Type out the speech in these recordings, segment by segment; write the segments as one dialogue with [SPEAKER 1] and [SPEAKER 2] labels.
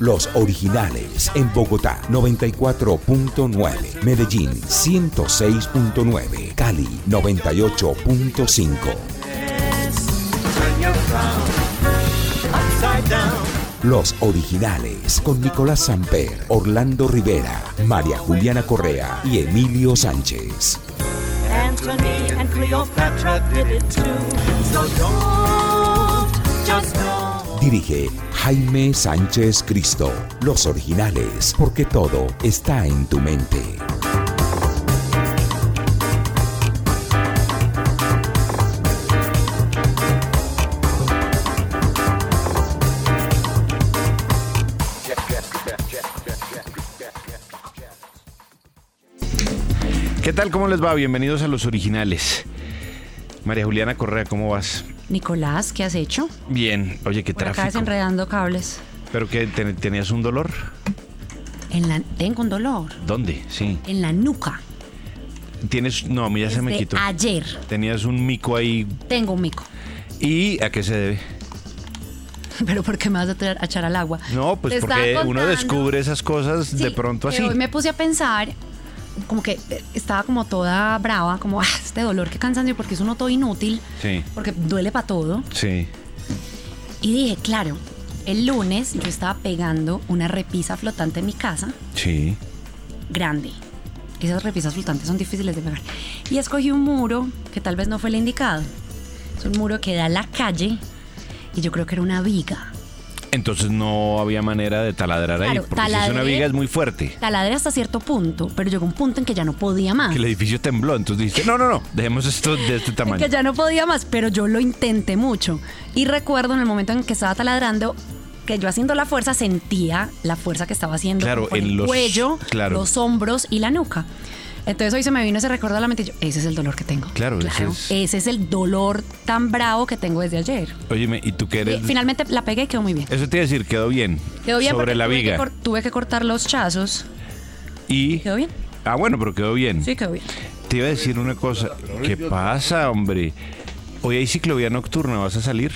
[SPEAKER 1] Los originales en Bogotá 94.9, Medellín 106.9, Cali 98.5. Los originales con Nicolás Samper, Orlando Rivera, María Juliana Correa y Emilio Sánchez.
[SPEAKER 2] Antony and Cleopatra did it too. So don't just know.
[SPEAKER 1] Dirige Jaime Sánchez Cristo. Los originales, porque todo está en tu mente.
[SPEAKER 3] ¿Qué tal? ¿Cómo les va? Bienvenidos a los originales. María Juliana Correa, ¿cómo vas?
[SPEAKER 4] Nicolás, ¿qué has hecho?
[SPEAKER 3] Bien. Oye, qué
[SPEAKER 4] Por acá
[SPEAKER 3] tráfico.
[SPEAKER 4] desenredando cables.
[SPEAKER 3] Pero que te- tenías un dolor.
[SPEAKER 4] En la, tengo un dolor
[SPEAKER 3] ¿Dónde? Sí.
[SPEAKER 4] en la nuca.
[SPEAKER 3] Tienes. No, a mí ya se me
[SPEAKER 4] Desde
[SPEAKER 3] quitó.
[SPEAKER 4] Ayer
[SPEAKER 3] Tenías un mico ahí.
[SPEAKER 4] tengo un mico.
[SPEAKER 3] ¿Y a qué se debe?
[SPEAKER 4] Pero ¿por qué me vas a tirar- a echar al agua?
[SPEAKER 3] No, pues
[SPEAKER 4] Te estaba
[SPEAKER 3] porque uno
[SPEAKER 4] contando-
[SPEAKER 3] descubre esas cosas de
[SPEAKER 4] Sí,
[SPEAKER 3] pronto
[SPEAKER 4] que
[SPEAKER 3] así.
[SPEAKER 4] Hoy me puse a pensar, como que eh, estaba como toda brava, como "Ah, este dolor, qué cansancio, porque es uno todo inútil,
[SPEAKER 3] Sí.
[SPEAKER 4] porque duele para todo.
[SPEAKER 3] Sí.
[SPEAKER 4] Y dije, claro, el lunes yo estaba pegando una repisa flotante en mi casa.
[SPEAKER 3] Sí.
[SPEAKER 4] grande. Esas repisas flotantes son difíciles de pegar. Y escogí un muro que tal vez no fue el indicado. Es un muro que da a la calle y yo creo que era una viga.
[SPEAKER 3] Entonces no había manera de taladrar ahí.
[SPEAKER 4] Claro,
[SPEAKER 3] Porque si es una
[SPEAKER 4] taladré.
[SPEAKER 3] viga es muy fuerte.
[SPEAKER 4] Taladré hasta cierto punto, pero llegó un punto en que ya no podía más.
[SPEAKER 3] Que el edificio tembló. Entonces dijiste, no, no, no, dejemos esto de este
[SPEAKER 4] En
[SPEAKER 3] tamaño.
[SPEAKER 4] que ya no podía más, pero yo lo intenté mucho. Y recuerdo en el momento en que estaba taladrando que yo haciendo la fuerza sentía la fuerza que estaba haciendo
[SPEAKER 3] Claro,
[SPEAKER 4] con
[SPEAKER 3] en
[SPEAKER 4] el
[SPEAKER 3] los-
[SPEAKER 4] cuello,
[SPEAKER 3] claro.
[SPEAKER 4] los hombros y la nuca. Entonces hoy se me vino ese recuerdo a la mente y yo, ese es el dolor que tengo.
[SPEAKER 3] Claro, ese es-
[SPEAKER 4] ese es el dolor tan bravo que tengo desde ayer.
[SPEAKER 3] Óyeme, ¿y tú qué
[SPEAKER 4] Y
[SPEAKER 3] eres?
[SPEAKER 4] finalmente la pegué y quedó muy bien.
[SPEAKER 3] Eso te iba a decir, quedó bien.
[SPEAKER 4] Quedó bien
[SPEAKER 3] Sobre
[SPEAKER 4] porque
[SPEAKER 3] la
[SPEAKER 4] tuve que
[SPEAKER 3] viga.
[SPEAKER 4] cor- tuve que cortar los chazos.
[SPEAKER 3] Y.
[SPEAKER 4] ¿Quedó bien?
[SPEAKER 3] Ah, bueno, pero quedó bien.
[SPEAKER 4] Sí, quedó bien.
[SPEAKER 3] Te iba a decir una cosa. ¿Qué pasa, hombre? Hoy hay ciclovía nocturna, ¿vas a salir?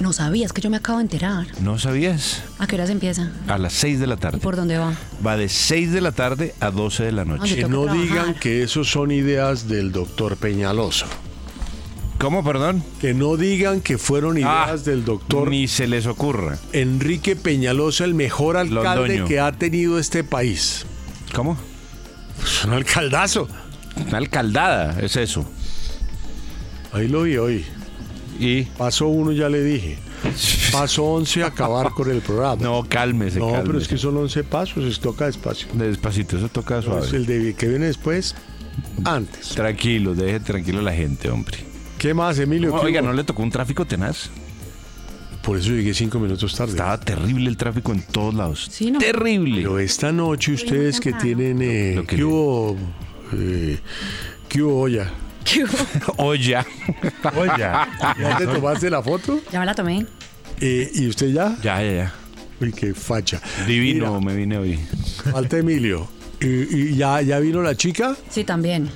[SPEAKER 4] No sabías que yo me acabo de enterar.
[SPEAKER 3] ¿No sabías?
[SPEAKER 4] ¿A qué hora se empieza?
[SPEAKER 3] A las 6 de la
[SPEAKER 4] ¿Y
[SPEAKER 3] tarde.
[SPEAKER 4] por Ah, dónde va?
[SPEAKER 3] Va de 6 de la tarde a 12 de la
[SPEAKER 4] Ay,
[SPEAKER 3] noche.
[SPEAKER 4] yo
[SPEAKER 5] Que
[SPEAKER 4] tengo
[SPEAKER 5] no
[SPEAKER 4] que trabajar.
[SPEAKER 5] digan que esos son ideas del doctor Peñaloso.
[SPEAKER 3] ¿Cómo, perdón?
[SPEAKER 5] Que no digan que fueron
[SPEAKER 3] Ah,
[SPEAKER 5] ideas del doctor
[SPEAKER 3] Ni se les ocurra.
[SPEAKER 5] Enrique Peñaloso, el mejor alcalde
[SPEAKER 3] Londoño.
[SPEAKER 5] que ha tenido este país.
[SPEAKER 3] ¿Cómo?
[SPEAKER 5] Es un alcaldazo.
[SPEAKER 3] Una alcaldada, es eso.
[SPEAKER 5] Ahí lo vi hoy.
[SPEAKER 3] Y.
[SPEAKER 5] Paso uno ya le dije. Paso 11 a acabar con el programa.
[SPEAKER 3] No, cálmese,
[SPEAKER 5] No,
[SPEAKER 3] cálmese.
[SPEAKER 5] pero es que son 11 pasos, es toca despacio.
[SPEAKER 3] Despacito, eso toca
[SPEAKER 5] Entonces,
[SPEAKER 3] suave.
[SPEAKER 5] el de que viene después, antes.
[SPEAKER 3] Tranquilo, deje tranquilo a la gente, hombre.
[SPEAKER 5] ¿Qué más, Emilio? ¿Qué
[SPEAKER 3] Oiga,
[SPEAKER 5] hubo?
[SPEAKER 3] ¿no le tocó un tráfico tenaz?
[SPEAKER 5] Por eso llegué cinco minutos tarde.
[SPEAKER 3] Estaba terrible el tráfico en todos lados.
[SPEAKER 4] Sí, no.
[SPEAKER 3] Terrible.
[SPEAKER 5] Pero esta noche ustedes que
[SPEAKER 4] temprano.
[SPEAKER 5] tienen... Eh,
[SPEAKER 3] Lo que
[SPEAKER 5] ¿Qué
[SPEAKER 3] le-
[SPEAKER 5] hubo? Eh, ¿Qué hubo olla?
[SPEAKER 4] ¿Qué hubo?
[SPEAKER 3] Olla.
[SPEAKER 5] Olla. ¿Ya te tomaste la foto?
[SPEAKER 4] Ya me la tomé.
[SPEAKER 5] Eh, ¿Y usted ya?
[SPEAKER 3] Ya, ya, ya.
[SPEAKER 5] Uy, qué facha.
[SPEAKER 3] Divino, me vine hoy.
[SPEAKER 5] Mira, falta Emilio. ¿Y, y ya, ya vino la chica?
[SPEAKER 4] Sí, también.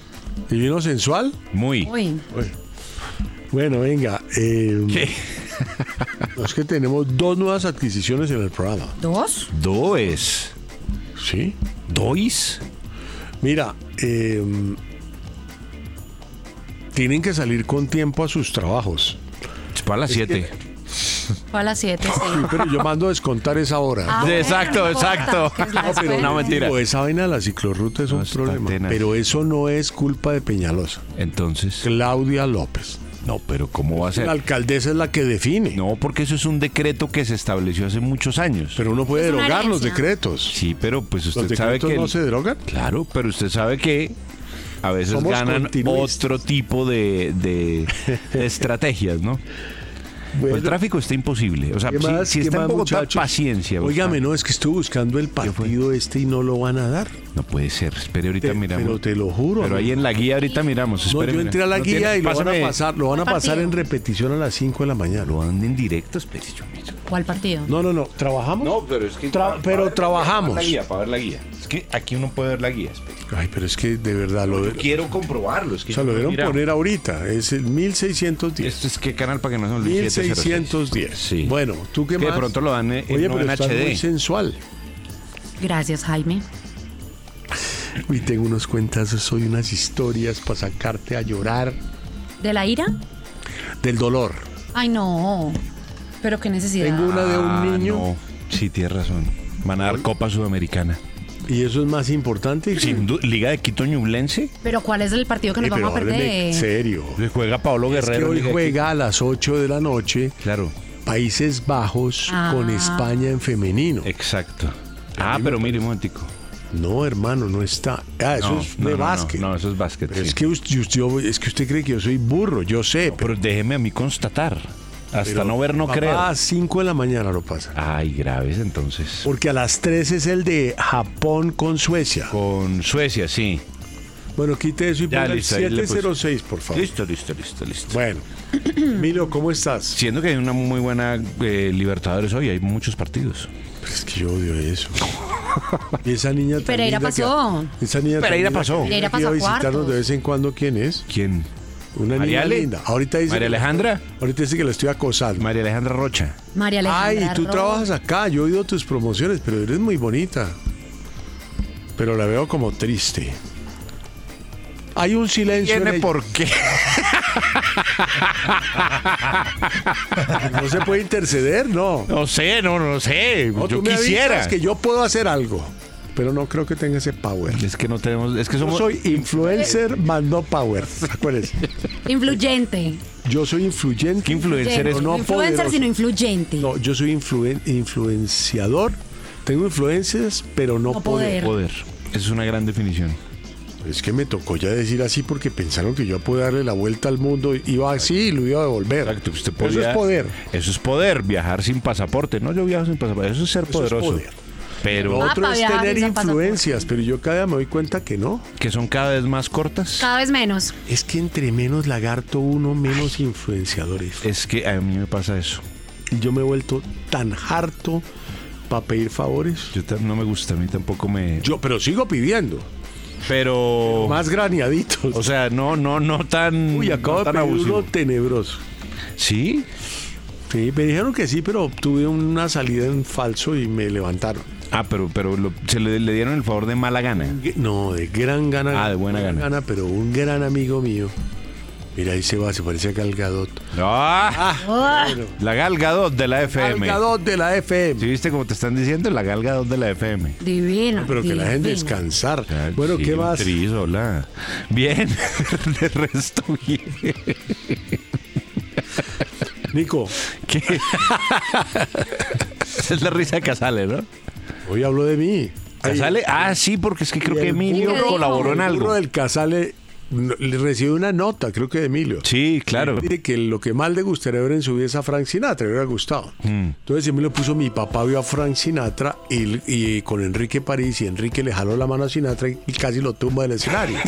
[SPEAKER 5] ¿Y vino sensual?
[SPEAKER 3] Muy.
[SPEAKER 4] Uy,
[SPEAKER 5] Bueno, venga. eh,
[SPEAKER 3] ¿Qué?
[SPEAKER 5] Es que tenemos dos nuevas adquisiciones en el programa.
[SPEAKER 4] ¿dos?
[SPEAKER 3] Does.
[SPEAKER 5] ¿Sí?
[SPEAKER 3] Dois.
[SPEAKER 5] Mira, eh, tienen que salir con tiempo a sus trabajos.
[SPEAKER 3] Es para las 7.
[SPEAKER 4] Fue a las 7,
[SPEAKER 5] Sí,
[SPEAKER 4] sí.
[SPEAKER 5] pero yo mando a descontar esa hora.
[SPEAKER 4] Ah, bueno,
[SPEAKER 3] exacto,
[SPEAKER 4] no importa,
[SPEAKER 3] exacto.
[SPEAKER 4] que es la
[SPEAKER 3] No, pero-
[SPEAKER 4] escuela.
[SPEAKER 3] no, mentira.
[SPEAKER 5] Pero esa vaina de la ciclorruta es
[SPEAKER 3] No,
[SPEAKER 5] un
[SPEAKER 3] está
[SPEAKER 5] problema.
[SPEAKER 3] tenaz.
[SPEAKER 5] Pero eso no es culpa de Peñalosa.
[SPEAKER 3] Entonces.
[SPEAKER 5] Claudia López.
[SPEAKER 3] No, pero ¿cómo va a
[SPEAKER 5] La
[SPEAKER 3] ser?
[SPEAKER 5] alcaldesa es la que define.
[SPEAKER 3] No, porque eso es un decreto que se estableció hace muchos años.
[SPEAKER 5] Pero uno puede
[SPEAKER 4] Es una
[SPEAKER 5] derogar los
[SPEAKER 4] herencia.
[SPEAKER 5] decretos.
[SPEAKER 3] sí, pero pues
[SPEAKER 5] ¿Los
[SPEAKER 3] usted sabe
[SPEAKER 5] decretos
[SPEAKER 3] que.
[SPEAKER 5] no
[SPEAKER 3] el-
[SPEAKER 5] se derogan?
[SPEAKER 3] Claro, pero usted sabe que a veces
[SPEAKER 5] Somos
[SPEAKER 3] ganan
[SPEAKER 5] continuistas.
[SPEAKER 3] otro tipo de, de- de estrategias, ¿no? Pues el tráfico está imposible. O sea,
[SPEAKER 5] ¿Qué
[SPEAKER 3] si,
[SPEAKER 5] más?
[SPEAKER 3] si
[SPEAKER 5] ¿Qué
[SPEAKER 3] está en
[SPEAKER 5] más,
[SPEAKER 3] Bogotá,
[SPEAKER 5] muchachos?
[SPEAKER 3] paciencia. Bogotá.
[SPEAKER 5] Óigame, no, es que estuve buscando el
[SPEAKER 3] fue?
[SPEAKER 5] partido este y no lo van a dar.
[SPEAKER 3] No puede ser. Espere, ahorita
[SPEAKER 5] Te-
[SPEAKER 3] miramos.
[SPEAKER 5] pero te lo juro,
[SPEAKER 3] Pero ahí
[SPEAKER 5] amigo.
[SPEAKER 3] en la guía ahorita miramos.
[SPEAKER 5] No,
[SPEAKER 3] espere,
[SPEAKER 5] yo
[SPEAKER 3] mira.
[SPEAKER 5] entré a la
[SPEAKER 3] No
[SPEAKER 5] guía
[SPEAKER 3] tiene-
[SPEAKER 5] y lo van a
[SPEAKER 3] pásame-
[SPEAKER 5] pasar, lo van a
[SPEAKER 4] ¿Cuál
[SPEAKER 5] pasar en
[SPEAKER 4] partido?
[SPEAKER 5] repetición a las 5 de la mañana.
[SPEAKER 3] Lo ando en directo, espere, yo miro.
[SPEAKER 4] ¿Cuál partido?
[SPEAKER 5] No, no, no, trabajamos.
[SPEAKER 3] pero es que.
[SPEAKER 5] Tra- para- pero para ver- trabajamos. para ver la
[SPEAKER 3] para ver la guía.
[SPEAKER 6] que aquí uno puede ver la guía. espere.
[SPEAKER 5] Ay, pero es que de verdad lo
[SPEAKER 6] Yo quiero comprobarlo. Es que
[SPEAKER 5] O sea,
[SPEAKER 6] yo
[SPEAKER 5] lo
[SPEAKER 6] quiero
[SPEAKER 5] dieron
[SPEAKER 6] mirar.
[SPEAKER 5] poner ahorita. Es el 1610.
[SPEAKER 3] Esto es que canal para que no se me olvide.
[SPEAKER 5] 1610.
[SPEAKER 3] Sí.
[SPEAKER 5] Bueno, ¿tú qué
[SPEAKER 3] Que de
[SPEAKER 5] más?
[SPEAKER 3] pronto lo dan en,
[SPEAKER 5] Oye,
[SPEAKER 3] no
[SPEAKER 5] pero
[SPEAKER 3] en
[SPEAKER 5] está muy
[SPEAKER 3] HD.
[SPEAKER 5] sensual.
[SPEAKER 4] Gracias, Jaime.
[SPEAKER 5] Y tengo unos cuentazos hoy, unas historias para sacarte a llorar
[SPEAKER 4] ¿De la ira?
[SPEAKER 5] del dolor.
[SPEAKER 4] Ay, no. Pero qué necesidad.
[SPEAKER 5] Tengo una de
[SPEAKER 3] Ah,
[SPEAKER 5] un niño.
[SPEAKER 3] no. Sí, tienes razón. Van a dar Copa Sudamericana.
[SPEAKER 5] Y eso es más importante.
[SPEAKER 3] Sin du- Liga de Quito Ñublense.
[SPEAKER 4] Pero ¿cuál es el partido que nos
[SPEAKER 5] Eh, pero
[SPEAKER 4] vamos a
[SPEAKER 5] hábleme
[SPEAKER 4] perder?
[SPEAKER 5] serio.
[SPEAKER 6] Juega Pablo
[SPEAKER 5] Es que
[SPEAKER 6] Guerrero.
[SPEAKER 5] hoy
[SPEAKER 6] Liga de
[SPEAKER 5] juega a las 8 de la noche
[SPEAKER 3] Claro.
[SPEAKER 5] Países Bajos
[SPEAKER 4] Ah.
[SPEAKER 5] con España en femenino.
[SPEAKER 3] Eh. Exacto. Ah, pero mire un momentico.
[SPEAKER 5] No, hermano, no está. Ah, eso
[SPEAKER 3] No,
[SPEAKER 5] es
[SPEAKER 3] no,
[SPEAKER 5] de
[SPEAKER 3] no, no,
[SPEAKER 5] básquet.
[SPEAKER 3] No, eso es básquet.
[SPEAKER 5] Pero
[SPEAKER 3] sí.
[SPEAKER 5] es, que usted, usted- es que usted cree que yo soy burro, yo sé. pero
[SPEAKER 3] Pero déjeme a mí constatar. Hasta
[SPEAKER 5] pero
[SPEAKER 3] no ver, no
[SPEAKER 5] papá,
[SPEAKER 3] creer.
[SPEAKER 5] A 5 de la mañana lo pasa.
[SPEAKER 3] Ay, graves entonces.
[SPEAKER 5] Porque a las 3 es el de Japón con Suecia.
[SPEAKER 3] Con Suecia, sí.
[SPEAKER 5] Bueno, quite eso y
[SPEAKER 3] Ya,
[SPEAKER 5] ponga el
[SPEAKER 3] listo, ahí le puse.
[SPEAKER 5] 706, por favor.
[SPEAKER 3] Listo, listo, listo, listo.
[SPEAKER 5] Bueno, Milo, ¿cómo estás?
[SPEAKER 3] Siendo que hay una muy buena eh, Libertadores hoy, hay muchos partidos.
[SPEAKER 5] Pero es que yo odio eso. Y esa niña tan
[SPEAKER 4] Pereira
[SPEAKER 5] linda que-
[SPEAKER 4] pasó.
[SPEAKER 5] esa niña tan
[SPEAKER 3] Pereira
[SPEAKER 5] linda
[SPEAKER 3] pasó.
[SPEAKER 5] que
[SPEAKER 4] Pereira
[SPEAKER 5] viene aquí a
[SPEAKER 4] pasó a
[SPEAKER 5] visitarnos
[SPEAKER 4] cuartos.
[SPEAKER 5] de vez en cuando, ¿quién es?
[SPEAKER 3] ¿Quién?
[SPEAKER 5] Una niña
[SPEAKER 3] ¿Mariale?
[SPEAKER 5] linda. Ahorita dice.
[SPEAKER 3] ¿María Alejandra?
[SPEAKER 5] Ahorita dice que la estoy acosando.
[SPEAKER 3] María Alejandra Rocha.
[SPEAKER 4] María
[SPEAKER 5] Ay,
[SPEAKER 4] Alejandra.
[SPEAKER 5] tú
[SPEAKER 4] Ro-
[SPEAKER 5] trabajas acá, yo he oído tus promociones, pero eres muy bonita. Pero la veo como triste. Hay un silencio. en ella.
[SPEAKER 3] qué.
[SPEAKER 5] No se puede interceder, no.
[SPEAKER 3] No sé, no, no sé.
[SPEAKER 5] No,
[SPEAKER 3] yo
[SPEAKER 5] tú me
[SPEAKER 3] quisiera.
[SPEAKER 5] avisas que yo puedo hacer algo, pero no creo que tenga ese power.
[SPEAKER 3] Es que no tenemos. Es que
[SPEAKER 5] Yo
[SPEAKER 3] somos.
[SPEAKER 5] soy influencer, más no power. Acuérdense.
[SPEAKER 4] Influyente.
[SPEAKER 5] Yo soy influyente.
[SPEAKER 3] ¿Qué influencer
[SPEAKER 4] Influyente.
[SPEAKER 3] es?
[SPEAKER 5] Pero no
[SPEAKER 4] No influencer,
[SPEAKER 5] poderoso.
[SPEAKER 4] sino influyente.
[SPEAKER 5] No, yo soy influen- influenciador. Tengo influencias, pero no,
[SPEAKER 4] No
[SPEAKER 5] poder.
[SPEAKER 4] poder.
[SPEAKER 3] Poder. Esa es una gran definición.
[SPEAKER 5] Es que me tocó ya decir así porque pensaron que yo podía darle la vuelta al mundo. Iba así y lo iba a devolver.
[SPEAKER 3] Exacto, usted
[SPEAKER 5] Eso
[SPEAKER 3] podía-
[SPEAKER 5] es poder.
[SPEAKER 3] Eso es poder, viajar sin pasaporte. No, yo viajo sin pasaporte. Eso es ser
[SPEAKER 5] Eso es
[SPEAKER 3] poderoso.
[SPEAKER 5] poder. Lo
[SPEAKER 3] Pero
[SPEAKER 4] Ah,
[SPEAKER 5] otro
[SPEAKER 4] para
[SPEAKER 5] es
[SPEAKER 4] viajar
[SPEAKER 5] tener
[SPEAKER 4] usan pasaporte.
[SPEAKER 5] influencias, pero yo cada día me doy cuenta que no.
[SPEAKER 3] que son cada vez más cortas.
[SPEAKER 4] Cada vez menos.
[SPEAKER 5] Es que entre menos lagarto uno, menos influenciadores.
[SPEAKER 3] Es que a mí me pasa eso.
[SPEAKER 5] Y yo me he vuelto tan harto para pedir favores.
[SPEAKER 3] Yo tam- no me gusta, a mí tampoco me.
[SPEAKER 5] Yo, pero sigo pidiendo.
[SPEAKER 3] Pero.
[SPEAKER 5] Más graniaditos.
[SPEAKER 3] Oh. O sea, no, no, no tan.
[SPEAKER 5] Uy, acabo
[SPEAKER 3] no
[SPEAKER 5] de
[SPEAKER 3] tan
[SPEAKER 5] pedir
[SPEAKER 3] abusivo.
[SPEAKER 5] uno tenebroso.
[SPEAKER 3] Sí.
[SPEAKER 5] Sí, me dijeron que sí, pero tuve una salida en falso y me levantaron.
[SPEAKER 3] Ah, pero, pero lo- se le, le dieron el favor de mala
[SPEAKER 5] Mm.
[SPEAKER 3] gana.
[SPEAKER 5] No, de gran gana.
[SPEAKER 3] Ah, de buena
[SPEAKER 5] gran
[SPEAKER 3] gana.
[SPEAKER 5] Pero un gran amigo mío. Mira, ahí se va, se parece a Galgadot.
[SPEAKER 3] ¡Ah!
[SPEAKER 5] Bueno,
[SPEAKER 3] La galgadot de la FM.
[SPEAKER 5] Galgadot de la FM.
[SPEAKER 3] ¿Sí viste cómo te están diciendo? La galgadot de la FM.
[SPEAKER 4] Divino.
[SPEAKER 5] Pero que la dejen
[SPEAKER 4] divino.
[SPEAKER 5] descansar. Bueno,
[SPEAKER 3] Sí,
[SPEAKER 5] ¿qué
[SPEAKER 3] un
[SPEAKER 5] más?
[SPEAKER 3] tris, hola. Bien, de resto bien.
[SPEAKER 5] Nico,
[SPEAKER 3] ¿Qué? Esa es la risa que sale, ¿no?
[SPEAKER 5] hoy habló de mí.
[SPEAKER 3] ¿Casale? Ah, sí, porque es que creo
[SPEAKER 5] Y
[SPEAKER 3] que
[SPEAKER 5] el
[SPEAKER 3] Emilio
[SPEAKER 5] burro-
[SPEAKER 3] colaboró en
[SPEAKER 5] El burro
[SPEAKER 3] algo.
[SPEAKER 5] del Casale no, le recibió una nota, creo que de Emilio.
[SPEAKER 3] Sí, claro.
[SPEAKER 5] Dice que lo que más le gustaría ver en su vida es a Frank Sinatra, le hubiera gustado.
[SPEAKER 3] Mm.
[SPEAKER 5] Entonces Emilio puso, mi papá vio a Frank Sinatra y, y con Enrique París y Enrique le jaló la mano a Sinatra y, casi lo tumba del escenario.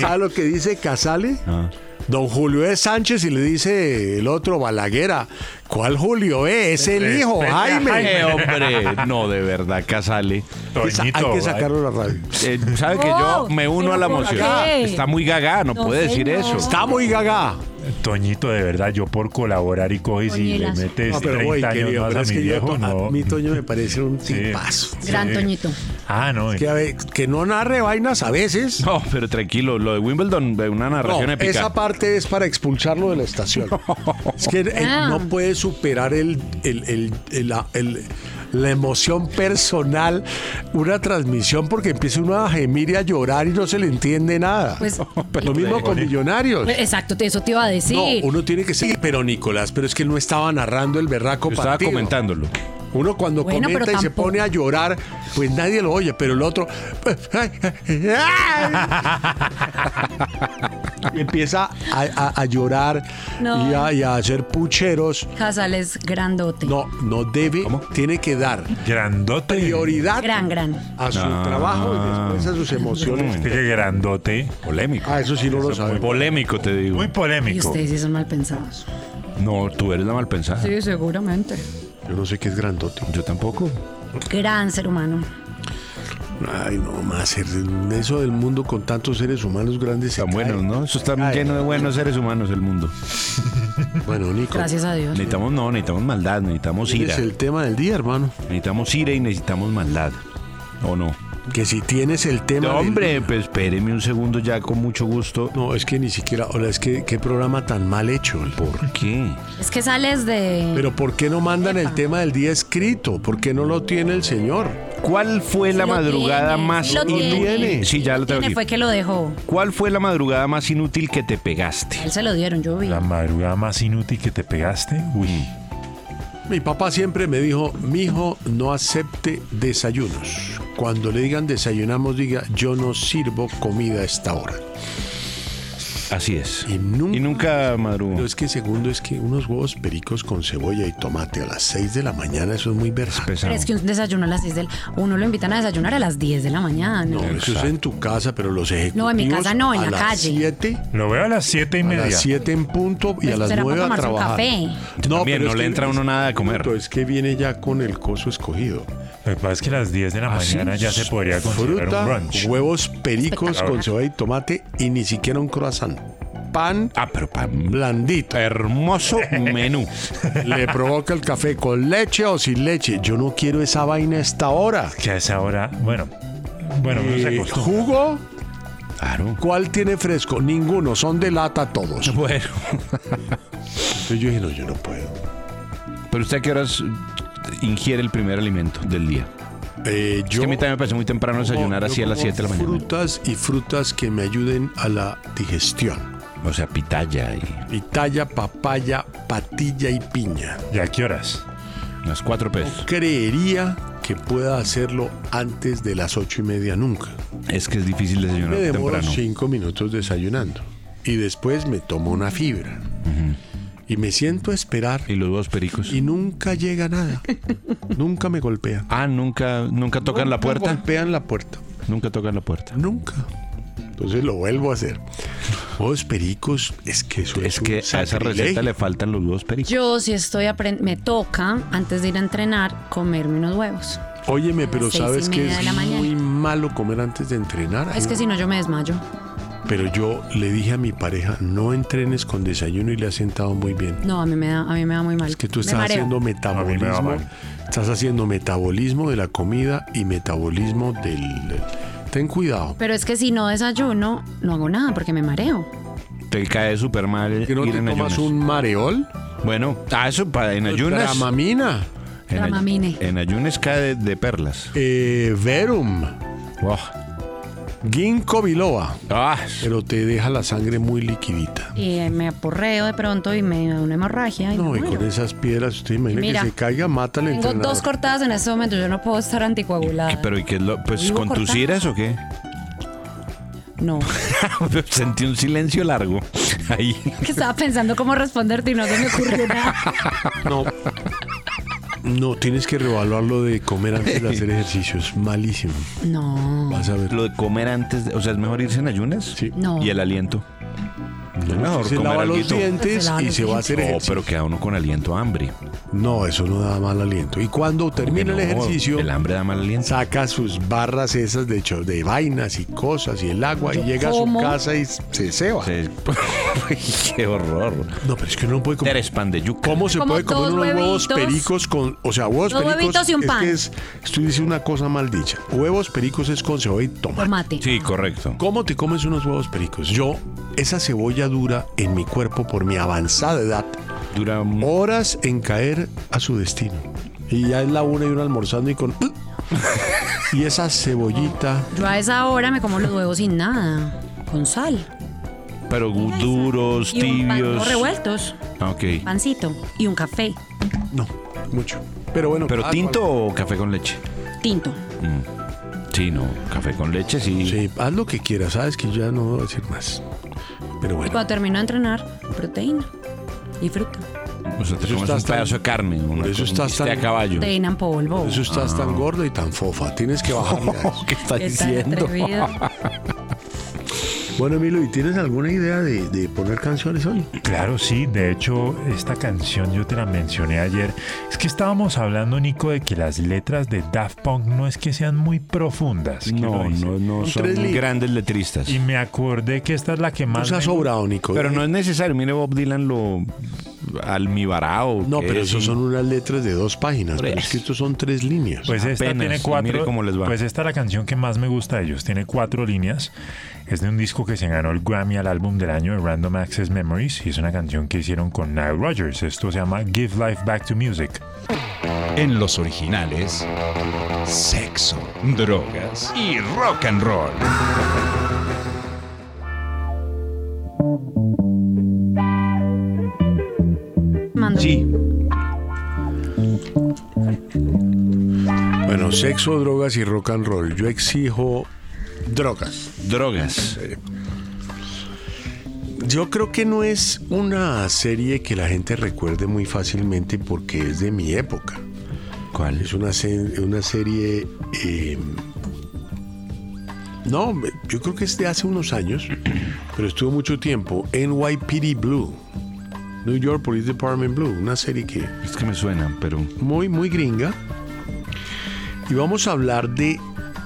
[SPEAKER 5] ¿Sabe lo que dice Casale?
[SPEAKER 3] Ah.
[SPEAKER 5] Don Julio E. Sánchez y le dice el otro Balaguera, ¿cuál Julio E? Es el hijo, Jaime.
[SPEAKER 3] Eh, hombre, no, de verdad, Casale.
[SPEAKER 5] Hay que sacarlo a la radio.
[SPEAKER 3] Eh, ¿Sabe que yo
[SPEAKER 4] No,
[SPEAKER 3] me uno
[SPEAKER 4] pero
[SPEAKER 3] a la
[SPEAKER 4] ¿por
[SPEAKER 3] emoción?
[SPEAKER 4] qué?
[SPEAKER 3] Está muy gaga, no,
[SPEAKER 4] No,
[SPEAKER 3] puede decir
[SPEAKER 4] señor.
[SPEAKER 3] eso.
[SPEAKER 5] Está muy gaga.
[SPEAKER 7] Toñito, de verdad, yo por colaborar y coges y le
[SPEAKER 4] Toñelas.
[SPEAKER 7] metes
[SPEAKER 5] No, pero
[SPEAKER 7] 30
[SPEAKER 5] voy,
[SPEAKER 7] años
[SPEAKER 5] querido,
[SPEAKER 7] más
[SPEAKER 5] pero
[SPEAKER 7] a
[SPEAKER 5] es
[SPEAKER 7] mi
[SPEAKER 5] que yo,
[SPEAKER 7] viejo,
[SPEAKER 5] a
[SPEAKER 7] no.
[SPEAKER 5] mí Toño me parece un
[SPEAKER 7] Sí.
[SPEAKER 5] tipazo.
[SPEAKER 4] Gran
[SPEAKER 7] Sí.
[SPEAKER 4] Toñito.
[SPEAKER 7] Ah, no.
[SPEAKER 5] Que, a ver, que no narre vainas a veces.
[SPEAKER 3] No, pero tranquilo, lo de Wimbledon, de una narración
[SPEAKER 5] No,
[SPEAKER 3] épica.
[SPEAKER 5] esa parte es para expulsarlo de la estación. Es que él
[SPEAKER 4] Ah.
[SPEAKER 5] no puede superar el, el- el- el- la, el- la emoción personal, una transmisión, porque empieza uno a gemir y a llorar y no se le entiende nada.
[SPEAKER 4] Pues,
[SPEAKER 5] Lo mismo con Millonarios.
[SPEAKER 4] pues, exacto, te- eso te iba a
[SPEAKER 5] No,
[SPEAKER 4] decir.
[SPEAKER 5] uno tiene que ser, pero Nicolás, pero es que él no estaba narrando el berraco
[SPEAKER 3] Yo estaba
[SPEAKER 5] partido.
[SPEAKER 3] comentándolo.
[SPEAKER 5] Uno cuando
[SPEAKER 4] Bueno, pero
[SPEAKER 5] comenta y se
[SPEAKER 4] tampoco-
[SPEAKER 5] pone a llorar, pues nadie lo oye, pero el otro pues, Y empieza a, a- a llorar
[SPEAKER 4] No.
[SPEAKER 5] y, a, y a hacer pucheros.
[SPEAKER 4] Casales grandote.
[SPEAKER 5] No, no debe, tiene que dar
[SPEAKER 7] Grandote.
[SPEAKER 5] prioridad
[SPEAKER 4] Gran, gran.
[SPEAKER 5] a su
[SPEAKER 3] Ah.
[SPEAKER 5] trabajo y después a sus emociones.
[SPEAKER 7] Oye, grandote.
[SPEAKER 3] Mm, Polémico.
[SPEAKER 5] Ah, eso sí no lo sabemos.
[SPEAKER 3] Polémico, te digo.
[SPEAKER 7] Muy
[SPEAKER 4] Y
[SPEAKER 7] polémico.
[SPEAKER 4] ustedes sí son mal pensados.
[SPEAKER 3] No, tú eres la mal pensada.
[SPEAKER 4] Sí, seguramente.
[SPEAKER 5] Yo no sé qué es grandote.
[SPEAKER 3] Yo tampoco.
[SPEAKER 4] Gran ser humano.
[SPEAKER 5] Ay, no, más eso del mundo con tantos seres humanos grandes. se
[SPEAKER 3] Tan
[SPEAKER 5] cae.
[SPEAKER 3] buenos, ¿no? Eso está
[SPEAKER 5] Ay.
[SPEAKER 3] lleno de buenos seres humanos el mundo.
[SPEAKER 5] Bueno, Nico.
[SPEAKER 4] Gracias a Dios.
[SPEAKER 3] Necesitamos, no, necesitamos maldad, necesitamos
[SPEAKER 5] ese
[SPEAKER 3] ira.
[SPEAKER 5] Es el tema del día, hermano.
[SPEAKER 3] Necesitamos ira y necesitamos maldad. ¿O no?
[SPEAKER 5] Que si tienes el tema. del
[SPEAKER 3] Hombre,
[SPEAKER 5] día-
[SPEAKER 3] pues espéreme un segundo ya con mucho gusto.
[SPEAKER 5] No, es que ni siquiera. Hola, es que qué programa tan mal hecho.
[SPEAKER 3] ¿Por qué?
[SPEAKER 4] Es que sales de.
[SPEAKER 5] Pero ¿por qué no mandan el tema del día escrito? ¿por qué no lo tiene el señor?
[SPEAKER 3] ¿Cuál fue la
[SPEAKER 4] lo
[SPEAKER 3] madrugada
[SPEAKER 4] tiene,
[SPEAKER 3] más
[SPEAKER 4] sí lo tiene.
[SPEAKER 3] inútil? Sí, ya lo tengo
[SPEAKER 4] Tiene
[SPEAKER 3] aquí.
[SPEAKER 4] fue que lo dejó.
[SPEAKER 3] ¿Cuál fue la madrugada más inútil que te
[SPEAKER 4] A
[SPEAKER 3] pegaste?
[SPEAKER 4] él se lo dieron, yo vi.
[SPEAKER 7] La madrugada más inútil que te pegaste. Uy.
[SPEAKER 5] Mi papá siempre me dijo, mi hijo no acepte desayunos. Cuando le digan desayunamos, diga, yo no sirvo comida a esta hora.
[SPEAKER 3] Así es.
[SPEAKER 5] Y nunca-
[SPEAKER 3] Y nunca
[SPEAKER 5] Pero
[SPEAKER 3] madrugó.
[SPEAKER 5] es que segundo es que unos huevos pericos con cebolla y tomate a las 6 de la mañana, eso es muy versátil.
[SPEAKER 4] Pero
[SPEAKER 3] Pesado.
[SPEAKER 4] es que un desayuno a las 6 del. Uno lo invitan a desayunar a las 10 de la mañana.
[SPEAKER 5] No, eso es en tu casa, pero los ejecutivos
[SPEAKER 4] No, en mi casa no, en
[SPEAKER 5] a
[SPEAKER 4] la
[SPEAKER 5] las
[SPEAKER 4] calle.
[SPEAKER 5] 7,
[SPEAKER 7] Lo veo a las siete y
[SPEAKER 5] a
[SPEAKER 7] media.
[SPEAKER 5] las 7 en punto y a
[SPEAKER 4] Pues
[SPEAKER 5] las
[SPEAKER 4] será para
[SPEAKER 5] 9 a
[SPEAKER 4] tomarse un
[SPEAKER 5] trabajar.
[SPEAKER 4] café.
[SPEAKER 3] También,
[SPEAKER 5] pero
[SPEAKER 3] no
[SPEAKER 5] es
[SPEAKER 3] le
[SPEAKER 5] que-
[SPEAKER 3] entra a uno nada de comer.
[SPEAKER 5] Pero es que viene ya con el coso escogido.
[SPEAKER 7] Lo que pasa es que a las 10 de la
[SPEAKER 3] ¿Ah, sí?
[SPEAKER 7] mañana ya se podría considerar
[SPEAKER 5] Fruta,
[SPEAKER 7] un brunch.
[SPEAKER 5] huevos pericos
[SPEAKER 7] Espectacular.
[SPEAKER 5] con cebolla y tomate y ni siquiera un croissant. Pan
[SPEAKER 3] Ah, pero pan.
[SPEAKER 5] blandito.
[SPEAKER 3] Hermoso menú.
[SPEAKER 5] Le provoca el café con leche o sin leche. Yo no quiero esa vaina a esta hora.
[SPEAKER 7] Que a esa hora, bueno, bueno, no se
[SPEAKER 5] Eh,
[SPEAKER 7] acostumbra.
[SPEAKER 5] ¿Jugo?
[SPEAKER 3] Claro.
[SPEAKER 5] ¿Cuál tiene fresco? Ninguno, son de lata todos.
[SPEAKER 3] Bueno.
[SPEAKER 5] Entonces yo dije, no, yo no puedo.
[SPEAKER 3] Pero usted a qué horas ingiere el primer alimento del día.
[SPEAKER 5] Eh,
[SPEAKER 3] Es
[SPEAKER 5] yo
[SPEAKER 3] que a mí también me parece muy temprano desayunar
[SPEAKER 5] como-
[SPEAKER 3] así
[SPEAKER 5] yo
[SPEAKER 3] a las
[SPEAKER 5] como
[SPEAKER 3] 7 de la mañana.
[SPEAKER 5] Frutas y frutas que me ayuden a la digestión.
[SPEAKER 3] O sea, pitaya y
[SPEAKER 5] Pitaya, papaya, patilla y piña.
[SPEAKER 7] ¿Y a qué horas?
[SPEAKER 3] unas cuatro pesos.
[SPEAKER 5] Creería que pueda hacerlo antes de las ocho y media nunca.
[SPEAKER 3] Es que es difícil
[SPEAKER 5] Me
[SPEAKER 3] desayunar
[SPEAKER 5] demoro
[SPEAKER 3] temprano.
[SPEAKER 5] cinco minutos desayunando y después me tomo una fibra y me siento a esperar
[SPEAKER 3] Y los dos pericos.
[SPEAKER 5] y nunca llega nada. nunca me golpean.
[SPEAKER 3] Ah, nunca, nunca tocan la
[SPEAKER 5] Nunca
[SPEAKER 3] puerta.
[SPEAKER 5] Golpean la puerta.
[SPEAKER 3] Nunca tocan la puerta.
[SPEAKER 5] Nunca. Entonces lo vuelvo a hacer. Los pericos, es que eso
[SPEAKER 3] Es
[SPEAKER 5] un
[SPEAKER 3] que a esa
[SPEAKER 5] sacrilegio.
[SPEAKER 3] receta le faltan los dos pericos.
[SPEAKER 4] Yo, si estoy aprendiendo, me toca, antes de ir a entrenar, comerme unos huevos.
[SPEAKER 5] Óyeme,
[SPEAKER 4] las
[SPEAKER 5] pero
[SPEAKER 4] seis y
[SPEAKER 5] sabes que
[SPEAKER 4] media de la
[SPEAKER 5] es
[SPEAKER 4] mañana.
[SPEAKER 5] muy malo comer antes de entrenar.
[SPEAKER 4] Es que si no, yo me desmayo.
[SPEAKER 5] Pero yo le dije a mi pareja, no entrenes con desayuno y le ha sentado muy bien.
[SPEAKER 4] No, a mí me da, a mí me da muy mal.
[SPEAKER 5] Es que tú
[SPEAKER 4] Me
[SPEAKER 5] estás
[SPEAKER 4] mareo.
[SPEAKER 5] haciendo
[SPEAKER 7] A mí me da
[SPEAKER 5] metabolismo.
[SPEAKER 7] mal.
[SPEAKER 5] Estás haciendo metabolismo de la comida y metabolismo del. Ten cuidado.
[SPEAKER 4] Pero es que si no desayuno, no hago nada porque me mareo.
[SPEAKER 3] Te cae súper mal
[SPEAKER 5] Que no
[SPEAKER 3] ir
[SPEAKER 5] te
[SPEAKER 3] en
[SPEAKER 5] tomas
[SPEAKER 3] ayunas.
[SPEAKER 5] un mareol.
[SPEAKER 3] Bueno, ah, eso para en ayunas.
[SPEAKER 5] Dramamina.
[SPEAKER 3] En, ay-
[SPEAKER 4] Dramamine.
[SPEAKER 3] en ayunas cae de, de perlas.
[SPEAKER 5] eh, verum.
[SPEAKER 3] Oh.
[SPEAKER 5] Ginkgo biloba.
[SPEAKER 3] Ah,
[SPEAKER 5] Pero te deja la sangre muy liquidita.
[SPEAKER 4] Y eh, me aporreo de pronto y me da una hemorragia. Y
[SPEAKER 5] No,
[SPEAKER 4] me
[SPEAKER 5] y con
[SPEAKER 4] muero.
[SPEAKER 5] esas piedras, usted imagina
[SPEAKER 4] Mira,
[SPEAKER 5] que se caiga, mata al
[SPEAKER 4] Tengo
[SPEAKER 5] entrenador.
[SPEAKER 4] dos cortadas en este momento. Yo no puedo estar anticoagulada.
[SPEAKER 3] ¿qué- pero ¿y qué es lo? Pues
[SPEAKER 4] Vivo
[SPEAKER 3] con tus
[SPEAKER 4] cortada.
[SPEAKER 3] iras o qué?
[SPEAKER 4] No.
[SPEAKER 3] Sentí un silencio largo. Ahí.
[SPEAKER 4] que estaba pensando cómo responderte y no se me ocurrió nada.
[SPEAKER 5] No. No, tienes que revaluar lo de comer antes de hacer ejercicio. Es malísimo.
[SPEAKER 4] No.
[SPEAKER 5] Vas a ver.
[SPEAKER 3] Lo de comer antes, de- o sea, es mejor irse en ayunas.
[SPEAKER 5] Sí.
[SPEAKER 4] No.
[SPEAKER 3] Y el aliento.
[SPEAKER 5] No,
[SPEAKER 3] mejor
[SPEAKER 5] se
[SPEAKER 3] comer
[SPEAKER 5] lava los
[SPEAKER 3] alguito.
[SPEAKER 4] Se
[SPEAKER 5] dientes
[SPEAKER 4] lava
[SPEAKER 5] y
[SPEAKER 4] los
[SPEAKER 5] se va a hacer
[SPEAKER 3] Oh,
[SPEAKER 5] ejercicio.
[SPEAKER 3] pero queda uno con aliento a hambre.
[SPEAKER 5] No, eso no da mal aliento. Y cuando termina el
[SPEAKER 3] Que no,
[SPEAKER 5] ejercicio,
[SPEAKER 3] El hambre da mal aliento.
[SPEAKER 5] saca sus barras esas de, cho- de vainas y cosas y el agua y llega
[SPEAKER 4] como.
[SPEAKER 5] a su casa y se ceba.
[SPEAKER 3] Se- Qué horror.
[SPEAKER 5] No, pero es que uno no puede comer.
[SPEAKER 3] Tres pan de yuca.
[SPEAKER 5] ¿Cómo se
[SPEAKER 4] Como
[SPEAKER 5] puede comer
[SPEAKER 4] dos
[SPEAKER 5] unos huevos
[SPEAKER 4] huevitos.
[SPEAKER 5] pericos con, o sea, huevos
[SPEAKER 4] Dos
[SPEAKER 5] pericos?
[SPEAKER 4] huevitos y un
[SPEAKER 5] es
[SPEAKER 4] pan.
[SPEAKER 5] que es, tú dices una cosa mal dicha. Huevos pericos es con cebolla y tomate.
[SPEAKER 4] Tomate.
[SPEAKER 3] Sí, correcto.
[SPEAKER 5] ¿Cómo te comes unos huevos pericos? Yo esa cebolla dura en mi cuerpo por mi avanzada edad
[SPEAKER 3] Dura un-
[SPEAKER 5] horas en caer a su destino. Y ya es la una y uno almorzando y con. y esa cebollita.
[SPEAKER 4] Yo a esa hora me como los huevos sin nada. Con sal.
[SPEAKER 5] Oh.
[SPEAKER 3] pero gu- duros,
[SPEAKER 4] Y un pan-
[SPEAKER 3] tibios.
[SPEAKER 4] no revueltos.
[SPEAKER 3] Ah, ok.
[SPEAKER 4] Pancito. Y un café.
[SPEAKER 5] No, mucho. Pero bueno.
[SPEAKER 3] ¿Pero
[SPEAKER 5] cada
[SPEAKER 3] tinto
[SPEAKER 5] cual-
[SPEAKER 3] o café con leche?
[SPEAKER 4] Tinto.
[SPEAKER 3] Sí, no. Café con leche, sí.
[SPEAKER 5] Sí, haz lo que quieras. Sabes que ya no voy a decir más. Pero
[SPEAKER 4] Y
[SPEAKER 5] bueno.
[SPEAKER 4] cuando termino de entrenar, proteína. Y fruta.
[SPEAKER 3] O sea, te
[SPEAKER 5] Eso
[SPEAKER 3] comes
[SPEAKER 5] estás
[SPEAKER 3] un
[SPEAKER 5] tan-
[SPEAKER 3] pedazo de carne. Una,
[SPEAKER 5] eso
[SPEAKER 3] un
[SPEAKER 5] estás
[SPEAKER 3] bistec
[SPEAKER 5] tan-
[SPEAKER 3] a caballo.
[SPEAKER 4] Proteína en polvo.
[SPEAKER 5] Por Eso estás
[SPEAKER 3] Ah.
[SPEAKER 5] tan gorda y tan fofa. Tienes que bajar.
[SPEAKER 3] ¿Qué estás
[SPEAKER 4] Qué tan
[SPEAKER 3] diciendo?
[SPEAKER 4] atrevido.
[SPEAKER 5] Bueno, Emilio, ¿y tienes alguna idea de, de poner canciones hoy?
[SPEAKER 7] Claro, sí. De hecho, esta canción yo te la mencioné ayer. Es que estábamos hablando, Nico, de que las letras de Daft Punk no es que sean muy profundas. que lo
[SPEAKER 3] No,
[SPEAKER 7] dicen.
[SPEAKER 3] no, no
[SPEAKER 5] tres
[SPEAKER 3] son
[SPEAKER 5] líneas.
[SPEAKER 3] grandes letristas.
[SPEAKER 7] Y me acordé que esta es la que
[SPEAKER 5] O
[SPEAKER 7] más.
[SPEAKER 5] sea,
[SPEAKER 7] me-
[SPEAKER 5] sobrado, Nico.
[SPEAKER 3] Pero no es necesario. Mire, Bob Dylan lo almibarao.
[SPEAKER 5] No,
[SPEAKER 3] que
[SPEAKER 5] pero
[SPEAKER 3] es,
[SPEAKER 5] eso
[SPEAKER 3] y-
[SPEAKER 5] son unas letras de dos páginas.
[SPEAKER 3] Por
[SPEAKER 5] Pero es
[SPEAKER 3] eso.
[SPEAKER 5] que estos son tres líneas.
[SPEAKER 7] Pues esta
[SPEAKER 3] Apenas,
[SPEAKER 7] tiene
[SPEAKER 3] y
[SPEAKER 7] cuatro.
[SPEAKER 3] mire cómo les va.
[SPEAKER 7] Pues esta es la canción que más me gusta de ellos. Tiene cuatro líneas. Es de un disco que se ganó el Grammy al álbum del año de Random Access Memories. Y es una canción que hicieron con Nile Rodgers. Esto se llama Give Life Back to Music.
[SPEAKER 8] En los originales, sexo, drogas y rock and roll.
[SPEAKER 4] Mando.
[SPEAKER 3] Sí,
[SPEAKER 5] Bueno, sexo, drogas y rock and roll. Yo exijo drogas.
[SPEAKER 3] drogas.
[SPEAKER 5] Yo creo que no es una serie que la gente recuerde muy fácilmente porque es de mi época.
[SPEAKER 3] ¿Cuál?
[SPEAKER 5] Es una, se- una serie... eh, no, me- yo creo que es de hace unos años, pero estuvo mucho tiempo. NYPD Blue. New York Police Department Blue. Una serie que...
[SPEAKER 3] Es que me suenan, pero.
[SPEAKER 5] muy, muy gringa. Y vamos a hablar de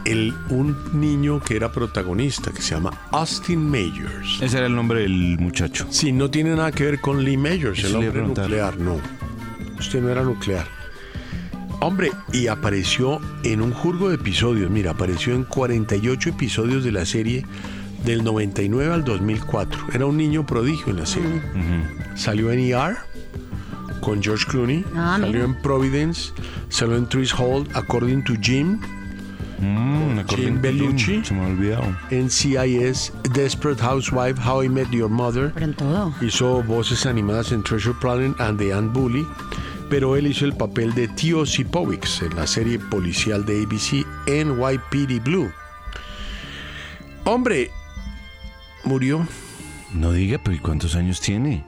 [SPEAKER 5] el, un niño que era protagonista, que se llama Austin Mayors.
[SPEAKER 3] Ese era el nombre del muchacho.
[SPEAKER 5] Sí, no tiene nada que ver con Lee Mayors,
[SPEAKER 3] Eso le
[SPEAKER 5] el
[SPEAKER 3] iba a
[SPEAKER 5] hombre
[SPEAKER 3] preguntar.
[SPEAKER 5] nuclear, no. Usted no era nuclear. Hombre, y apareció en un jurgo de episodios, mira, apareció en 48 episodios de la serie del 99 al 2004. Era un niño prodigio en la serie. Salió en ER con George Clooney,
[SPEAKER 4] Ah,
[SPEAKER 5] salió
[SPEAKER 4] mira.
[SPEAKER 5] en Providence, salió en Trees Hall, According to Jim,
[SPEAKER 3] Mm, me acordé
[SPEAKER 5] Jim
[SPEAKER 3] de Jim,
[SPEAKER 5] Bellucci.
[SPEAKER 3] Se me ha olvidado.
[SPEAKER 5] en CIS, Desperate Housewife, How I Met Your Mother.
[SPEAKER 4] Pero en todo.
[SPEAKER 5] Hizo voces animadas en Treasure Planet and The Ant Bully, pero él hizo el papel de Tio Sipowicz en la serie policial de ABC NYPD Blue. Hombre, murió.
[SPEAKER 3] No diga, pero ¿y cuántos años tiene?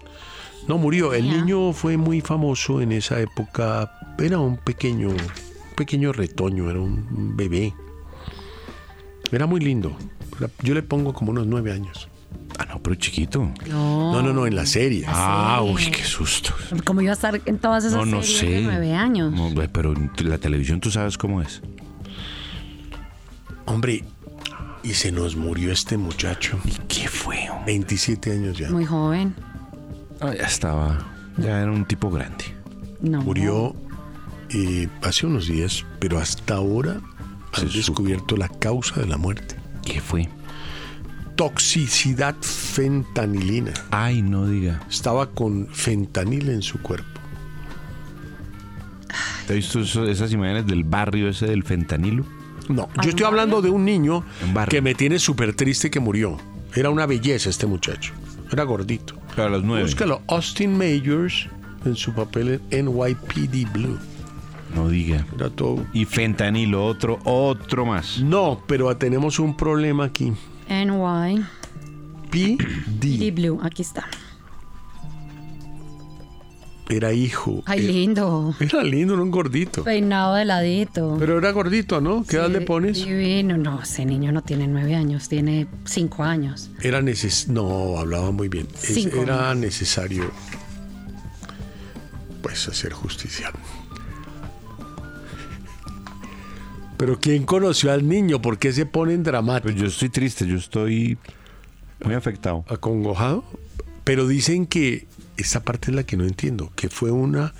[SPEAKER 5] No murió. El
[SPEAKER 4] Ya.
[SPEAKER 5] niño fue muy famoso en esa época. Era un pequeño, un pequeño retoño, era un bebé. Era muy lindo. Era- Yo le pongo como unos nueve años.
[SPEAKER 3] Ah, no, pero chiquito.
[SPEAKER 4] No.
[SPEAKER 5] No, no, no, en la serie.
[SPEAKER 3] Ah, uy, qué susto.
[SPEAKER 4] Como iba a estar en todas esas
[SPEAKER 3] No, no
[SPEAKER 4] series
[SPEAKER 3] sé.
[SPEAKER 4] de nueve años.
[SPEAKER 3] No, ve, pero la televisión tú sabes cómo es.
[SPEAKER 5] Hombre, y se nos murió este muchacho.
[SPEAKER 3] ¿Qué fue? hombre?
[SPEAKER 5] 27 años ya.
[SPEAKER 4] Muy joven.
[SPEAKER 3] Ah, ya estaba. Ya era un tipo grande.
[SPEAKER 4] No.
[SPEAKER 5] Murió eh, hace unos días, pero hasta ahora han descubierto la causa de la muerte.
[SPEAKER 3] ¿Qué fue?
[SPEAKER 5] Toxicidad fentanilina.
[SPEAKER 3] Ay, no diga.
[SPEAKER 5] Estaba con fentanil en su cuerpo.
[SPEAKER 3] ¿Te has visto eso- esas imágenes del barrio ese del fentanilo?
[SPEAKER 5] No, yo estoy hablando de un niño
[SPEAKER 3] Un barrio.
[SPEAKER 5] que me tiene súper triste que murió. Era una belleza este muchacho. Era gordito.
[SPEAKER 3] Pero a las nueve.
[SPEAKER 5] Búscalo, Austin Mayors en su papel en NYPD Blue.
[SPEAKER 3] No diga.
[SPEAKER 5] Era todo
[SPEAKER 3] Y fentanilo, otro, otro más.
[SPEAKER 5] No, pero tenemos un problema aquí.
[SPEAKER 4] NY. Y
[SPEAKER 5] PD
[SPEAKER 4] Blue. Aquí está.
[SPEAKER 5] era hijo.
[SPEAKER 4] Ay, lindo.
[SPEAKER 5] Era lindo, era un gordito.
[SPEAKER 4] Peinado de ladito.
[SPEAKER 5] Pero era gordito, ¿no? ¿Qué edad le pones?
[SPEAKER 4] Divino. No, ese niño no tiene nueve años. Tiene cinco años.
[SPEAKER 5] Era necesario. No, hablaba muy bien. Es-
[SPEAKER 4] Cinco
[SPEAKER 5] era
[SPEAKER 4] años.
[SPEAKER 5] necesario. Pues hacer justicia. Pero ¿quién conoció al niño? ¿Por qué se ponen
[SPEAKER 3] Pero
[SPEAKER 5] dramáticos?
[SPEAKER 3] Pues yo estoy triste, yo estoy muy afectado.
[SPEAKER 5] ¿Acongojado? Pero dicen que. Esta parte es la que no entiendo. Que fue una.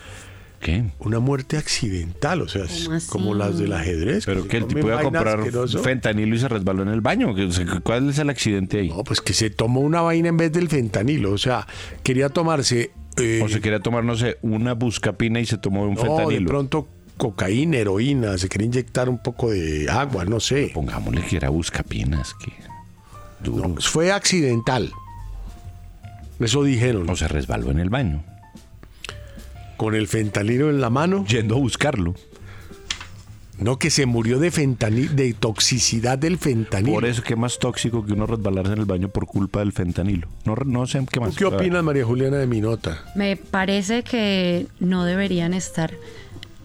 [SPEAKER 3] ¿Qué?
[SPEAKER 5] una muerte accidental, o sea, es
[SPEAKER 4] ¿Cómo así?
[SPEAKER 5] como las del ajedrez.
[SPEAKER 3] Pero
[SPEAKER 5] se
[SPEAKER 3] que el tipo
[SPEAKER 5] comen
[SPEAKER 3] iba a
[SPEAKER 5] vaina
[SPEAKER 3] comprar
[SPEAKER 5] asqueroso.
[SPEAKER 3] fentanilo y se resbaló en el baño. ¿Qué- o sea, ¿Cuál es el accidente ahí?
[SPEAKER 5] No, pues que se tomó una vaina en vez del fentanilo, o sea, quería tomarse eh,
[SPEAKER 3] O se quería tomar, no sé, una buscapina y se tomó un
[SPEAKER 5] no, de
[SPEAKER 3] fentanilo.
[SPEAKER 5] pronto cocaína, heroína, se quería inyectar un poco de agua, no sé.
[SPEAKER 3] Pongámosle que era buscapinas, que duro.
[SPEAKER 5] No, pues fue accidental. Eso dijeron,
[SPEAKER 3] O se resbaló en el baño.
[SPEAKER 5] con el fentanilo en la mano,
[SPEAKER 3] Yendo a buscarlo.
[SPEAKER 5] no que se murió de fentanil, de toxicidad del fentanilo.
[SPEAKER 3] Por eso, ¿qué más tóxico que uno resbalarse en el baño por culpa del fentanilo? No, no sé qué
[SPEAKER 5] ¿Tú
[SPEAKER 3] más.
[SPEAKER 5] qué opinas, María Juliana, de mi nota?
[SPEAKER 4] Me parece que no deberían estar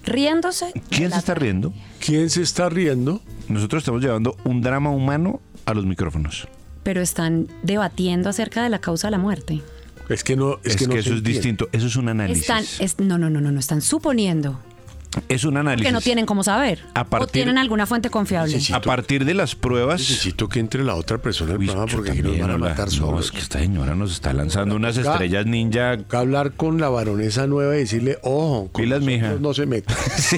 [SPEAKER 4] riéndose. de
[SPEAKER 3] ¿Quién
[SPEAKER 4] la
[SPEAKER 3] se está riendo?
[SPEAKER 5] ¿Quién se está riendo?
[SPEAKER 3] Nosotros estamos llevando un drama humano a los micrófonos.
[SPEAKER 4] pero están debatiendo acerca de la causa de la muerte.
[SPEAKER 5] Es que no, es,
[SPEAKER 3] Es,
[SPEAKER 5] que,
[SPEAKER 3] que,
[SPEAKER 5] no se
[SPEAKER 3] eso es
[SPEAKER 5] entiende.
[SPEAKER 3] distinto. Eso es un análisis.
[SPEAKER 4] Están, es- no, no, no, no, no, están suponiendo
[SPEAKER 3] es un análisis.
[SPEAKER 4] que no tienen cómo saber.
[SPEAKER 3] A
[SPEAKER 4] o
[SPEAKER 3] partir-
[SPEAKER 4] tienen alguna fuente confiable.
[SPEAKER 5] Sí, sí.
[SPEAKER 3] A partir de las pruebas.
[SPEAKER 5] Necesito que entre la otra persona al
[SPEAKER 3] Uy,
[SPEAKER 5] programa
[SPEAKER 3] yo
[SPEAKER 5] porque aquí nos
[SPEAKER 3] también,
[SPEAKER 5] van a
[SPEAKER 3] hola.
[SPEAKER 5] matar
[SPEAKER 3] No,
[SPEAKER 5] solos.
[SPEAKER 3] es que esta señora nos está lanzando unas
[SPEAKER 5] Acá-
[SPEAKER 3] estrellas ninja.
[SPEAKER 5] Toca hablar con la baronesa nueva y decirle, ojo, con
[SPEAKER 3] Pilas,
[SPEAKER 5] nosotros
[SPEAKER 3] mija.
[SPEAKER 5] no se meta.
[SPEAKER 3] Sí.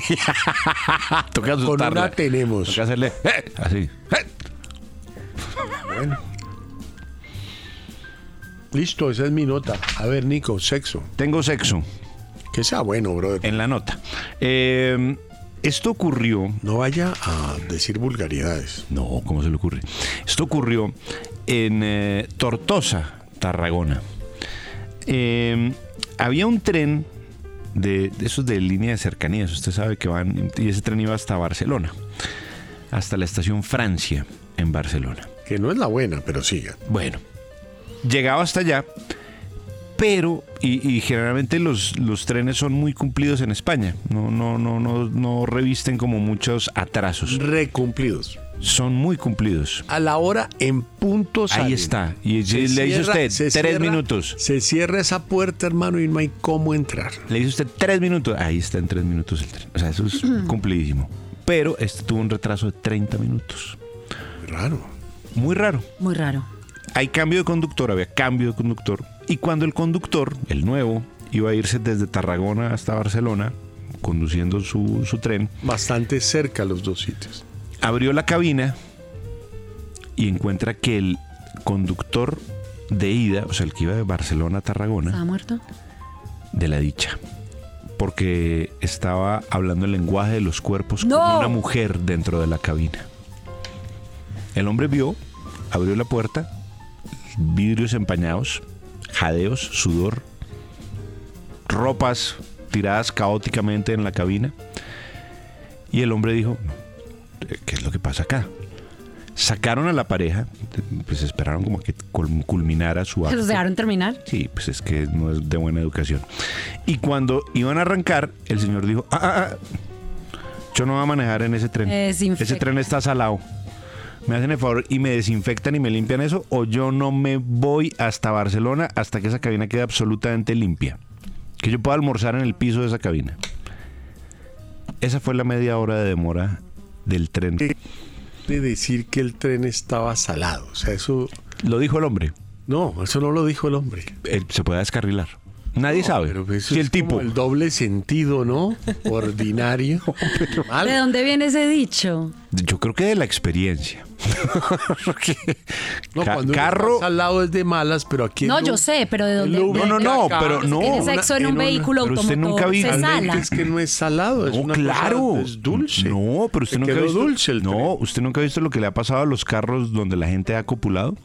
[SPEAKER 3] Toca
[SPEAKER 5] Con
[SPEAKER 3] asustarla.
[SPEAKER 5] una tenemos.
[SPEAKER 3] Toca hacerle. "Eh", Así. "Eh".
[SPEAKER 5] Listo, esa es mi nota. A ver, Nico, sexo.
[SPEAKER 3] Tengo sexo
[SPEAKER 5] Que sea bueno, brother.
[SPEAKER 3] en la nota. Eh, esto ocurrió.
[SPEAKER 5] No vaya a decir vulgaridades.
[SPEAKER 3] No, ¿cómo se le ocurre? Esto ocurrió en eh, Tortosa, Tarragona. Eh, había un tren de, de esos de línea de cercanías, usted sabe que van, y ese tren iba hasta Barcelona, hasta la estación Francia en Barcelona.
[SPEAKER 5] Que no es la buena, pero siga.
[SPEAKER 3] Bueno, llegaba hasta allá, pero, y, y generalmente los, los trenes son muy cumplidos en España, no, no, no, no, no revisten como muchos atrasos,
[SPEAKER 5] Recumplidos.
[SPEAKER 3] son muy cumplidos.
[SPEAKER 5] A la hora en punto salen.
[SPEAKER 3] Ahí está. Y
[SPEAKER 5] Se
[SPEAKER 3] le dice
[SPEAKER 5] cierra-
[SPEAKER 3] usted
[SPEAKER 5] se
[SPEAKER 3] tres
[SPEAKER 5] cierra-
[SPEAKER 3] minutos.
[SPEAKER 5] Se cierra esa puerta, hermano, y no hay cómo entrar.
[SPEAKER 3] Le dice usted tres minutos. Ahí está en tres minutos el tren. O sea, eso es cumplidísimo. Pero este tuvo un retraso de 30 minutos.
[SPEAKER 5] Raro.
[SPEAKER 3] Muy raro.
[SPEAKER 4] Muy raro.
[SPEAKER 3] Hay cambio de conductor, había cambio de conductor. Y cuando el conductor, el nuevo, iba a irse desde Tarragona hasta Barcelona, conduciendo su, su tren,
[SPEAKER 5] Bastante cerca los dos sitios.
[SPEAKER 3] abrió la cabina y encuentra que el conductor de ida, o sea, el que iba de Barcelona a Tarragona,
[SPEAKER 4] ¿Estaba muerto?
[SPEAKER 3] de la dicha. Porque estaba hablando el lenguaje de los cuerpos con
[SPEAKER 4] ¡No!
[SPEAKER 3] una mujer dentro de la cabina. El hombre vio, abrió la puerta, vidrios empañados, jadeos, sudor, ropas tiradas caóticamente en la cabina. Y el hombre dijo, ¿qué es lo que pasa acá? Sacaron a la pareja, pues esperaron como que cul- culminara su
[SPEAKER 4] ¿Se
[SPEAKER 3] acto.
[SPEAKER 4] los dejaron terminar?
[SPEAKER 3] Sí, pues es que no es de buena educación. Y cuando iban a arrancar, el señor dijo, ah, ah, ah, yo no voy a manejar en ese tren.
[SPEAKER 4] Desinfecta.
[SPEAKER 3] Ese tren está salado. Me hacen el favor y me desinfectan y me limpian eso, o yo no me voy hasta Barcelona hasta que esa cabina quede absolutamente limpia. Que yo pueda almorzar en el piso de esa cabina. Esa fue la media hora de demora del tren.
[SPEAKER 5] De decir que el tren estaba salado. O sea, eso.
[SPEAKER 3] Lo dijo el hombre.
[SPEAKER 5] No, eso no lo dijo el hombre.
[SPEAKER 3] Eh, se puede descarrilar. Nadie sabe.
[SPEAKER 5] Pero pues, eso
[SPEAKER 3] si
[SPEAKER 5] es
[SPEAKER 3] el tipo...
[SPEAKER 5] como El doble sentido, ¿no? Ordinario. Mal.
[SPEAKER 4] ¿De dónde viene ese dicho?
[SPEAKER 3] Yo creo que de la experiencia. Porque
[SPEAKER 5] No,
[SPEAKER 3] ca-
[SPEAKER 5] cuando uno
[SPEAKER 3] carro.
[SPEAKER 5] está al lado es de malas, pero aquí.
[SPEAKER 4] No,
[SPEAKER 5] el
[SPEAKER 4] yo
[SPEAKER 5] Uber-
[SPEAKER 4] sé, pero ¿de dónde?
[SPEAKER 5] el Uber-
[SPEAKER 4] de-
[SPEAKER 3] No, no, no, pero
[SPEAKER 4] Si
[SPEAKER 3] no,
[SPEAKER 4] tienes
[SPEAKER 5] una-
[SPEAKER 4] sexo en un
[SPEAKER 5] una-
[SPEAKER 4] vehículo
[SPEAKER 3] pero usted nunca ha
[SPEAKER 4] automotor,
[SPEAKER 3] visto-
[SPEAKER 4] se
[SPEAKER 5] Realmente
[SPEAKER 4] sala.
[SPEAKER 5] Es que no es salado, es
[SPEAKER 3] No,
[SPEAKER 5] una cosa-
[SPEAKER 3] claro.
[SPEAKER 5] es dulce.
[SPEAKER 3] No, pero
[SPEAKER 5] Se
[SPEAKER 3] usted nunca ha
[SPEAKER 5] quedó
[SPEAKER 3] visto.
[SPEAKER 5] dulce el
[SPEAKER 3] no,
[SPEAKER 5] tren.
[SPEAKER 3] usted nunca ha visto lo que le ha pasado a los carros donde la gente ha copulado.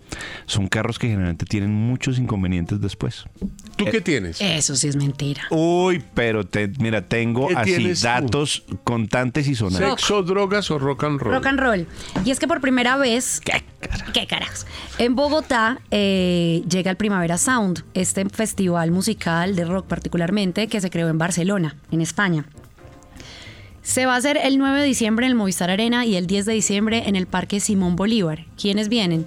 [SPEAKER 3] Son carros que generalmente tienen muchos inconvenientes después.
[SPEAKER 5] ¿Tú
[SPEAKER 3] eh,
[SPEAKER 5] qué tienes?
[SPEAKER 4] Eso sí es mentira.
[SPEAKER 3] Uy, pero te- mira, tengo
[SPEAKER 5] ¿Qué
[SPEAKER 3] así
[SPEAKER 5] tienes tú?
[SPEAKER 3] datos contantes y sonados.
[SPEAKER 5] ¿Sexo, drogas o rock and roll?
[SPEAKER 4] Rock and roll. Y es que por primera vez. ¿Qué carajos? En Bogotá eh, llega el Primavera Sound, este festival musical de rock particularmente que se creó en Barcelona, en España. Se va a hacer el 9 de diciembre en el Movistar Arena y el 10 de diciembre en el Parque Simón Bolívar. ¿Quiénes vienen?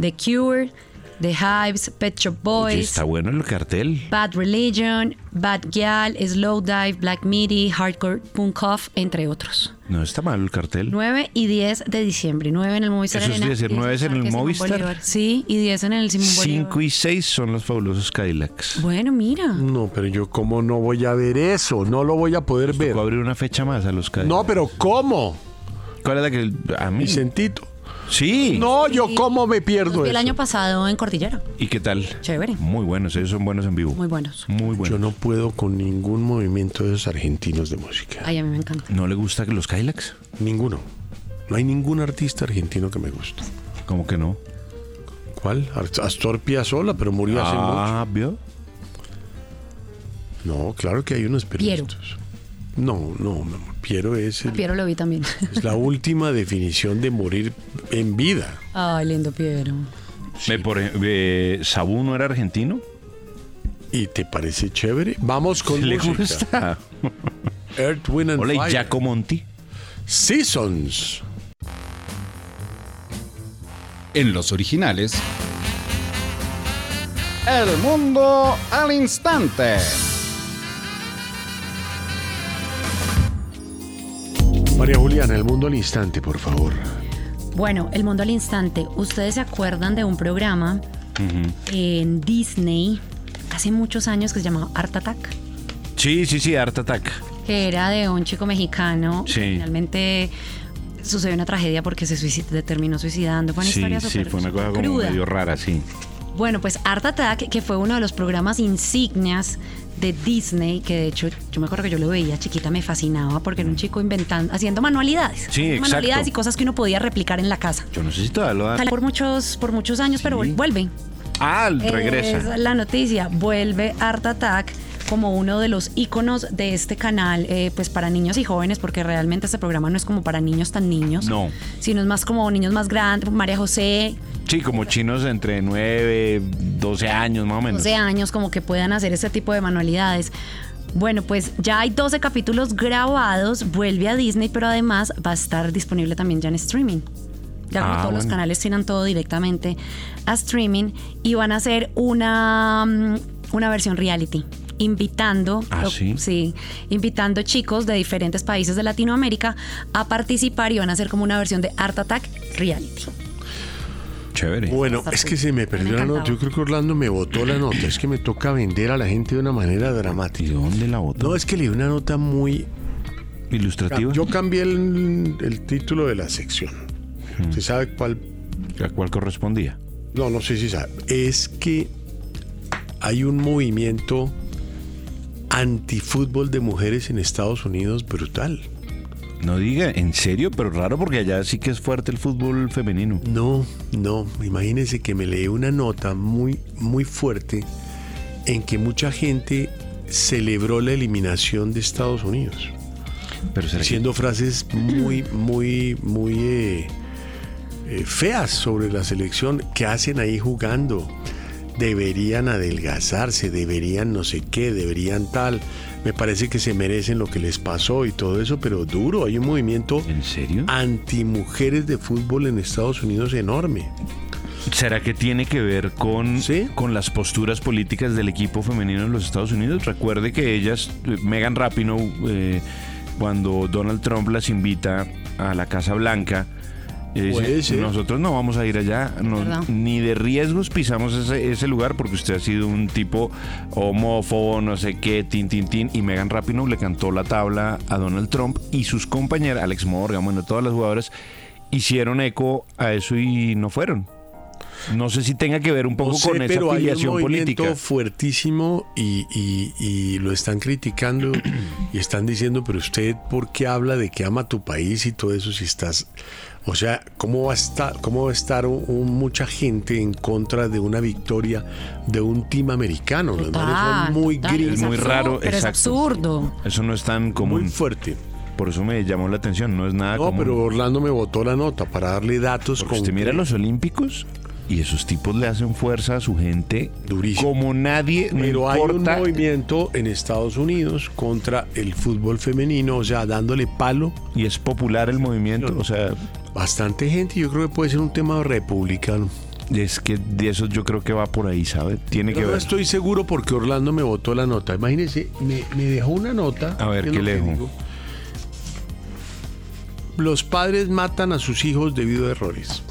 [SPEAKER 4] The Cure, The Hives, Pet Shop Boys.
[SPEAKER 3] Oye, está bueno el cartel.
[SPEAKER 4] Bad Religion, Bad Gyal, Slowdive, Black Midi, Hardcore Punk Off, entre otros.
[SPEAKER 3] No está mal el cartel.
[SPEAKER 4] 9 y 10 de diciembre. 9 en el Movistar
[SPEAKER 3] Eso es
[SPEAKER 4] Arena.
[SPEAKER 3] decir,
[SPEAKER 4] 10
[SPEAKER 3] nueve es en el
[SPEAKER 4] Parque Simón
[SPEAKER 3] Movistar.
[SPEAKER 4] Bolívar. Sí, y 10 en el Simón Bolívar.
[SPEAKER 3] 5 y 6 son los fabulosos Cadillacs.
[SPEAKER 4] Bueno, mira.
[SPEAKER 5] No, pero yo, ¿cómo no voy a ver eso? No lo voy a poder ver.
[SPEAKER 3] Voy a abrir una fecha más a los Cadillacs.
[SPEAKER 5] No, pero ¿cómo?
[SPEAKER 3] ¿Cuál es la que a mí?
[SPEAKER 5] Vicentito.
[SPEAKER 3] Sí.
[SPEAKER 5] No, yo, ¿cómo me
[SPEAKER 4] Los
[SPEAKER 5] pierdo
[SPEAKER 4] vi el
[SPEAKER 5] eso?
[SPEAKER 4] año pasado en Cordillera.
[SPEAKER 3] ¿Y qué tal?
[SPEAKER 4] Chévere.
[SPEAKER 3] Muy buenos, ellos son buenos en vivo.
[SPEAKER 4] Muy buenos.
[SPEAKER 3] Muy
[SPEAKER 5] Yo
[SPEAKER 3] buenos.
[SPEAKER 5] no puedo con ningún movimiento de esos argentinos de música.
[SPEAKER 4] Ay, a mí me encanta.
[SPEAKER 3] ¿No le gusta que los Kylax?
[SPEAKER 5] Ninguno. No hay ningún artista argentino que me guste.
[SPEAKER 3] Como que no.
[SPEAKER 5] ¿Cuál? Ar- Astor Piazzolla, pero murió hace mucho.
[SPEAKER 3] Ah, ¿vio?
[SPEAKER 5] No, claro que hay unos
[SPEAKER 4] Piero.
[SPEAKER 5] periodistas. No, no, mi amor. Piero es, el-
[SPEAKER 4] Piero lo vi también.
[SPEAKER 5] es la última definición de morir en vida.
[SPEAKER 4] Ay, lindo Piero.
[SPEAKER 3] Ve, por ej- eh, ¿Sabú no era argentino?
[SPEAKER 5] ¿Y te parece chévere? Vamos con
[SPEAKER 3] ¿Le
[SPEAKER 5] música.
[SPEAKER 3] gusta?
[SPEAKER 5] Earth, Wind and
[SPEAKER 3] Hola, y
[SPEAKER 5] Fire.
[SPEAKER 3] Jaco Monti.
[SPEAKER 5] Seasons.
[SPEAKER 8] En los originales. El mundo al instante.
[SPEAKER 5] María Juliana, el mundo al instante, por favor.
[SPEAKER 4] Bueno, El Mundo al Instante. ¿Ustedes se acuerdan de un programa en Disney hace muchos años que se llamaba Art Attack?
[SPEAKER 3] Sí, sí, sí, Art Attack.
[SPEAKER 4] Que era de un chico mexicano.
[SPEAKER 3] Sí.
[SPEAKER 4] que Finalmente sucedió una tragedia porque se suicid- terminó suicidando. Fue una
[SPEAKER 3] Sí,
[SPEAKER 4] historia
[SPEAKER 3] sí,
[SPEAKER 4] súper-
[SPEAKER 3] fue una cosa
[SPEAKER 4] súper
[SPEAKER 3] como
[SPEAKER 4] cruda.
[SPEAKER 3] medio rara, sí.
[SPEAKER 4] Bueno, pues Art Attack, que fue uno de los programas insignias de Disney, que de hecho yo me acuerdo que yo lo veía chiquita, me fascinaba porque era un chico inventando, haciendo manualidades.
[SPEAKER 3] Mm. Sí, exacto.
[SPEAKER 4] Manualidades y cosas que uno podía replicar en la casa.
[SPEAKER 3] Yo no sé si todavía lo dan.
[SPEAKER 4] Por muchos, por muchos años, pero
[SPEAKER 3] Sí.
[SPEAKER 4] vuelve.
[SPEAKER 3] Ah,
[SPEAKER 4] Eh, Esa
[SPEAKER 3] regresa.
[SPEAKER 4] es la noticia. Vuelve Art Attack como uno de los íconos de este canal, eh, pues para niños y jóvenes, porque realmente este programa no es como para niños tan niños.
[SPEAKER 3] No.
[SPEAKER 4] Sino es más como niños más grandes, María José,
[SPEAKER 3] Sí, como chinos entre 9, 12 años más o menos.
[SPEAKER 4] 12 años, como que puedan hacer este tipo de manualidades. Bueno, pues ya hay 12 capítulos grabados, vuelve a Disney, pero además va a estar disponible también ya en streaming. Ya como
[SPEAKER 3] Ah,
[SPEAKER 4] todos los
[SPEAKER 3] bueno.
[SPEAKER 4] canales tiran todo directamente a streaming y van a hacer una, mm, una versión reality, invitando,
[SPEAKER 3] Ah,
[SPEAKER 4] o-
[SPEAKER 3] ¿sí?
[SPEAKER 4] invitando chicos de diferentes países de Latinoamérica a participar y van a hacer como una versión de Art Attack Reality.
[SPEAKER 3] Chévere.
[SPEAKER 5] Bueno, es que se me perdió la nota. Yo creo que Orlando me botó la nota. Es que me toca vender a la gente de una manera
[SPEAKER 3] ¿Y
[SPEAKER 5] dramática.
[SPEAKER 3] dónde la botó?
[SPEAKER 5] No, es que leí una nota muy
[SPEAKER 3] ¿Ilustrativa?
[SPEAKER 5] Yo cambié el, el título de la sección. ¿Usted sabe cuál?
[SPEAKER 3] ¿A cuál correspondía?
[SPEAKER 5] No, no sé si sabe. Es que hay un movimiento antifútbol de mujeres en Estados Unidos brutal.
[SPEAKER 3] No diga, en serio, pero raro porque allá sí que es fuerte el fútbol femenino.
[SPEAKER 5] No, no. Imagínense que me leí una nota muy, muy fuerte en que mucha gente celebró la eliminación de Estados Unidos.
[SPEAKER 3] Pero será que-
[SPEAKER 5] Diciendo frases muy, muy, muy eh, eh, feas sobre la selección. ¿Qué hacen ahí jugando? Deberían adelgazarse, deberían no sé qué, deberían tal. Me parece que se merecen lo que les pasó y todo eso, pero duro. Hay un movimiento
[SPEAKER 3] ¿En serio?
[SPEAKER 5] antimujeres de fútbol en Estados Unidos enorme.
[SPEAKER 3] ¿Será que tiene que ver con,
[SPEAKER 5] Sí.
[SPEAKER 3] con las posturas políticas del equipo femenino en los Estados Unidos? Recuerde que ellas, eh, Megan Rapinoe, eh, cuando Donald Trump las invita a la Casa Blanca, eh,
[SPEAKER 5] Puede
[SPEAKER 3] dice,
[SPEAKER 5] ser.
[SPEAKER 3] nosotros no vamos a ir allá, no-
[SPEAKER 4] ¿Verdad?
[SPEAKER 3] ni de riesgos pisamos ese, ese lugar porque usted ha sido un tipo homófobo, no sé qué, tin, tin, tin. Y Megan Rapinoe le cantó la tabla a Donald Trump y sus compañeras, Alex Morgan, bueno, todas las jugadoras, hicieron eco a eso y no fueron. No sé si tenga que ver un poco
[SPEAKER 5] No sé,
[SPEAKER 3] con esa
[SPEAKER 5] pero hay un
[SPEAKER 3] afiliación
[SPEAKER 5] movimiento
[SPEAKER 3] política.
[SPEAKER 5] fuertísimo y, y- y lo están criticando y están diciendo, pero usted, ¿por qué habla de que ama tu país y todo eso si estás... O sea, ¿cómo va a estar, cómo va a estar un- un- mucha gente en contra de una victoria de un team americano? Los manes
[SPEAKER 4] Total,
[SPEAKER 5] son muy
[SPEAKER 4] total,
[SPEAKER 5] gringos,
[SPEAKER 4] es
[SPEAKER 3] muy
[SPEAKER 4] absurdo,
[SPEAKER 3] raro,
[SPEAKER 4] Pero es
[SPEAKER 3] exacto.
[SPEAKER 4] absurdo.
[SPEAKER 3] Eso no es tan
[SPEAKER 5] muy
[SPEAKER 3] común.
[SPEAKER 5] fuerte.
[SPEAKER 3] Por eso me llamó la atención. No es nada
[SPEAKER 5] No,
[SPEAKER 3] común.
[SPEAKER 5] pero Orlando me botó la nota para darle datos
[SPEAKER 3] Porque usted mira
[SPEAKER 5] concretos.
[SPEAKER 3] los olímpicos y esos tipos le hacen fuerza a su gente
[SPEAKER 5] Durísimo.
[SPEAKER 3] como nadie no
[SPEAKER 5] Pero hay un
[SPEAKER 3] importa
[SPEAKER 5] movimiento en Estados Unidos contra el fútbol femenino, o sea, dándole palo
[SPEAKER 3] y es popular el movimiento o sea
[SPEAKER 5] bastante gente. Yo creo que puede ser un tema republicano.
[SPEAKER 3] es que de eso yo creo que va por ahí sabe tiene que
[SPEAKER 5] Pero no
[SPEAKER 3] ver
[SPEAKER 5] estoy seguro porque Orlando me votó la nota. Imagínense, me, me dejó una nota.
[SPEAKER 3] A ver,
[SPEAKER 5] que es
[SPEAKER 3] ¿qué
[SPEAKER 5] lo
[SPEAKER 3] le
[SPEAKER 5] que
[SPEAKER 3] dejó?
[SPEAKER 5] digo. Los padres matan a sus hijos debido a errores.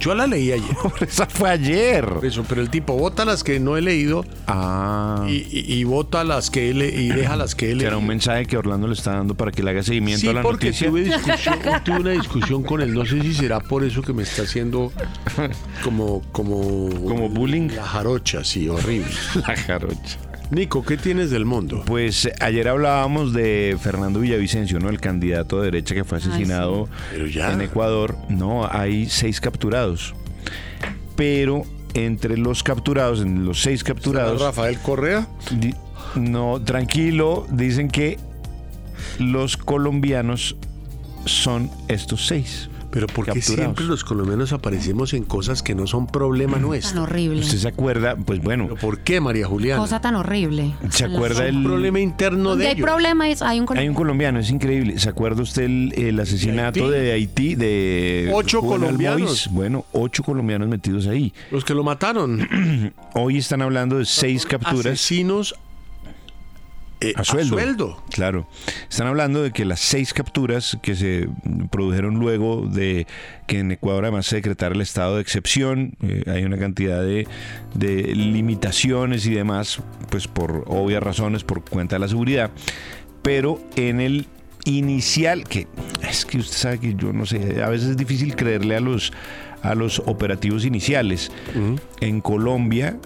[SPEAKER 5] Yo la leí ayer.
[SPEAKER 3] esa fue ayer
[SPEAKER 5] Eso, pero el tipo vota las que no he leído
[SPEAKER 3] ah
[SPEAKER 5] y, y- y vota las que he le y deja las que he leído.
[SPEAKER 3] será un mensaje que Orlando le está dando para que le haga seguimiento
[SPEAKER 5] Sí,
[SPEAKER 3] a la
[SPEAKER 5] porque
[SPEAKER 3] noticia
[SPEAKER 5] Tuve, discusión- tuve una discusión con él. No sé si será por eso que me está haciendo como. Como,
[SPEAKER 3] ¿Como bullying?
[SPEAKER 5] La jarocha, sí, horrible.
[SPEAKER 3] la jarocha
[SPEAKER 5] Nico, ¿qué tienes del mundo?
[SPEAKER 3] Pues eh, ayer hablábamos de Fernando Villavicencio, ¿no? El candidato de derecha que fue asesinado
[SPEAKER 5] Pero ya.
[SPEAKER 3] en Ecuador. No, hay seis capturados. Pero entre los capturados, en los seis capturados,
[SPEAKER 5] Rafael Correa.
[SPEAKER 3] di- no, tranquilo, dicen que los colombianos son estos seis.
[SPEAKER 5] Pero porque
[SPEAKER 3] Capturados.
[SPEAKER 5] siempre los colombianos aparecemos en cosas que no son problema
[SPEAKER 9] Tan
[SPEAKER 5] nuestro.
[SPEAKER 9] horrible.
[SPEAKER 3] ¿Usted se acuerda? Pues bueno,
[SPEAKER 5] ¿Pero por qué, María Juliana?
[SPEAKER 9] Cosa tan horrible.
[SPEAKER 3] ¿se acuerda
[SPEAKER 5] un
[SPEAKER 3] el...
[SPEAKER 5] problema interno
[SPEAKER 9] Donde
[SPEAKER 5] de
[SPEAKER 9] hay
[SPEAKER 5] ellos.
[SPEAKER 9] problema es, hay un
[SPEAKER 3] Hay un colombiano, es increíble. ¿Se acuerda usted el, el asesinato
[SPEAKER 5] ¿De
[SPEAKER 3] de Haití? De
[SPEAKER 5] Ocho
[SPEAKER 3] Juvenal
[SPEAKER 5] colombianos.
[SPEAKER 3] Moïse? Bueno, ocho colombianos metidos ahí.
[SPEAKER 5] Los que lo mataron.
[SPEAKER 3] Hoy están hablando de seis capturas.
[SPEAKER 5] Asesinos eh,
[SPEAKER 3] A sueldo.
[SPEAKER 5] A sueldo.
[SPEAKER 3] Claro. Están hablando de que las seis capturas que se produjeron luego de que en Ecuador además se decretara el estado de excepción, eh, hay una cantidad de, de limitaciones y demás, pues por obvias razones, por cuenta de la seguridad. Pero en el inicial, que es que usted sabe que yo no sé, a veces es difícil creerle a los, a los operativos iniciales. En Colombia,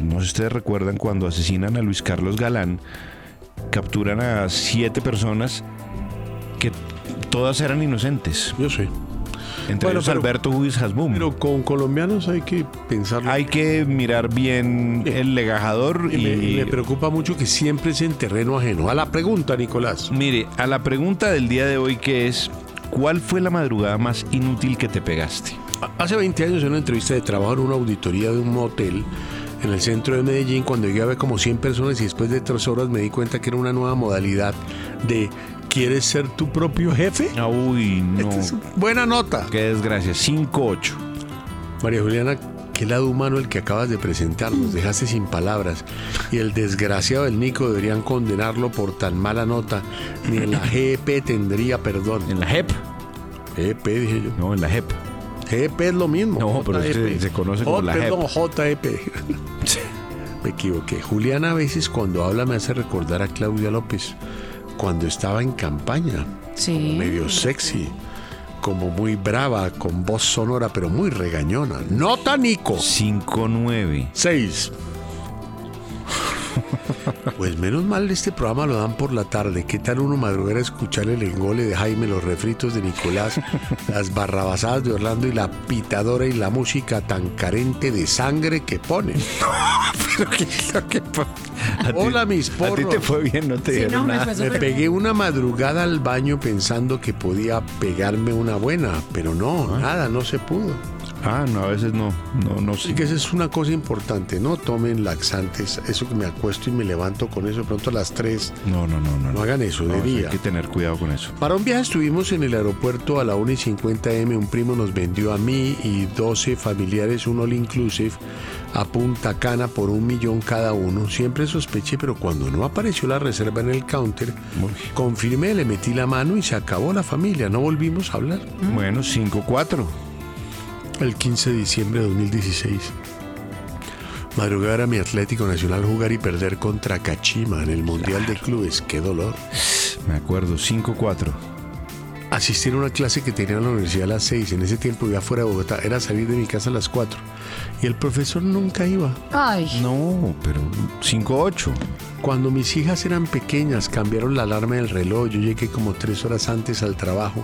[SPEAKER 3] no sé si ustedes recuerdan cuando asesinan a Luis Carlos Galán, capturan a siete personas que todas eran inocentes.
[SPEAKER 5] Yo sé.
[SPEAKER 3] Entre
[SPEAKER 5] Bueno,
[SPEAKER 3] ellos
[SPEAKER 5] pero-
[SPEAKER 3] Alberto Ruiz Hasbum.
[SPEAKER 5] Pero con colombianos hay que pensarlo.
[SPEAKER 3] Hay que mirar bien el legajador
[SPEAKER 5] y, me, y
[SPEAKER 3] y...
[SPEAKER 5] me preocupa mucho que siempre es en terreno ajeno. A la pregunta, Nicolás.
[SPEAKER 3] Mire, a la pregunta del día de hoy que es, ¿cuál fue la madrugada más inútil que te pegaste?
[SPEAKER 5] Hace 20 años en una entrevista de trabajo en una auditoría de un hotel en el centro de Medellín, cuando llegué había como 100 personas y después de tres horas me di cuenta que era una nueva modalidad de ¿quieres ser tu propio jefe?
[SPEAKER 3] Ah, Uy, no.
[SPEAKER 5] Esta es buena nota.
[SPEAKER 3] Qué desgracia. 5-8.
[SPEAKER 5] María Juliana, qué lado humano el que acabas de presentar, nos dejaste sin palabras. Y el desgraciado del Nico deberían condenarlo por tan mala nota. Ni en la GEP tendría perdón.
[SPEAKER 3] ¿En la JEP?
[SPEAKER 5] GEP, dije yo.
[SPEAKER 3] No, en la E JEP.
[SPEAKER 5] GEP es lo mismo.
[SPEAKER 3] No, pero
[SPEAKER 5] JEP.
[SPEAKER 3] este se conoce como
[SPEAKER 5] Oh,
[SPEAKER 3] la
[SPEAKER 5] perdón, JEP. Me equivoqué. Juliana a veces cuando habla me hace recordar a Claudia López. Cuando estaba en campaña.
[SPEAKER 9] Sí.
[SPEAKER 5] Medio sexy. Como muy brava, con voz sonora, pero muy regañona. Nota Nico.
[SPEAKER 3] 5-9.
[SPEAKER 5] 6. Pues menos mal este programa lo dan por la tarde. ¿Qué tal uno madrugar a escuchar el engole de Jaime, los refritos de Nicolás, las barrabasadas de Orlando y la pitadora y la música tan carente de sangre que ponen?
[SPEAKER 3] Pero qué es lo que pasa? A ti-
[SPEAKER 5] Hola, mis
[SPEAKER 3] A ti
[SPEAKER 5] porros.
[SPEAKER 3] te fue bien, no te
[SPEAKER 4] Sí,
[SPEAKER 3] dieron
[SPEAKER 4] no, me
[SPEAKER 3] nada.
[SPEAKER 4] fue
[SPEAKER 5] Me
[SPEAKER 4] súper
[SPEAKER 5] pegué una madrugada al baño pensando que podía pegarme una buena, pero no, nada, no se pudo.
[SPEAKER 3] Ah, no, a veces no. No, no
[SPEAKER 5] Así que esa es una cosa importante, no tomen laxantes, eso que me acuesto y me levanto con eso de pronto a las 3
[SPEAKER 3] No, no, no, no.
[SPEAKER 5] No hagan eso de
[SPEAKER 3] eso
[SPEAKER 5] día.
[SPEAKER 3] Hay que tener cuidado con eso.
[SPEAKER 5] Para un viaje estuvimos en el aeropuerto a la 1 y 50 M. Un primo nos vendió a mí y 12 familiares un all inclusive a Punta Cana por un millón cada uno. Siempre sospeché, pero cuando no apareció la reserva en el counter,
[SPEAKER 3] Uy.
[SPEAKER 5] confirmé, le metí la mano y se acabó la familia. No volvimos a hablar.
[SPEAKER 3] Bueno, 5-4.
[SPEAKER 5] El 15 de diciembre de 2016. Madrugar a mi Atlético Nacional jugar y perder contra Cachima en el Mundial de Clubes. Qué dolor.
[SPEAKER 3] Me acuerdo, 5-4.
[SPEAKER 5] asistir a una clase que tenía en la universidad a las 6. En ese tiempo ya fuera de Bogotá. Era salir de mi casa a las 4. Y el profesor nunca iba.
[SPEAKER 9] Ay.
[SPEAKER 3] No, pero 5-8.
[SPEAKER 5] Cuando mis hijas eran pequeñas, cambiaron la alarma del reloj. Yo llegué como tres horas antes al trabajo.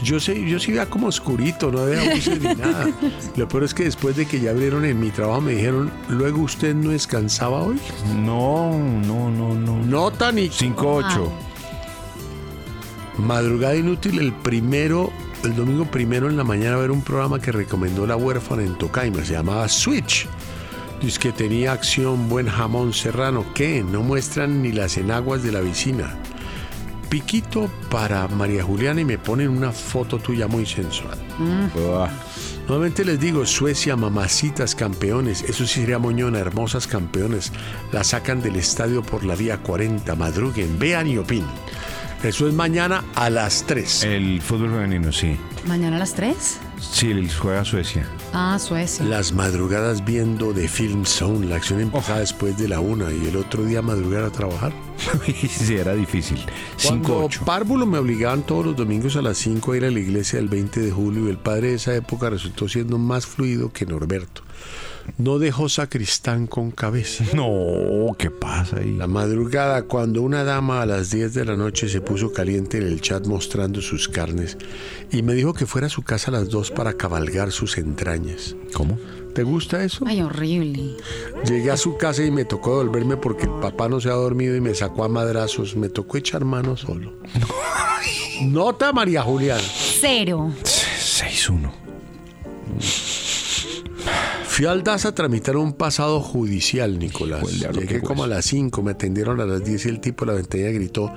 [SPEAKER 5] Yo sé, yo sí iba como oscurito, no había buses ni nada. Lo peor es que después de que ya abrieron en mi trabajo me dijeron, luego usted no descansaba hoy.
[SPEAKER 3] No, no, no, no.
[SPEAKER 5] No tan y
[SPEAKER 3] 5-8.
[SPEAKER 9] Ah.
[SPEAKER 5] Madrugada inútil el primero, el domingo primero en la mañana a ver un programa que recomendó la huérfana en Tocaima, se llamaba Switch. Dice que tenía acción, buen jamón serrano, que no muestran ni las enaguas de la vecina. Piquito para María Juliana y me ponen una foto tuya muy sensual. Nuevamente les digo, Suecia, mamacitas campeones, eso sí sería moñona, hermosas campeones, la sacan del estadio por la vía 40, madruguen, vean y opinen. Eso es mañana a las 3.
[SPEAKER 3] El fútbol femenino, sí.
[SPEAKER 9] ¿Mañana a las 3?
[SPEAKER 3] Sí, el- juega Suecia.
[SPEAKER 9] Ah, Suecia.
[SPEAKER 5] Las madrugadas viendo de Film Zone, la acción empezaba después de la una y el otro día madrugar a trabajar.
[SPEAKER 3] sí, era difícil.
[SPEAKER 5] Cuando
[SPEAKER 3] 5-8.
[SPEAKER 5] párvulo me obligaban todos los domingos a las 5 a ir a la iglesia el 20 de julio y el padre de esa época resultó siendo más fluido que Norberto. No dejó sacristán con cabeza.
[SPEAKER 3] No, ¿qué pasa ahí?
[SPEAKER 5] La madrugada, cuando una dama a las 10 de la noche se puso caliente en el chat mostrando sus carnes y me dijo que fuera a su casa a las 2 para cabalgar sus entrañas.
[SPEAKER 3] ¿Cómo?
[SPEAKER 5] ¿Te gusta eso?
[SPEAKER 9] Ay, horrible.
[SPEAKER 5] Llegué a su casa y me tocó devolverme porque el papá no se ha dormido y me sacó a madrazos. Me tocó echar mano solo. Nota María Julián.
[SPEAKER 4] Cero.
[SPEAKER 3] 6-1.
[SPEAKER 5] Fui al DAS a tramitar un pasado judicial, Nicolás.
[SPEAKER 3] Hijo del diablo,
[SPEAKER 5] Llegué
[SPEAKER 3] qué
[SPEAKER 5] como a las 5, me atendieron a las 10 y el tipo de la ventanilla gritó,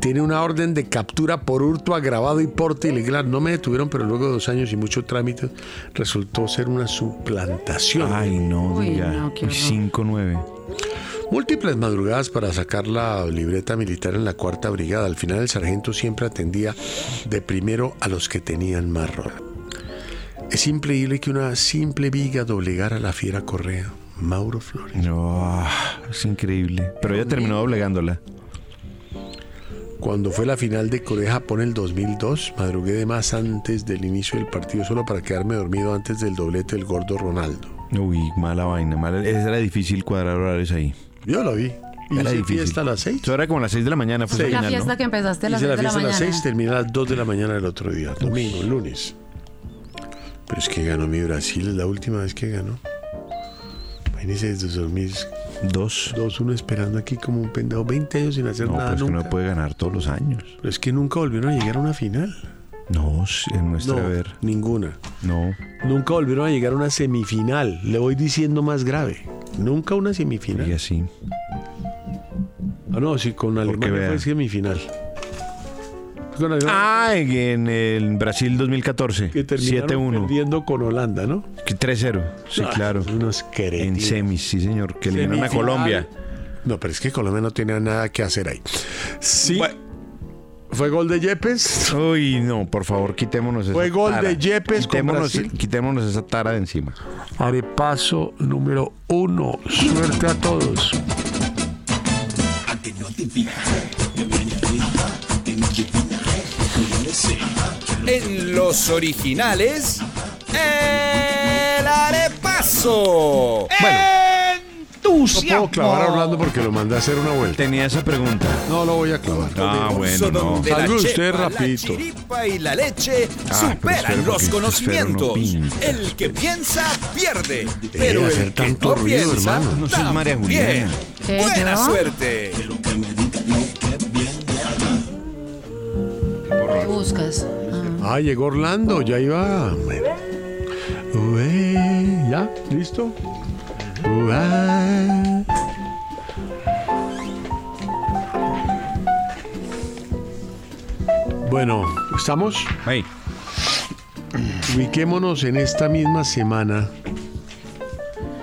[SPEAKER 5] tiene una orden de captura por hurto agravado y porte ilegal. No me detuvieron, pero luego de dos años y muchos trámites resultó ser una suplantación.
[SPEAKER 3] Ay, no,
[SPEAKER 9] Uy,
[SPEAKER 3] diga.
[SPEAKER 9] no, qué horror.
[SPEAKER 3] 5-9.
[SPEAKER 5] Múltiples madrugadas para sacar la libreta militar en la cuarta brigada. Al final el sargento siempre atendía de primero a los que tenían más ropa. Es increíble que una simple viga doblegara a la fiera correa. Mauro Flores.
[SPEAKER 3] No, es increíble. Pero ella terminó doblegándola.
[SPEAKER 5] Cuando fue la final de Corea-Japón el 2002, madrugué de más antes del inicio del partido solo para quedarme dormido antes del doblete del gordo Ronaldo.
[SPEAKER 3] Uy, mala vaina. Mala. Esa era difícil cuadrar horarios ahí.
[SPEAKER 5] Yo lo vi. Y
[SPEAKER 3] Era
[SPEAKER 5] hice
[SPEAKER 3] difícil.
[SPEAKER 5] fiesta a las 6.
[SPEAKER 3] Eso era como a las 6 de la mañana. Fue
[SPEAKER 5] Sí.
[SPEAKER 3] esa
[SPEAKER 9] La
[SPEAKER 3] final,
[SPEAKER 9] fiesta
[SPEAKER 3] ¿no?
[SPEAKER 9] que empezaste a las
[SPEAKER 5] Hice la
[SPEAKER 9] 6 de la
[SPEAKER 5] fiesta a
[SPEAKER 9] mañana.
[SPEAKER 5] las 6, terminé a las 2 de la mañana del otro día, domingo, lunes. Pero es que ganó mi Brasil, es la última vez que ganó. Imagínense desde 2002,
[SPEAKER 3] Dos.
[SPEAKER 5] uno esperando aquí como un pendejo, 20 años sin hacer
[SPEAKER 3] No,
[SPEAKER 5] nada
[SPEAKER 3] pero es que
[SPEAKER 5] Pues nunca.
[SPEAKER 3] no puede ganar todos los años.
[SPEAKER 5] Pero es que nunca volvieron a llegar a una final.
[SPEAKER 3] No, sí, en nuestra
[SPEAKER 5] No,
[SPEAKER 3] Pues, ver.
[SPEAKER 5] ninguna.
[SPEAKER 3] No.
[SPEAKER 5] Nunca volvieron a llegar a una semifinal. Le voy diciendo más grave. Nunca una semifinal.
[SPEAKER 3] Y así.
[SPEAKER 5] Ah, no, sí, con Alemania
[SPEAKER 3] vea.
[SPEAKER 5] fue semifinal. Pues Con Alemania,
[SPEAKER 3] Ah, en el Brasil 2014.
[SPEAKER 5] que terminaron
[SPEAKER 3] 7-1.
[SPEAKER 5] perdiendo con Holanda, ¿no?
[SPEAKER 3] 3-0. Sí,
[SPEAKER 5] Ah,
[SPEAKER 3] claro.
[SPEAKER 5] Unos
[SPEAKER 3] En
[SPEAKER 5] cretinos.
[SPEAKER 3] semis, sí, señor. Que le ganaron a Colombia.
[SPEAKER 5] No, pero es que Colombia no tenía nada que hacer ahí. Sí.
[SPEAKER 3] Bueno.
[SPEAKER 5] Fue gol de Yepes.
[SPEAKER 3] Uy, no, por favor, quitémonos esa
[SPEAKER 5] Fue gol
[SPEAKER 3] tara.
[SPEAKER 5] de Yepes con
[SPEAKER 3] quitémonos,
[SPEAKER 5] Brasil.
[SPEAKER 3] quitémonos esa tara de encima.
[SPEAKER 5] Haré paso número uno. Suerte a todos.
[SPEAKER 10] En los originales, el arepaso.
[SPEAKER 5] No puedo clavar hablando porque lo mandé a hacer una vuelta.
[SPEAKER 3] Tenía esa pregunta.
[SPEAKER 5] No lo voy a clavar.
[SPEAKER 3] Ah, bueno, no.
[SPEAKER 10] donde la
[SPEAKER 5] Salga usted
[SPEAKER 10] chepa,
[SPEAKER 5] rapidito.
[SPEAKER 10] La chiripa y la leche
[SPEAKER 3] Ah, pero espere,
[SPEAKER 10] superan
[SPEAKER 3] porque
[SPEAKER 10] los
[SPEAKER 3] espero no
[SPEAKER 10] conocimientos.
[SPEAKER 3] pinta.
[SPEAKER 10] El que piensa pierde,
[SPEAKER 5] de
[SPEAKER 10] pero
[SPEAKER 5] hacer
[SPEAKER 10] el que
[SPEAKER 5] tanto
[SPEAKER 10] no
[SPEAKER 5] ruido,
[SPEAKER 10] piensa
[SPEAKER 5] hermano.
[SPEAKER 3] No seas María
[SPEAKER 10] también.
[SPEAKER 3] Juliana.
[SPEAKER 9] ¿Qué,
[SPEAKER 10] Buena
[SPEAKER 9] yo?
[SPEAKER 10] suerte.
[SPEAKER 9] ¿Qué buscas? Ah,
[SPEAKER 5] Ah, llegó Orlando, ya iba. Bueno. Ué, ya, listo. Ué. Bueno, estamos.
[SPEAKER 3] Ahí.
[SPEAKER 5] Ubiquémonos en esta misma semana,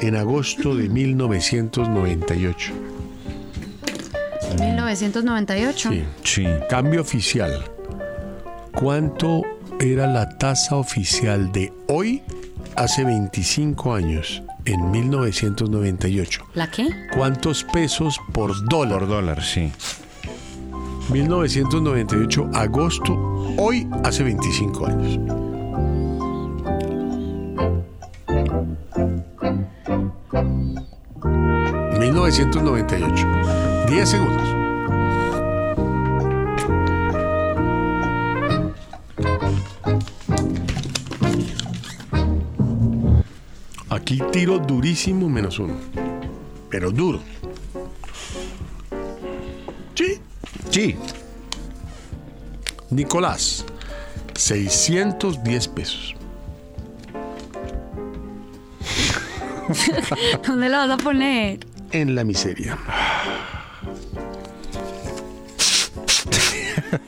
[SPEAKER 5] en agosto de 1998.
[SPEAKER 9] 1998.
[SPEAKER 5] Sí.
[SPEAKER 3] Sí.
[SPEAKER 5] Cambio oficial. ¿Cuánto era la tasa oficial de hoy hace 25 años, en 1998?
[SPEAKER 9] ¿La qué?
[SPEAKER 5] ¿Cuántos pesos por
[SPEAKER 3] Por
[SPEAKER 5] dólar?
[SPEAKER 3] dólar, sí.
[SPEAKER 5] 1998, agosto, hoy hace 25 años. ...1998... ...10 segundos... Aquí tiro durísimo menos uno... ...pero duro... ...sí...
[SPEAKER 3] Sí.
[SPEAKER 5] Nicolás, 610 pesos.
[SPEAKER 4] ¿Dónde la vas a poner?
[SPEAKER 5] En la miseria.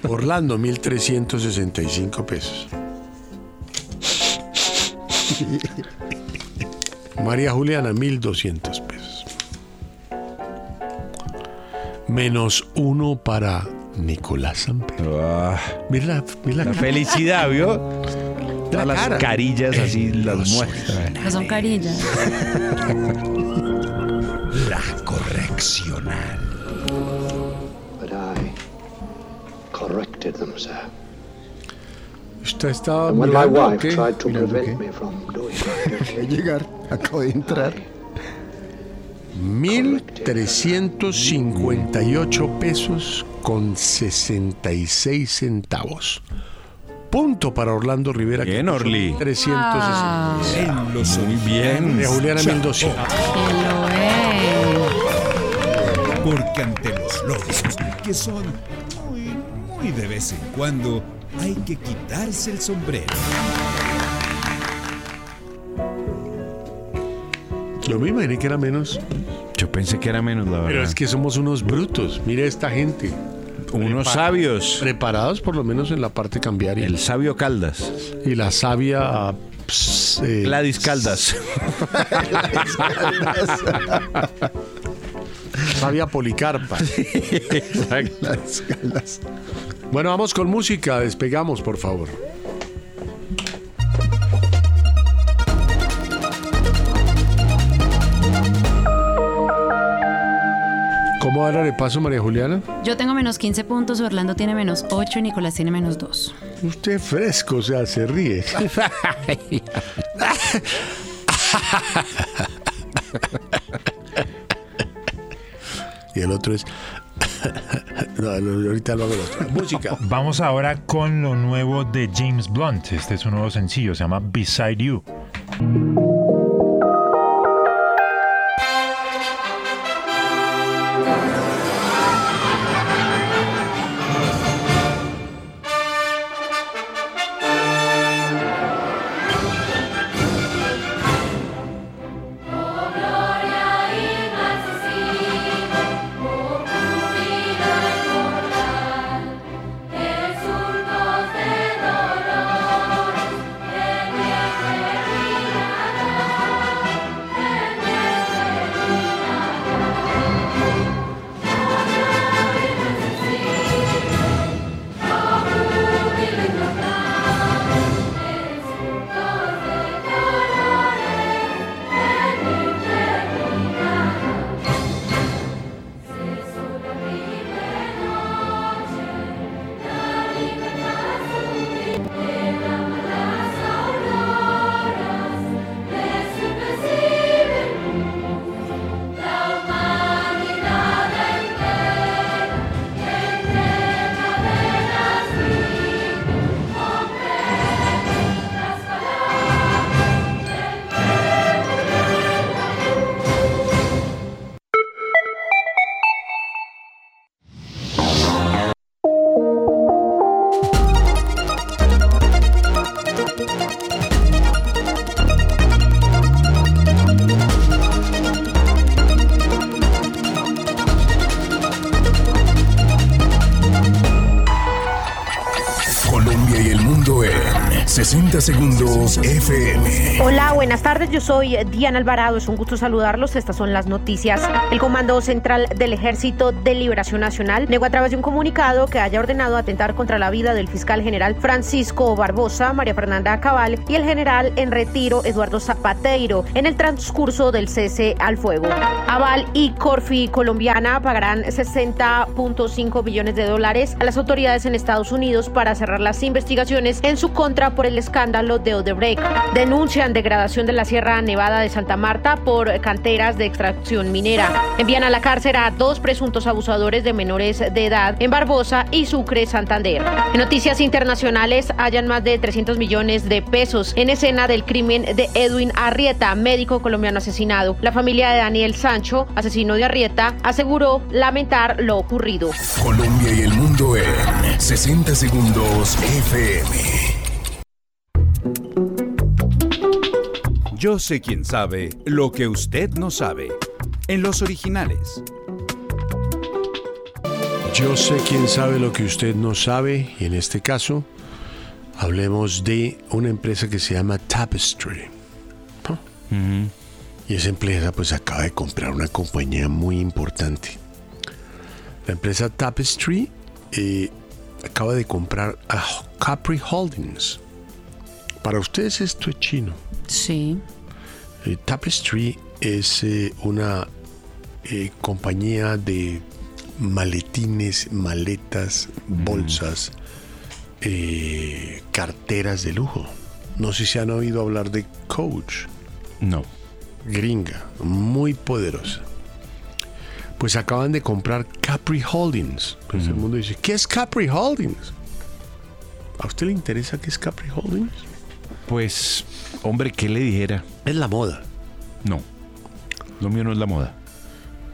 [SPEAKER 5] Orlando, 1365 pesos. María Juliana, 1200 pesos. Menos uno para Nicolás Samper. Mira, mira la, cara,
[SPEAKER 3] Ah. Felicidad, ¿vio?
[SPEAKER 5] la
[SPEAKER 3] Todas las
[SPEAKER 5] cara.
[SPEAKER 3] carillas así
[SPEAKER 5] En
[SPEAKER 3] las
[SPEAKER 5] los
[SPEAKER 3] muestra.
[SPEAKER 4] No son carillas.
[SPEAKER 5] La correccional.
[SPEAKER 11] But I corrected them, sir.
[SPEAKER 5] Usted estaba
[SPEAKER 11] When my
[SPEAKER 5] mirando, o
[SPEAKER 11] wife
[SPEAKER 5] qué?
[SPEAKER 11] tried to
[SPEAKER 5] Mirando,
[SPEAKER 11] prevent
[SPEAKER 5] ¿qué?
[SPEAKER 11] me from doing my duty,
[SPEAKER 8] Llegar, acabo de entrar.
[SPEAKER 5] 1.358 pesos con 66 centavos. Punto para Orlando Rivera. que
[SPEAKER 3] Bien,
[SPEAKER 5] puso
[SPEAKER 3] Orly.
[SPEAKER 5] 360.
[SPEAKER 3] Muy bien.
[SPEAKER 8] Ah.
[SPEAKER 5] De Juliana 1200.
[SPEAKER 9] Que lo es.
[SPEAKER 10] Porque ante los logros que son muy, muy
[SPEAKER 12] Muy de vez en cuando hay que quitarse el sombrero.
[SPEAKER 5] Yo me imaginé que era menos.
[SPEAKER 3] Yo pensé que era menos, la verdad.
[SPEAKER 5] Pero es que somos unos brutos. Mire esta gente.
[SPEAKER 3] Unos sabios.
[SPEAKER 5] Preparados por lo menos en la parte cambiaria.
[SPEAKER 3] El sabio Caldas.
[SPEAKER 5] Y la sabia... pss, eh,
[SPEAKER 3] Gladys Caldas.
[SPEAKER 5] eh, sabia Policarpa.
[SPEAKER 3] Gladys
[SPEAKER 5] Caldas. Bueno, vamos con música. Despegamos, por favor. ¿Cómo va el paso, María Juliana?
[SPEAKER 9] Yo tengo menos 15 puntos, Orlando tiene menos 8 y Nicolás tiene menos 2.
[SPEAKER 5] Usted fresco, o sea, se ríe. y el otro es. No, no, ahorita lo hago el otro. Música.
[SPEAKER 7] Vamos ahora con lo nuevo de James Blunt. Este es un nuevo sencillo, se llama Beside You.
[SPEAKER 13] Colombia y el mundo en 60 segundos FM.
[SPEAKER 14] Hola, buenas tardes. Yo soy Diana Alvarado. Es un gusto saludarlos. Estas son las noticias. El Comando Central del Ejército de Liberación Nacional negó a través de un comunicado que haya ordenado atentar contra la vida del fiscal general Francisco Barbosa, María Fernanda Cabal y el general en retiro Eduardo Zapateiro en el transcurso del cese al fuego. Aval y Corfi colombiana pagarán 60.5 billones de dólares a las autoridades en Estados Unidos para cerrar las investigaciones en su contra por el escándalo de Odebrecht. Denuncian degradación de la Sierra Nevada de Santa Marta por canteras de extracción minera. Envían a la cárcel a dos presuntos abusadores de menores de edad en Barbosa y Sucre, Santander. En noticias internacionales, hallan más de 300 millones de pesos en escena del crimen de Edwin Arrieta, médico colombiano asesinado. La familia de Daniel Sancho, asesino de Arrieta, aseguró lamentar lo ocurrido.
[SPEAKER 13] Colombia y el mundo en 60 segundos FM.
[SPEAKER 10] Yo sé quién sabe lo que usted no sabe. En los originales.
[SPEAKER 5] Yo sé quién sabe lo que usted no sabe, y en este caso hablemos de una empresa que se llama Tapestry. ¿no? Y esa empresa pues acaba de comprar una compañía muy importante. La empresa Tapestry eh, acaba de comprar a Capri Holdings. Para ustedes esto es chino.
[SPEAKER 9] Sí.
[SPEAKER 5] Eh, Tapestry es eh, una eh, compañía de maletines, maletas, bolsas, eh, carteras de lujo. No sé si han oído hablar de Coach.
[SPEAKER 3] No.
[SPEAKER 5] Gringa, muy poderosa. Pues acaban de comprar Capri Holdings. Pues El mundo dice, ¿qué es Capri Holdings? ¿A usted le interesa qué es Capri Holdings?
[SPEAKER 3] Pues, hombre, ¿qué le dijera?
[SPEAKER 5] Es la moda.
[SPEAKER 3] No. Lo mío no es la moda.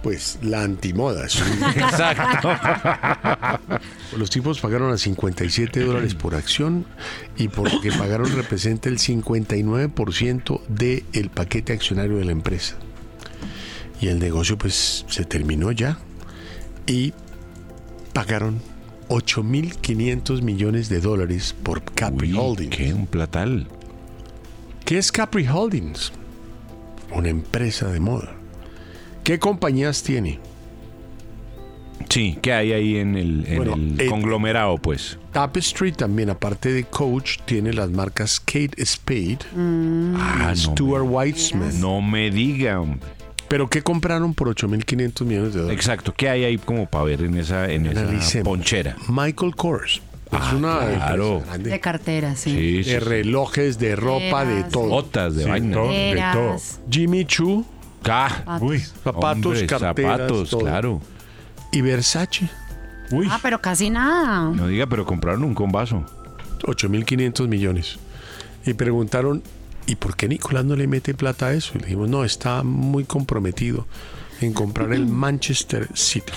[SPEAKER 5] pues la antimoda. es un-
[SPEAKER 3] Exacto.
[SPEAKER 5] Los tipos pagaron a 57 dólares por acción y por lo que pagaron representa el 59% del paquete accionario de la empresa. Y el negocio pues se terminó ya y pagaron 8.500 millones de dólares por Capri Holdings. ¿Qué?
[SPEAKER 3] Un platal.
[SPEAKER 5] ¿Qué es Capri Holdings? Una empresa de moda. ¿Qué compañías tiene?
[SPEAKER 3] Sí, ¿qué hay ahí en el, en
[SPEAKER 5] Bueno,
[SPEAKER 3] el
[SPEAKER 5] eh,
[SPEAKER 3] conglomerado, pues?
[SPEAKER 5] Tapestry también, aparte de Coach, tiene las marcas Kate Spade,
[SPEAKER 3] Ah, no
[SPEAKER 5] Mm. Stuart Weitzman.
[SPEAKER 3] No me digan.
[SPEAKER 5] ¿Pero qué compraron por 8.500 millones de dólares?
[SPEAKER 3] Exacto, ¿qué hay ahí como para ver en esa, en esa
[SPEAKER 5] Analicemos.
[SPEAKER 3] ponchera?
[SPEAKER 5] Michael Kors.
[SPEAKER 3] Ah,
[SPEAKER 5] es una
[SPEAKER 3] claro.
[SPEAKER 5] empresa grande.
[SPEAKER 9] De cartera, sí.
[SPEAKER 3] Sí, sí, sí.
[SPEAKER 5] De relojes, de ropa, de
[SPEAKER 9] Eras.
[SPEAKER 5] todo.
[SPEAKER 3] Botas de vaina.
[SPEAKER 4] Eh,
[SPEAKER 9] Eras.
[SPEAKER 5] Jimmy Choo,
[SPEAKER 3] Ca-
[SPEAKER 5] uy, zapatos,
[SPEAKER 3] Hombre,
[SPEAKER 5] carteras,
[SPEAKER 3] zapatos,
[SPEAKER 5] todo.
[SPEAKER 3] claro.
[SPEAKER 5] Y Versace,
[SPEAKER 9] Ah, pero casi nada.
[SPEAKER 3] No diga, pero compraron un combazo.
[SPEAKER 5] 8.500 millones. Y preguntaron, ¿y por qué Nicolás no le mete plata a eso? Y le dijimos, no, está muy comprometido en comprar el Manchester City.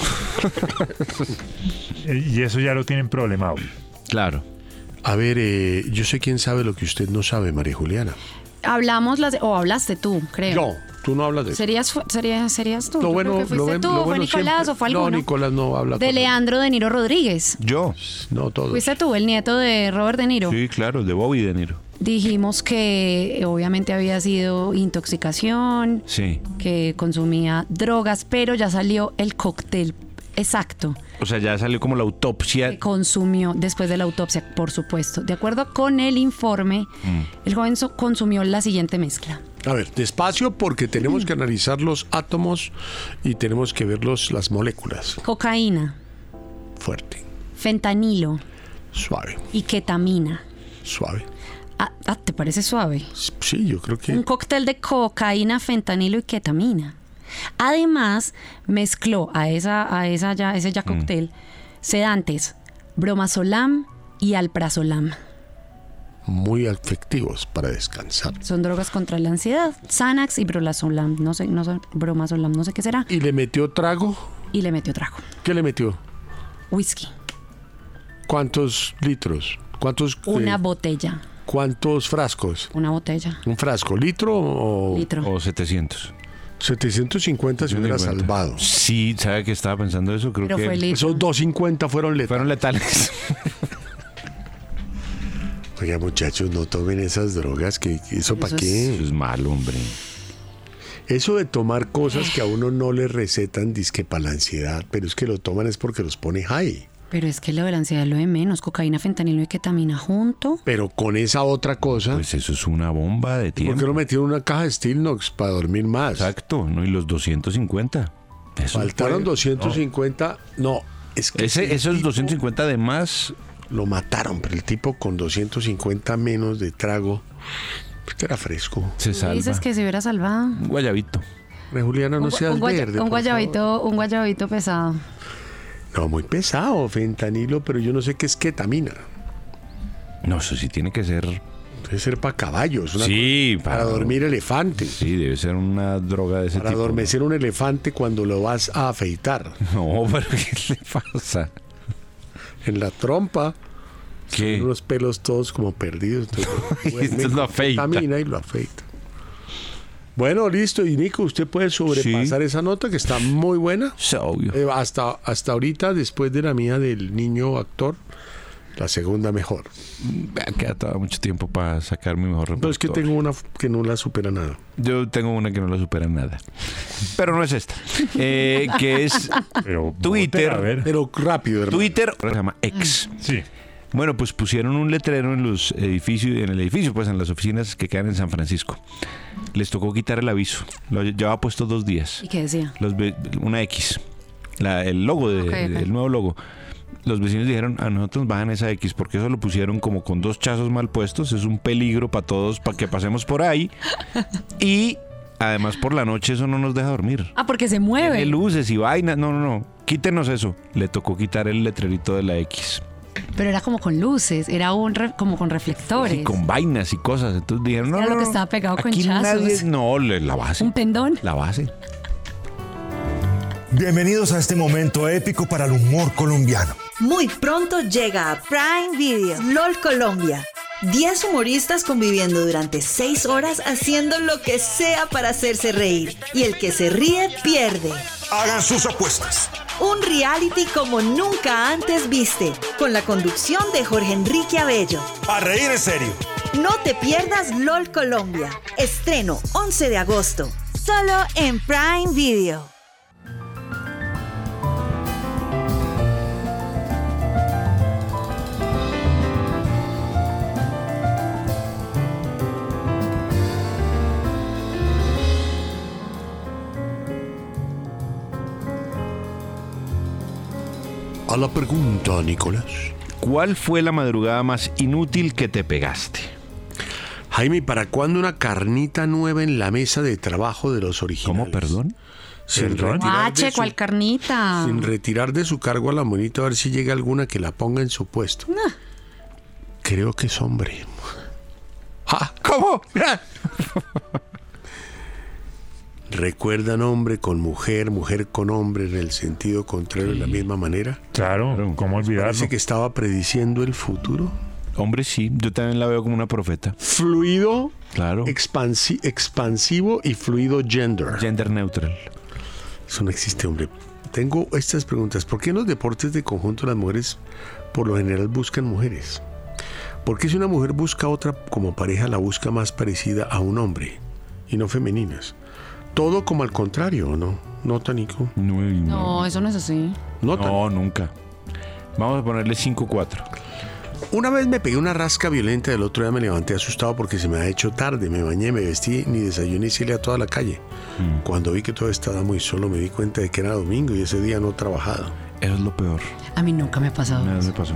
[SPEAKER 7] Eh, Y eso ya lo tienen problemado.
[SPEAKER 3] Claro.
[SPEAKER 5] A ver, eh, yo sé quién sabe lo que usted no sabe, María Juliana.
[SPEAKER 4] Hablamos, las, o hablaste tú, creo.
[SPEAKER 5] No, tú no hablas de eso.
[SPEAKER 4] ¿Serías, fu- serías, serías tú?
[SPEAKER 5] Lo
[SPEAKER 4] Yo
[SPEAKER 5] bueno,
[SPEAKER 4] creo que
[SPEAKER 5] lo
[SPEAKER 4] fuiste
[SPEAKER 5] bueno-
[SPEAKER 4] tú,
[SPEAKER 5] lo
[SPEAKER 4] fue
[SPEAKER 5] bueno
[SPEAKER 4] Nicolás
[SPEAKER 5] siempre-
[SPEAKER 4] o fue alguno.
[SPEAKER 5] No, Nicolás no habla.
[SPEAKER 4] de
[SPEAKER 5] con-
[SPEAKER 4] Leandro De Niro Rodríguez.
[SPEAKER 3] Yo.
[SPEAKER 5] No, todos.
[SPEAKER 4] Fuiste tú, el nieto de Robert De Niro.
[SPEAKER 3] Sí, claro, de Bobby De Niro.
[SPEAKER 4] Dijimos que eh, obviamente había sido intoxicación,
[SPEAKER 3] Sí.
[SPEAKER 4] que consumía drogas, pero ya salió el cóctel exacto
[SPEAKER 3] O sea, ya salió como la autopsia.
[SPEAKER 4] que consumió después de la autopsia, por supuesto. De acuerdo con el informe,
[SPEAKER 5] Mm.
[SPEAKER 4] el joven so- consumió la siguiente mezcla.
[SPEAKER 5] A ver, despacio porque
[SPEAKER 4] Mm.
[SPEAKER 5] tenemos que analizar los átomos y tenemos que ver los, las moléculas.
[SPEAKER 4] Cocaína,
[SPEAKER 5] Fuerte,
[SPEAKER 4] fentanilo
[SPEAKER 5] suave,
[SPEAKER 4] y ketamina.
[SPEAKER 5] suave.
[SPEAKER 4] Ah, ah, ¿te parece suave?
[SPEAKER 5] Sí, yo creo que...
[SPEAKER 4] Un cóctel de cocaína, fentanilo y ketamina. Además, mezcló a esa, a esa ya, ese
[SPEAKER 5] Mm.
[SPEAKER 4] ya cóctel sedantes, bromazolam y alprazolam.
[SPEAKER 5] muy afectivos para descansar.
[SPEAKER 4] Son drogas contra la ansiedad. Xanax y brolazolam. No sé, no sé, bromazolam, no sé qué será.
[SPEAKER 5] ¿Y le metió trago?
[SPEAKER 4] Y le metió trago.
[SPEAKER 5] ¿Qué le metió?
[SPEAKER 4] Whisky.
[SPEAKER 5] ¿Cuántos litros? ¿Cuántos, eh,
[SPEAKER 4] Una botella.
[SPEAKER 5] ¿cuántos frascos?
[SPEAKER 4] Una botella.
[SPEAKER 5] ¿Un frasco? ¿Litro o...?
[SPEAKER 4] Litro.
[SPEAKER 3] O 700.
[SPEAKER 5] 750 se hubiera salvado.
[SPEAKER 3] Sí, ¿sabe que estaba pensando eso? Creo
[SPEAKER 4] Pero
[SPEAKER 3] que
[SPEAKER 4] fue litro.
[SPEAKER 5] Esos 250 fueron letales.
[SPEAKER 3] fueron letales.
[SPEAKER 5] Oiga, muchachos, no tomen esas drogas, que que eso para
[SPEAKER 4] Eso
[SPEAKER 5] qué.
[SPEAKER 3] Eso es malo, hombre.
[SPEAKER 5] Eso de tomar cosas que a uno no le recetan, disque para la ansiedad, pero es que lo toman es porque los pone high.
[SPEAKER 4] Pero es que lo de la ansiedad es lo de menos. Cocaína, fentanilo y ketamina junto.
[SPEAKER 5] Pero con esa otra cosa,
[SPEAKER 3] Pues eso es una bomba de
[SPEAKER 5] ¿por qué
[SPEAKER 3] tiempo.
[SPEAKER 5] no metieron una caja de Stilnox para dormir más?
[SPEAKER 3] Exacto, ¿no? Y los 250. Eso fue-
[SPEAKER 5] Faltaron 250, no, es que
[SPEAKER 3] Ese,
[SPEAKER 5] ese
[SPEAKER 3] esos 250 de más,
[SPEAKER 5] lo mataron, pero el tipo con 250 menos de trago, pues que era fresco.
[SPEAKER 3] se salva.
[SPEAKER 4] Dices que se hubiera salvado.
[SPEAKER 3] Un guayabito.
[SPEAKER 5] María Juliana, no
[SPEAKER 4] un,
[SPEAKER 5] seas
[SPEAKER 4] un guaya-
[SPEAKER 5] verde.
[SPEAKER 4] un
[SPEAKER 5] por favor.
[SPEAKER 4] guayabito, un guayabito pesado.
[SPEAKER 5] No, muy pesado, fentanilo, pero yo no sé qué es ketamina.
[SPEAKER 3] No, eso sí tiene que ser.
[SPEAKER 5] Debe ser para caballos, una
[SPEAKER 3] Sí,
[SPEAKER 5] cosa- para dormir elefantes.
[SPEAKER 3] Sí, debe ser una droga de ese
[SPEAKER 5] Para
[SPEAKER 3] tipo.
[SPEAKER 5] adormecer un elefante cuando lo vas a afeitar.
[SPEAKER 3] No, pero ¿qué le pasa?
[SPEAKER 5] En la trompa,
[SPEAKER 3] ¿Qué?
[SPEAKER 5] unos pelos todos como perdidos. Entonces,
[SPEAKER 3] Y esto este lo afeita.
[SPEAKER 5] Camina y lo afeita. Bueno, listo. Y Nico, usted puede sobrepasar esa nota que está muy buena.
[SPEAKER 3] Es obvio.
[SPEAKER 5] Eh, hasta, hasta ahorita, después de la mía del niño actor, la segunda mejor.
[SPEAKER 3] Me ha quedado mucho tiempo para sacar mi mejor repertorio.
[SPEAKER 5] Pero es que tengo una f- que no la supera nada.
[SPEAKER 3] Yo tengo una que no la supera en nada. Pero no es esta. Eh, que es
[SPEAKER 7] Pero
[SPEAKER 3] Twitter.
[SPEAKER 7] bótela, A ver.
[SPEAKER 5] Pero rápido, hermano.
[SPEAKER 3] Twitter, se llama X.
[SPEAKER 5] Mm.
[SPEAKER 7] Sí.
[SPEAKER 3] Bueno, pues pusieron un letrero en los edificios, en el edificio, pues en las oficinas que quedan en San Francisco. Les tocó quitar el aviso. Lo lle- llevaba puesto dos días.
[SPEAKER 4] ¿Y qué decía?
[SPEAKER 3] Los ve- una X. La- el logo, de,
[SPEAKER 4] Ok, ok.
[SPEAKER 3] el nuevo logo. Los vecinos dijeron, a nosotros nos bajan esa X porque eso lo pusieron como con dos chazos mal puestos. Es un peligro para todos, para que pasemos por ahí. Y además por la noche eso no nos deja dormir.
[SPEAKER 4] Ah, porque se mueve.
[SPEAKER 3] Tiene luces y vainas. No, no, no. Quítenos eso. Le tocó quitar el letrerito de la X.
[SPEAKER 4] Pero era como con luces, era un re- como con reflectores.
[SPEAKER 3] Y con vainas y cosas. Entonces dijeron, no,
[SPEAKER 4] Era
[SPEAKER 3] no,
[SPEAKER 4] lo que
[SPEAKER 3] no.
[SPEAKER 4] estaba pegado con
[SPEAKER 3] Aquí
[SPEAKER 4] chazos.
[SPEAKER 3] nadie- No, le- la base.
[SPEAKER 4] Un pendón.
[SPEAKER 3] La base.
[SPEAKER 15] Bienvenidos a este momento épico para el humor colombiano.
[SPEAKER 16] Muy pronto llega a Prime Video LOL Colombia. 10 humoristas conviviendo durante 6 horas haciendo lo que sea para hacerse reír. Y el que se ríe pierde.
[SPEAKER 15] Hagan sus apuestas.
[SPEAKER 16] Un reality como nunca antes viste, con la conducción de Jorge Enrique Abello.
[SPEAKER 15] A reír en serio.
[SPEAKER 16] No te pierdas LOL Colombia. Estreno 11 de agosto. Solo en Prime Video.
[SPEAKER 5] A la pregunta, Nicolás.
[SPEAKER 3] ¿Cuál fue la madrugada más inútil que te pegaste?
[SPEAKER 5] Jaime, ¿para cuándo una carnita nueva en la mesa de trabajo de los originales? ¿Cómo,
[SPEAKER 3] perdón?
[SPEAKER 5] Sin retirar, de
[SPEAKER 4] Guache,
[SPEAKER 5] su,
[SPEAKER 4] cual carnita.
[SPEAKER 5] sin retirar de su cargo a la monita a ver si llega alguna que la ponga en su puesto. Creo que es hombre. ¡Ja! Ah, ¿Cómo? ¿Recuerdan hombre con mujer, mujer con hombre en el sentido contrario de la misma manera?
[SPEAKER 7] Claro, ¿cómo olvidarlo?
[SPEAKER 5] Parece que estaba prediciendo el futuro.
[SPEAKER 3] Hombre, sí, yo también la veo como una profeta.
[SPEAKER 5] Fluido,
[SPEAKER 3] Claro.
[SPEAKER 5] expansi- expansivo y fluido gender.
[SPEAKER 3] Gender neutral.
[SPEAKER 5] Eso no existe, hombre. Tengo estas preguntas. ¿Por qué en los deportes de conjunto las mujeres por lo general buscan mujeres? ¿Por qué si una mujer busca a otra como pareja la busca más parecida a un hombre y no femeninas? Todo como al contrario, ¿o ¿no? ¿No, Tanico?
[SPEAKER 3] No,
[SPEAKER 4] No, eso no es así.
[SPEAKER 5] No,
[SPEAKER 3] nunca. Vamos a ponerle 5-4.
[SPEAKER 5] Una vez me pegué una rasca violenta, el otro día me levanté asustado porque se me había hecho tarde, me bañé, me vestí, ni desayuné y salí a toda la calle. Cuando vi que todo estaba muy solo me di cuenta de que era domingo y ese día no trabajado.
[SPEAKER 3] Eso es lo peor.
[SPEAKER 4] A mí nunca me ha pasado.
[SPEAKER 3] Nada me pasó.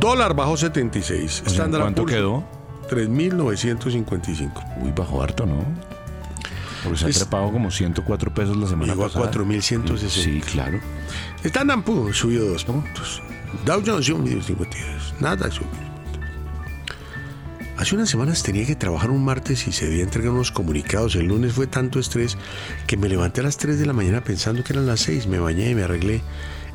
[SPEAKER 5] Dólar bajó 76.
[SPEAKER 3] O sea,
[SPEAKER 5] Standard
[SPEAKER 3] ¿Cuánto
[SPEAKER 5] Poor's,
[SPEAKER 3] quedó?
[SPEAKER 5] 3.955.
[SPEAKER 3] Uy, bajó harto, ¿no? Porque se ha
[SPEAKER 5] Es-
[SPEAKER 3] trepado como 104 pesos la semana
[SPEAKER 5] Llegó a
[SPEAKER 3] pasada.
[SPEAKER 5] 4.160.
[SPEAKER 3] Sí, claro.
[SPEAKER 5] Standard Poor's subió dos puntos. Dow Jones subió 52. Nada subió. Hace unas semanas tenía que trabajar un martes y se debía entregar unos comunicados. El lunes fue tanto estrés que me levanté a las 3 de la mañana pensando que eran las 6. Me bañé y me arreglé.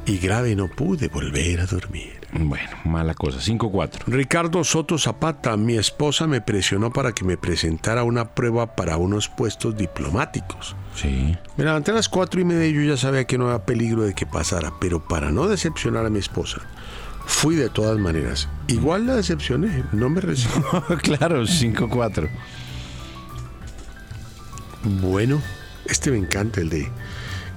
[SPEAKER 5] Y grave, no pude volver a dormir.
[SPEAKER 3] Bueno, mala cosa. 5-4.
[SPEAKER 5] Ricardo Soto Zapata, mi esposa me presionó para que me presentara una prueba para unos puestos diplomáticos.
[SPEAKER 3] Sí.
[SPEAKER 5] Me levanté a las cuatro y media y yo ya sabía que no había peligro de que pasara, pero para no decepcionar a mi esposa, fui de todas maneras. Igual la decepcioné, no me recibió.
[SPEAKER 3] claro, 5-4.
[SPEAKER 5] Bueno, este me encanta, el de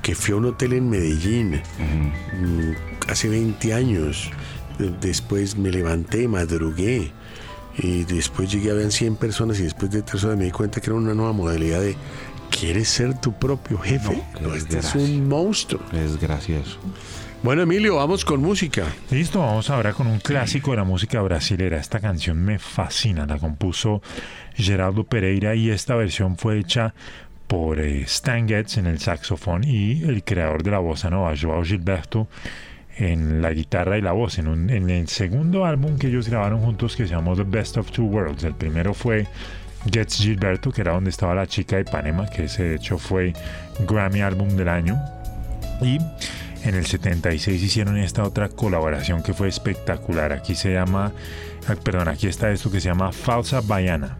[SPEAKER 5] que fui a un hotel en Medellín mm, hace 20 años. De- Después me levanté, madrugué. Y después llegué, habían 100 personas y después de tres horas me di cuenta que era una nueva modalidad de ¿Quieres ser tu propio jefe? No, este es un monstruo.
[SPEAKER 3] Es gracioso.
[SPEAKER 5] Bueno, Emilio, vamos con música.
[SPEAKER 7] Listo, vamos ahora con un clásico de la música brasilera. Esta canción me fascina, la compuso Geraldo Pereira y esta versión fue hecha por eh, Stan Getz en el saxofón y el creador de la bossa nova, Joao Gilberto, en la guitarra y la voz, en, un- en el segundo álbum que ellos grabaron juntos que se llamó The Best of Two Worlds. El primero fue Getz Gilberto, que era donde estaba la chica de Panema, que ese de hecho fue Grammy Álbum del Año, y en el 76 hicieron esta otra colaboración que fue espectacular. Aquí se llama, ah, perdón, aquí está esto que se llama Falsa Baiana.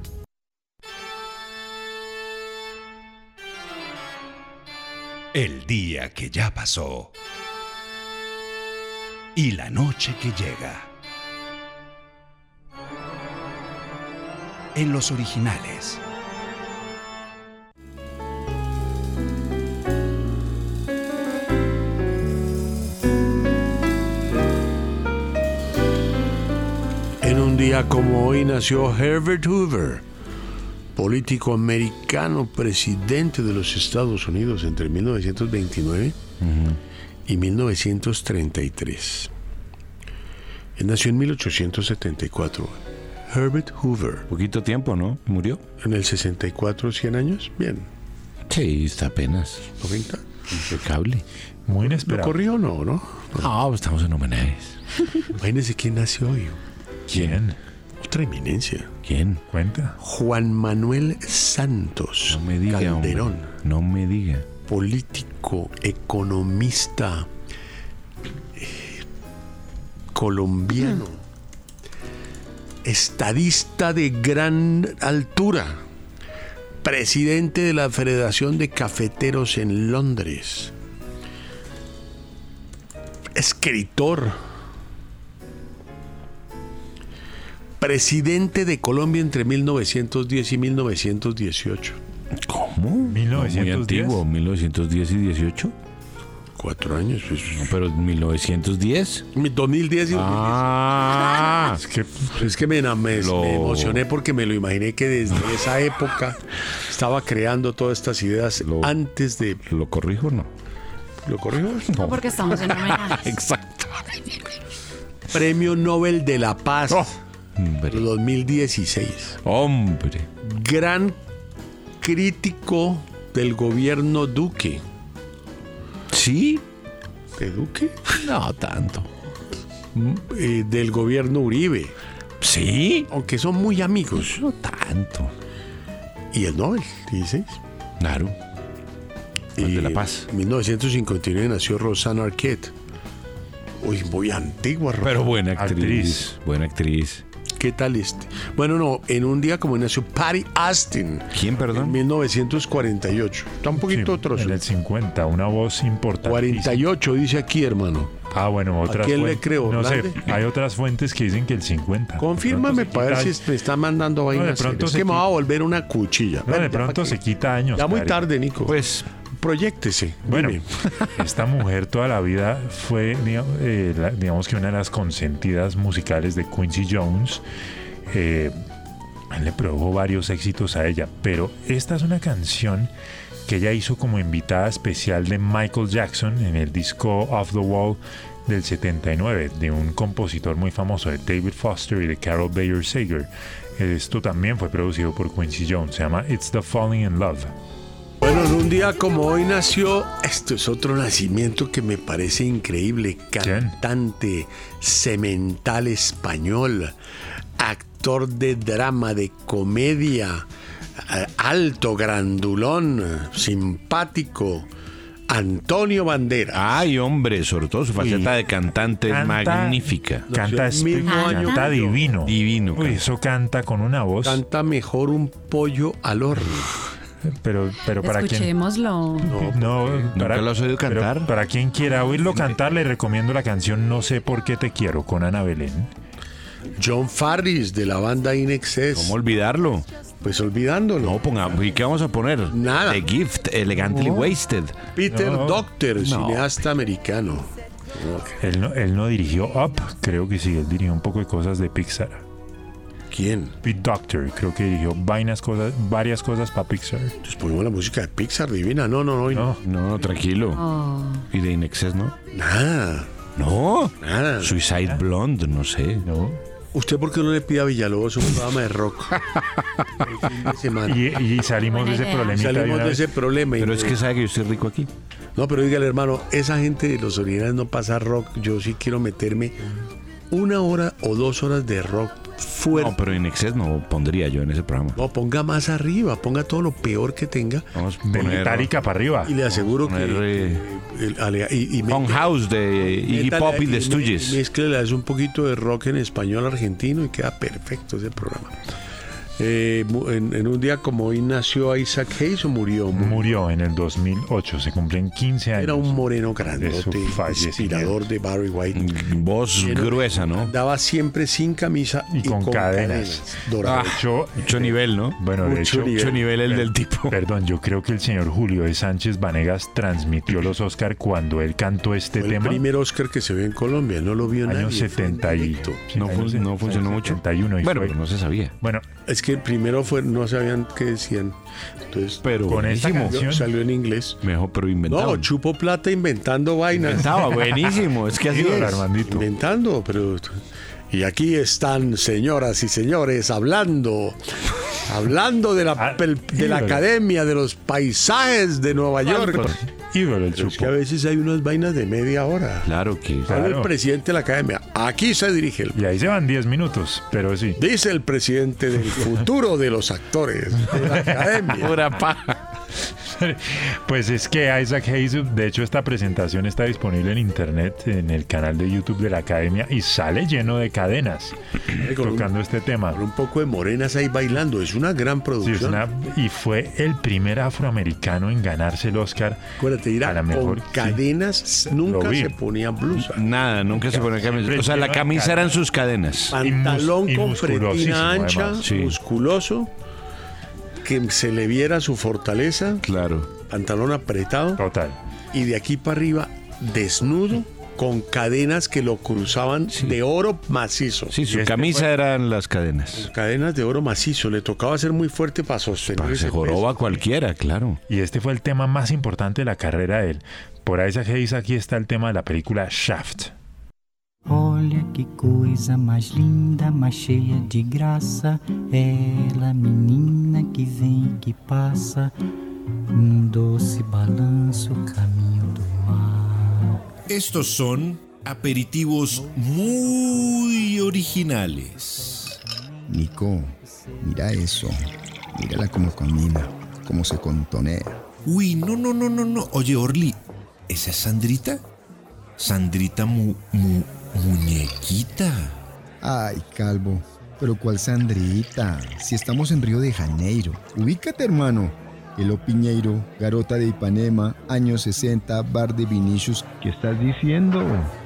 [SPEAKER 12] El día que ya pasó. Y la noche que llega. En los originales.
[SPEAKER 5] En un día como hoy nació Herbert Hoover, político americano, presidente de los Estados Unidos entre 1929 y 1933. Él nació en 1874. Herbert Hoover.
[SPEAKER 3] Poquito tiempo, ¿no? ¿Murió?
[SPEAKER 5] En el 64, 100 años. Bien.
[SPEAKER 3] Sí, está apenas.
[SPEAKER 5] 90.
[SPEAKER 3] Impecable.
[SPEAKER 7] Muy
[SPEAKER 5] ¿Lo
[SPEAKER 7] inesperado.
[SPEAKER 5] corrió o no, no?
[SPEAKER 3] Ah, pues estamos en homenajes.
[SPEAKER 5] Imagínense quién nació hoy.
[SPEAKER 7] ¿Quién?
[SPEAKER 5] Otra eminencia.
[SPEAKER 3] ¿Quién?
[SPEAKER 7] Cuenta.
[SPEAKER 5] Juan Manuel Santos
[SPEAKER 3] No me diga, hombre.
[SPEAKER 5] Calderón.
[SPEAKER 3] No me diga.
[SPEAKER 5] político, economista eh, colombiano, estadista de gran altura, presidente de la Federación de Cafeteros en Londres, escritor, presidente de Colombia entre 1910 y 1918.
[SPEAKER 3] ¿Cómo? 1910. Muy antiguo, 1910 y 18.
[SPEAKER 5] Cuatro años. Pues.
[SPEAKER 3] No, pero 1910.
[SPEAKER 5] 2010 y 2010.
[SPEAKER 3] Ah,
[SPEAKER 5] es que, es que me, enam- me-
[SPEAKER 3] Lo-
[SPEAKER 5] me emocioné porque me lo imaginé que desde esa época estaba creando todas estas ideas antes de...
[SPEAKER 3] ¿Lo corrijo o no?
[SPEAKER 5] ¿Lo corrijo?
[SPEAKER 4] No, porque estamos en homenaje.
[SPEAKER 3] Exacto.
[SPEAKER 5] Premio Nobel de la Paz
[SPEAKER 3] Oh.
[SPEAKER 5] 2016.
[SPEAKER 3] Hombre.
[SPEAKER 5] Gran crítico del gobierno Duque.
[SPEAKER 3] ¿Sí?
[SPEAKER 5] ¿De Duque?
[SPEAKER 3] No tanto.
[SPEAKER 5] Eh, del gobierno Uribe.
[SPEAKER 3] Sí.
[SPEAKER 5] Aunque son muy amigos.
[SPEAKER 3] No tanto.
[SPEAKER 5] Y el Nobel, 16.
[SPEAKER 3] Claro. El de la paz.
[SPEAKER 5] En 1959 nació Rosanna Arquette. Uy, muy antigua, Rosanna.
[SPEAKER 3] Pero buena actriz. Buena actriz.
[SPEAKER 5] ¿Qué tal este? Bueno, no, en un día como hoy nació Patty Astin.
[SPEAKER 3] ¿Quién, perdón?
[SPEAKER 5] En 1948. Está un poquito trozo.
[SPEAKER 7] En el 50, una voz importante.
[SPEAKER 5] 48 dice aquí, hermano.
[SPEAKER 7] Ah, bueno, otras
[SPEAKER 5] quién le
[SPEAKER 7] fuen-
[SPEAKER 5] creo,
[SPEAKER 7] No sé,
[SPEAKER 5] Hernández?
[SPEAKER 7] hay otras fuentes que dicen que el 50. De
[SPEAKER 5] Confírmame
[SPEAKER 7] pronto se
[SPEAKER 5] para
[SPEAKER 7] quita-
[SPEAKER 5] ver si me están mandando vainas.
[SPEAKER 7] de pronto
[SPEAKER 5] serias.
[SPEAKER 7] se
[SPEAKER 5] es que me
[SPEAKER 7] quita-
[SPEAKER 5] va a volver una cuchilla.
[SPEAKER 7] No,
[SPEAKER 5] Bueno,
[SPEAKER 7] de
[SPEAKER 5] ya
[SPEAKER 7] pronto
[SPEAKER 5] para
[SPEAKER 7] se
[SPEAKER 5] qué.
[SPEAKER 7] quita años.
[SPEAKER 5] Ya muy
[SPEAKER 7] Karen.
[SPEAKER 5] tarde, Nico.
[SPEAKER 3] Pues,
[SPEAKER 5] proyectese.
[SPEAKER 7] Bueno, esta mujer toda la vida fue, digamos, eh, la- digamos que una de las consentidas musicales de Quincy Jones. Eh, le produjo varios éxitos a ella, pero esta es una canción que ella hizo como invitada especial de Michael Jackson en el disco Off the Wall del 79 de un compositor muy famoso de David Foster y de Carol Bayer Sager. Esto también fue producido por Quincy Jones, se llama It's the Falling in Love.
[SPEAKER 5] Bueno, en un día como hoy nació, esto es otro nacimiento que me parece increíble, cantante, semental español, actor de drama, de comedia, eh, alto, grandulón, simpático, Antonio Bandera.
[SPEAKER 3] Ay, hombre, sobre todo su faceta de cantante es
[SPEAKER 7] Canta-
[SPEAKER 3] magnífica.
[SPEAKER 7] Canta,
[SPEAKER 5] Nació el mismo
[SPEAKER 7] espe-
[SPEAKER 5] año
[SPEAKER 7] canta
[SPEAKER 5] que yo.
[SPEAKER 7] divino.
[SPEAKER 3] Divino.
[SPEAKER 7] Uy, eso canta con una voz.
[SPEAKER 5] Canta mejor un pollo al horno.
[SPEAKER 7] Pero, pero para quien.
[SPEAKER 4] Escuchémoslo.
[SPEAKER 7] No, para,
[SPEAKER 3] lo has oído
[SPEAKER 7] pero
[SPEAKER 3] cantar?
[SPEAKER 7] para quien quiera oírlo cantar, le recomiendo la canción No sé por qué te quiero con Ana Belén.
[SPEAKER 5] John Farris de la banda In Excess.
[SPEAKER 3] ¿Cómo olvidarlo?
[SPEAKER 5] Pues olvidándolo.
[SPEAKER 3] No, pongamos. ¿Y qué vamos a poner?
[SPEAKER 5] Nada.
[SPEAKER 3] The Gift, Elegantly
[SPEAKER 5] No.
[SPEAKER 3] Wasted.
[SPEAKER 5] Peter
[SPEAKER 3] No.
[SPEAKER 5] Docter,
[SPEAKER 3] No.
[SPEAKER 5] cineasta americano.
[SPEAKER 7] Él no, él no dirigió Up, creo que sí, él dirigió un poco de cosas de Pixar.
[SPEAKER 5] ¿Quién?
[SPEAKER 7] Pete Doctor, creo que dirigió vainas cosas, varias cosas para Pixar.
[SPEAKER 5] Pues ponemos la música de Pixar divina. No, no, no. hoy no.
[SPEAKER 3] No, no, tranquilo. Y de Inexes, ¿no?
[SPEAKER 5] Nada.
[SPEAKER 3] No.
[SPEAKER 5] Nada.
[SPEAKER 3] Suicide Blonde, no sé. No.
[SPEAKER 5] ¿Usted por qué no le pide a Villalobos un programa de rock? El fin de semana.
[SPEAKER 7] Y, y salimos de ese problemita. de
[SPEAKER 5] Salimos
[SPEAKER 7] una
[SPEAKER 5] de
[SPEAKER 7] vez.
[SPEAKER 5] ese problema. y-
[SPEAKER 3] Pero es que sabe que yo estoy rico aquí.
[SPEAKER 5] No, pero dígale, hermano, esa gente de los originales no pasa rock. Yo sí quiero meterme una hora o dos horas de rock fuerte.
[SPEAKER 3] No, pero Inexes no pondría yo en ese programa.
[SPEAKER 5] No, ponga más arriba, ponga todo lo peor que tenga.
[SPEAKER 3] Vamos a
[SPEAKER 7] De
[SPEAKER 3] poner.
[SPEAKER 7] Metallica para arriba.
[SPEAKER 5] Y le aseguro que.
[SPEAKER 3] poner eh,
[SPEAKER 5] el- ale- y, y me-
[SPEAKER 3] Fun House de Iggy
[SPEAKER 5] métale-
[SPEAKER 3] Pop y de
[SPEAKER 5] me-
[SPEAKER 3] Stooges.
[SPEAKER 5] Mézclele es un poquito de rock en español argentino y queda perfecto ese programa. Eh, mu- en, en un día como hoy nació Isaac Hayes o murió.
[SPEAKER 7] Murió en el 2008, se cumplen 15 años.
[SPEAKER 5] Era un moreno
[SPEAKER 7] De su
[SPEAKER 5] grandote,
[SPEAKER 7] fallecimiento.
[SPEAKER 5] inspirador de Barry White.
[SPEAKER 3] Voz Mm, gruesa, ¿no?
[SPEAKER 5] Daba siempre sin camisa y,
[SPEAKER 7] Y con cadenas. Ah,
[SPEAKER 5] doradas.
[SPEAKER 7] De hecho,
[SPEAKER 5] Eh,
[SPEAKER 3] Mucho nivel, ¿no?
[SPEAKER 7] bueno, de hecho,
[SPEAKER 3] Mucho nivel el del tipo.
[SPEAKER 7] Perdón, yo creo que el señor Julio de Sánchez Vanegas transmitió los Oscar cuando él cantó este
[SPEAKER 5] Fue el
[SPEAKER 7] tema.
[SPEAKER 5] primer Oscar que se vio en Colombia, no lo vio nadie.
[SPEAKER 7] Año
[SPEAKER 5] fue
[SPEAKER 7] 70 y-
[SPEAKER 5] inédito.
[SPEAKER 7] sí,
[SPEAKER 3] No
[SPEAKER 7] año
[SPEAKER 3] fun-
[SPEAKER 7] se-
[SPEAKER 3] no funcionó mucho.
[SPEAKER 7] 71 y
[SPEAKER 3] Bueno,
[SPEAKER 7] fue-
[SPEAKER 3] pero no se sabía.
[SPEAKER 7] Bueno,
[SPEAKER 5] Es que primero fue, no sabían qué decían. Entonces,
[SPEAKER 3] Pero
[SPEAKER 7] Con esta
[SPEAKER 3] buenísimo.
[SPEAKER 7] canción-
[SPEAKER 5] salió en inglés.
[SPEAKER 3] Mejor, pero inventado.
[SPEAKER 5] No, chupo plata inventando vainas.
[SPEAKER 3] Estaba buenísimo, es que así
[SPEAKER 7] ídolo,
[SPEAKER 3] es.
[SPEAKER 7] Armandito.
[SPEAKER 5] Inventando, pero. Y aquí están, señoras y señores, hablando. Hablando de la,
[SPEAKER 7] Ah,
[SPEAKER 5] pel- de la
[SPEAKER 7] ídolo.
[SPEAKER 5] academia, de los paisajes de Nueva
[SPEAKER 7] pues,
[SPEAKER 5] York.
[SPEAKER 7] Ídolo el
[SPEAKER 5] Pero es
[SPEAKER 7] chupo.
[SPEAKER 5] que a veces hay unas vainas de media hora.
[SPEAKER 3] Claro que.
[SPEAKER 5] Habla
[SPEAKER 7] claro.
[SPEAKER 5] el presidente de la academia. Aquí se dirige el.
[SPEAKER 7] Y ahí se van 10 minutos, pero sí.
[SPEAKER 5] Dice el presidente del futuro de los actores de la academia.
[SPEAKER 3] Pura paja.
[SPEAKER 7] Pues es que Isaac Hayes, de hecho esta presentación está disponible en internet, en el canal de YouTube de la Academia y sale lleno de cadenas tocando este tema.
[SPEAKER 5] un poco de morenas ahí bailando, es una gran producción.
[SPEAKER 7] y fue el primer afroamericano en ganarse el Oscar a la mejor
[SPEAKER 5] Con cadenas nunca se ponían blusa.
[SPEAKER 3] Nada, nunca se ponía camisa.
[SPEAKER 5] Siempre
[SPEAKER 3] O sea, la
[SPEAKER 5] lleva
[SPEAKER 3] camisa
[SPEAKER 5] cadena.
[SPEAKER 3] eran sus cadenas.
[SPEAKER 5] Pantalón
[SPEAKER 3] Y mus- y
[SPEAKER 5] con
[SPEAKER 3] musculosísimo,
[SPEAKER 5] fretina ancha,
[SPEAKER 3] además. Sí.
[SPEAKER 5] musculoso, que se le viera su fortaleza.
[SPEAKER 3] Claro.
[SPEAKER 5] Pantalón apretado.
[SPEAKER 7] Total.
[SPEAKER 5] Y de aquí para arriba, desnudo, con cadenas que lo cruzaban de oro macizo.
[SPEAKER 3] Sí, su camisa eran las cadenas.
[SPEAKER 5] Cadenas de oro macizo. Le tocaba ser muy fuerte para sostener ese
[SPEAKER 3] Se
[SPEAKER 5] peso.
[SPEAKER 3] joroba cualquiera, claro.
[SPEAKER 7] Y este fue el tema más importante de la carrera de él. Por Isaac Hayes aquí está el tema de la película Shaft.
[SPEAKER 17] Olha que coisa mais linda, mais cheia de graça. Ela, menina que vem e que passa, num doce balanço, caminho do
[SPEAKER 12] Estos son aperitivos muy originales.
[SPEAKER 18] Nico, mira eso. Mírala como camina, como se contonea.
[SPEAKER 12] Uy, no, no, no, no, no. Oye, Orly, ¿esa es Sandrita? Sandrita mu, mu- muñequita.
[SPEAKER 18] Ay, calvo. Pero cuál Sandrita, si estamos en Río de Janeiro. Ubícate, hermano. El Opiñeiro, Garota de Ipanema, años 60, bar de Vinicius. ¿Qué estás diciendo?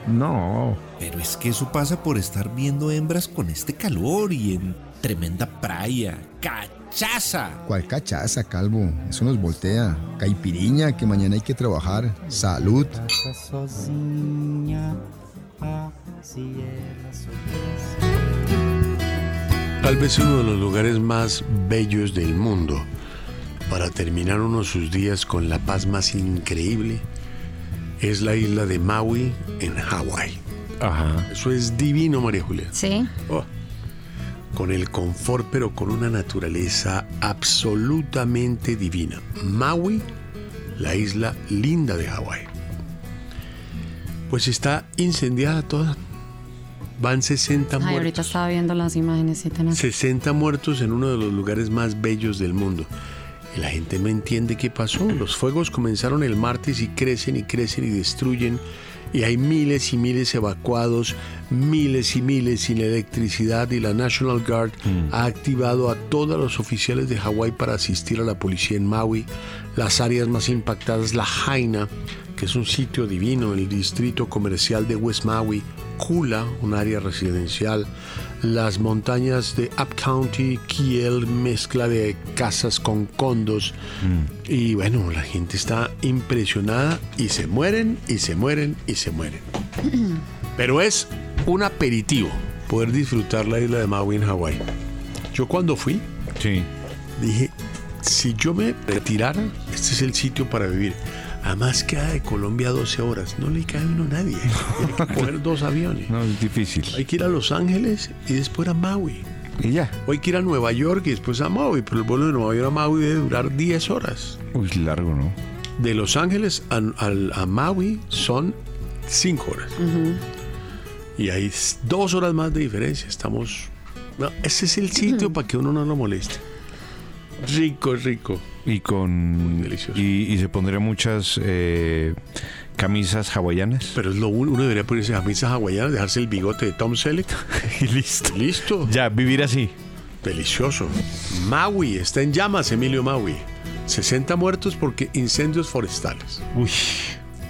[SPEAKER 18] No.
[SPEAKER 12] Pero es que eso pasa por estar viendo hembras con este calor y en tremenda playa. ¡Cachaza!
[SPEAKER 18] ¿Cuál cachaza, calvo? Eso nos voltea. Caipiriña, que mañana hay que trabajar. Salud.
[SPEAKER 17] Passa sozinha, ah, se ela soubesse.
[SPEAKER 5] Tal vez uno de los lugares más bellos del mundo para terminar uno de sus días con la paz más increíble es la isla de Maui en Hawái. Eso es divino, María Julia.
[SPEAKER 4] Sí.
[SPEAKER 5] Oh, con el confort, pero con una naturaleza absolutamente divina. Maui, la isla linda de Hawái. Pues está incendiada toda. Van 60
[SPEAKER 4] Ay,
[SPEAKER 5] muertos.
[SPEAKER 4] ahorita estaba viendo las imágenes, sí, tenaz.
[SPEAKER 5] 60 muertos en uno de los lugares más bellos del mundo. Y la gente no entiende qué pasó. Los fuegos comenzaron el martes y crecen y crecen y destruyen. Y hay miles y miles evacuados, miles y miles sin electricidad y la National Guard ha activado a todos los oficiales de Hawái para asistir a la policía en Maui. Las áreas más impactadas, la Jaina, que es un sitio divino, el distrito comercial de West Maui, Kula, un área residencial, las montañas de Up County, Kiel, mezcla de casas con condos. Y bueno, la gente está impresionada y se mueren y se mueren y se mueren. Pero es un aperitivo poder disfrutar la isla de Maui en Hawái. Yo cuando fui, dije, si yo me retirara, este es el sitio para vivir. Además queda de Colombia 12 horas, no le cae uno a nadie. Tiene que coger dos aviones.
[SPEAKER 3] No, es difícil.
[SPEAKER 5] Hay que ir a Los Ángeles y después a Maui.
[SPEAKER 3] Y ya.
[SPEAKER 5] Hay que ir a Nueva York y después a Maui, pero el vuelo de Nueva York a Maui debe durar 10 horas.
[SPEAKER 3] Uy, largo, ¿no?
[SPEAKER 5] De Los Ángeles a, al- a Maui son 5 horas. Y hay s- dos horas más de diferencia. Estamos. no, ese es el sitio para que uno no lo moleste. Rico, rico.
[SPEAKER 3] Y con. Y, y se pondría muchas eh, camisas hawaianas.
[SPEAKER 5] Pero es lo uno, uno debería ponerse camisas hawaianas, dejarse el bigote de Tom Selleck.
[SPEAKER 3] y listo.
[SPEAKER 5] Listo.
[SPEAKER 3] Ya, vivir así.
[SPEAKER 5] Delicioso. Maui está en llamas, Emilio Maui. 60 muertos porque incendios forestales.
[SPEAKER 7] Uy.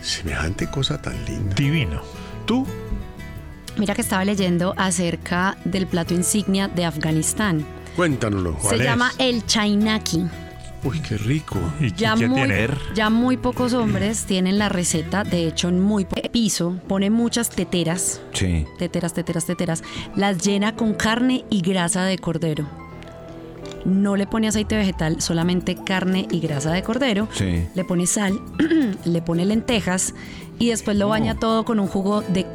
[SPEAKER 5] Semejante cosa tan linda.
[SPEAKER 7] Divino.
[SPEAKER 5] ¿Tú?
[SPEAKER 4] Mira que estaba leyendo acerca del plato insignia de Afganistán.
[SPEAKER 5] Cuéntanoslo.
[SPEAKER 4] Se llama el chainaki.
[SPEAKER 5] Uy, qué rico.
[SPEAKER 7] ¿Y
[SPEAKER 4] Ya muy, ya muy pocos hombres tienen la receta, de hecho en muy po- piso, pone muchas teteras,
[SPEAKER 3] Sí.
[SPEAKER 4] teteras, teteras, teteras, las llena con carne y grasa de cordero. No le pone aceite vegetal, solamente carne y grasa de cordero.
[SPEAKER 3] Sí.
[SPEAKER 4] Le pone sal, le pone lentejas y después
[SPEAKER 3] Oh.
[SPEAKER 4] lo baña todo con un jugo de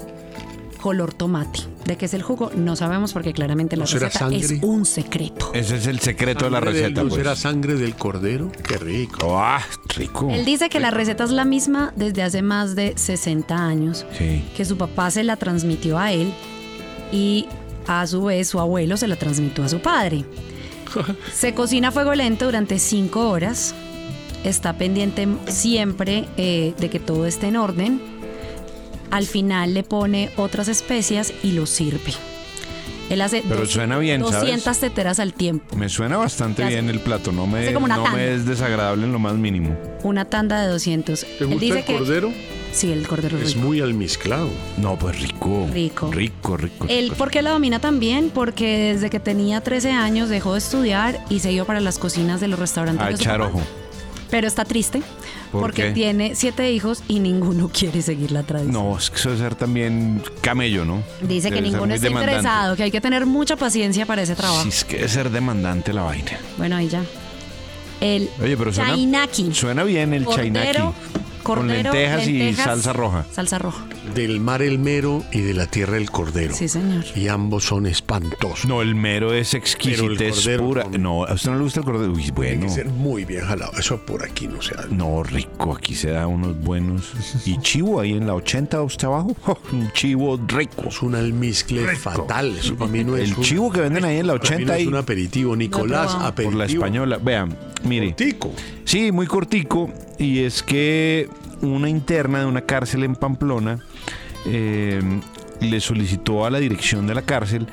[SPEAKER 4] color tomate. ¿De qué es el jugo? No sabemos porque claramente la
[SPEAKER 5] ¿No será
[SPEAKER 4] receta es
[SPEAKER 5] sangre?
[SPEAKER 4] un secreto.
[SPEAKER 3] Ese es el secreto de la
[SPEAKER 5] Sangre del
[SPEAKER 3] receta.
[SPEAKER 5] dulce,
[SPEAKER 3] pues.
[SPEAKER 5] era sangre del cordero? Qué rico.
[SPEAKER 3] ¡Ah! Rico.
[SPEAKER 4] Él dice
[SPEAKER 3] eh.
[SPEAKER 4] que la receta es la misma desde hace más de 60 años,
[SPEAKER 3] Sí.
[SPEAKER 4] que su papá se la transmitió a él y a su vez su abuelo se la transmitió a su padre. Se cocina a fuego lento durante 5 horas está pendiente siempre eh, de que todo esté en orden. Al final le pone otras especias y lo sirve. Él hace
[SPEAKER 3] Pero
[SPEAKER 4] dos-
[SPEAKER 3] suena bien, ¿sabes?
[SPEAKER 4] 200 teteras al tiempo.
[SPEAKER 3] Me suena bastante
[SPEAKER 4] Hace-
[SPEAKER 3] bien el plato, no me,
[SPEAKER 4] hace como una
[SPEAKER 3] no
[SPEAKER 4] tanda.
[SPEAKER 3] me es desagradable en lo más mínimo.
[SPEAKER 4] Una tanda de 200.
[SPEAKER 5] ¿Te
[SPEAKER 4] Él
[SPEAKER 5] gusta
[SPEAKER 4] dice
[SPEAKER 5] el
[SPEAKER 4] que-
[SPEAKER 5] cordero?
[SPEAKER 4] Sí, el cordero
[SPEAKER 5] Es
[SPEAKER 4] rico.
[SPEAKER 5] muy almizclado.
[SPEAKER 3] No, pues rico.
[SPEAKER 4] Rico.
[SPEAKER 3] Rico, rico.
[SPEAKER 4] Él, ¿por qué la domina también? Porque desde que tenía 13 años dejó de estudiar y se iba para las cocinas de los restaurantes.
[SPEAKER 3] A
[SPEAKER 4] de su papá.
[SPEAKER 3] Ah, echar ojo.
[SPEAKER 4] Pero está triste
[SPEAKER 3] ¿Por
[SPEAKER 4] porque
[SPEAKER 3] qué?
[SPEAKER 4] tiene siete hijos y ninguno quiere seguir la tradición.
[SPEAKER 3] No, es que eso debe ser también camello, ¿no?
[SPEAKER 4] Dice que
[SPEAKER 3] Debe ser
[SPEAKER 4] ninguno
[SPEAKER 3] muy
[SPEAKER 4] está
[SPEAKER 3] demandante.
[SPEAKER 4] interesado, que hay que tener mucha paciencia para ese trabajo.
[SPEAKER 3] Sí, es que debe ser demandante la vaina.
[SPEAKER 4] Bueno, ahí ya. El
[SPEAKER 3] Oye, pero suena,
[SPEAKER 4] Chainaki.
[SPEAKER 3] suena bien el chainaki.
[SPEAKER 4] cordero,
[SPEAKER 3] Con
[SPEAKER 4] cordero,
[SPEAKER 3] lentejas, y salsa roja.
[SPEAKER 4] Salsa roja.
[SPEAKER 5] Del mar el mero y de la tierra el cordero.
[SPEAKER 4] Sí, señor.
[SPEAKER 5] Y ambos son espantosos.
[SPEAKER 3] No, el mero es exquisitez
[SPEAKER 5] cordero,
[SPEAKER 3] pura. No, a usted no le gusta el cordero. Uy,
[SPEAKER 5] Tiene
[SPEAKER 3] bueno.
[SPEAKER 5] que ser muy bien jalado. Eso por aquí no se hace.
[SPEAKER 3] No, rico, aquí se da unos buenos. Y chivo ahí en la 80, usted abajo. Un chivo rico.
[SPEAKER 5] Es un almizcle fatal. Eso para mí no es
[SPEAKER 3] El
[SPEAKER 5] un-
[SPEAKER 3] chivo que venden ahí en la
[SPEAKER 5] para mí
[SPEAKER 3] 80
[SPEAKER 5] no es
[SPEAKER 3] y-
[SPEAKER 5] un aperitivo, Nicolás,
[SPEAKER 3] No, no.
[SPEAKER 5] aperitivo.
[SPEAKER 3] Por la española. Vean, mire. Sí, muy cortico. Y es que una interna de una cárcel en Pamplona eh, le solicitó a la dirección de la cárcel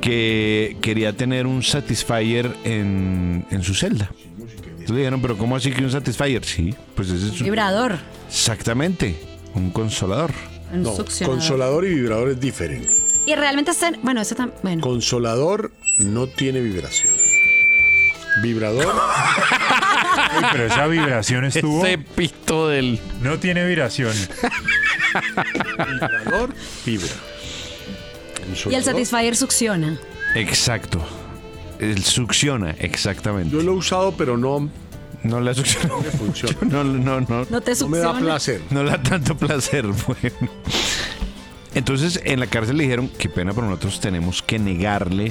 [SPEAKER 3] que quería tener un satisfier en, en su celda. Entonces le dijeron, pero ¿cómo así que un satisfier? Sí, pues ese es un-
[SPEAKER 4] Vibrador.
[SPEAKER 3] Exactamente, un consolador.
[SPEAKER 4] Un No, succionador.
[SPEAKER 5] Consolador y vibrador es diferente.
[SPEAKER 4] Y realmente está. en- Bueno, eso también. Bueno.
[SPEAKER 5] Consolador no tiene vibración. Vibrador.
[SPEAKER 7] Uy, pero esa vibración estuvo.
[SPEAKER 5] Ese
[SPEAKER 3] pito del.
[SPEAKER 7] No tiene vibración.
[SPEAKER 5] vibrador vibra.
[SPEAKER 4] Y el Satisfyer succiona.
[SPEAKER 3] Exacto. El succiona, exactamente.
[SPEAKER 5] Yo lo he usado, pero no.
[SPEAKER 3] No la succiona. No, no, no.
[SPEAKER 4] No te
[SPEAKER 5] No me da
[SPEAKER 4] succiona.
[SPEAKER 5] placer.
[SPEAKER 3] No le da tanto placer, bueno. Entonces, en la cárcel le dijeron, qué pena, pero nosotros tenemos que negarle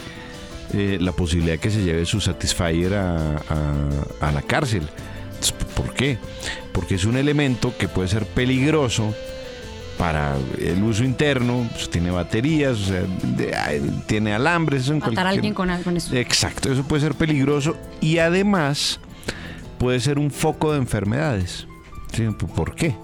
[SPEAKER 3] eh, la posibilidad que se lleve su Satisfyer a, a- a la cárcel. Entonces, ¿Por qué? Porque es un elemento que puede ser peligroso para el uso interno, pues, tiene baterías, o sea, de- ay, tiene alambres. eso en
[SPEAKER 4] Matar a
[SPEAKER 3] cualquier-
[SPEAKER 4] alguien con, con eso.
[SPEAKER 3] Exacto, eso puede ser peligroso y además puede ser un foco de enfermedades. Sí, ¿Por qué?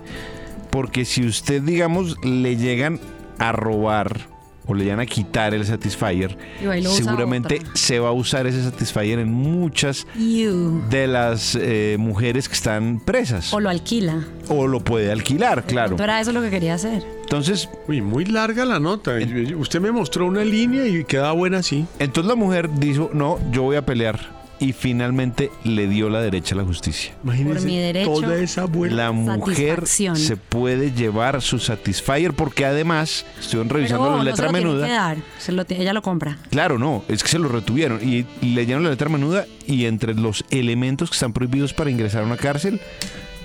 [SPEAKER 3] Porque si usted, digamos, le llegan a robar o le llegan a quitar el Satisfyer,
[SPEAKER 4] Y ahí lo usa
[SPEAKER 3] seguramente se va a usar ese Satisfyer en muchas
[SPEAKER 4] Ew.
[SPEAKER 3] de las eh, mujeres que están presas.
[SPEAKER 4] O lo alquila.
[SPEAKER 3] O lo puede alquilar, claro.
[SPEAKER 4] No era eso lo que quería hacer.
[SPEAKER 3] Entonces.
[SPEAKER 5] Uy, muy larga la nota. Usted me mostró una línea y queda buena así.
[SPEAKER 3] Entonces la mujer dijo, no, yo voy a pelear. Y finalmente le dio la derecha a la justicia.
[SPEAKER 5] Imagínese
[SPEAKER 4] Por mi derecho,
[SPEAKER 5] toda esa vuelta.
[SPEAKER 3] La mujer
[SPEAKER 4] Satisfacción.
[SPEAKER 3] se puede llevar su Satisfyer porque además, estuvieron
[SPEAKER 4] Pero oh,
[SPEAKER 3] revisando la
[SPEAKER 4] no
[SPEAKER 3] letra
[SPEAKER 4] se lo tiene
[SPEAKER 3] menuda.
[SPEAKER 4] que dar. Se lo tiene- ella lo compra.
[SPEAKER 3] Claro, no, es que se lo retuvieron y leyeron la letra menuda y entre los elementos que están prohibidos para ingresar a una cárcel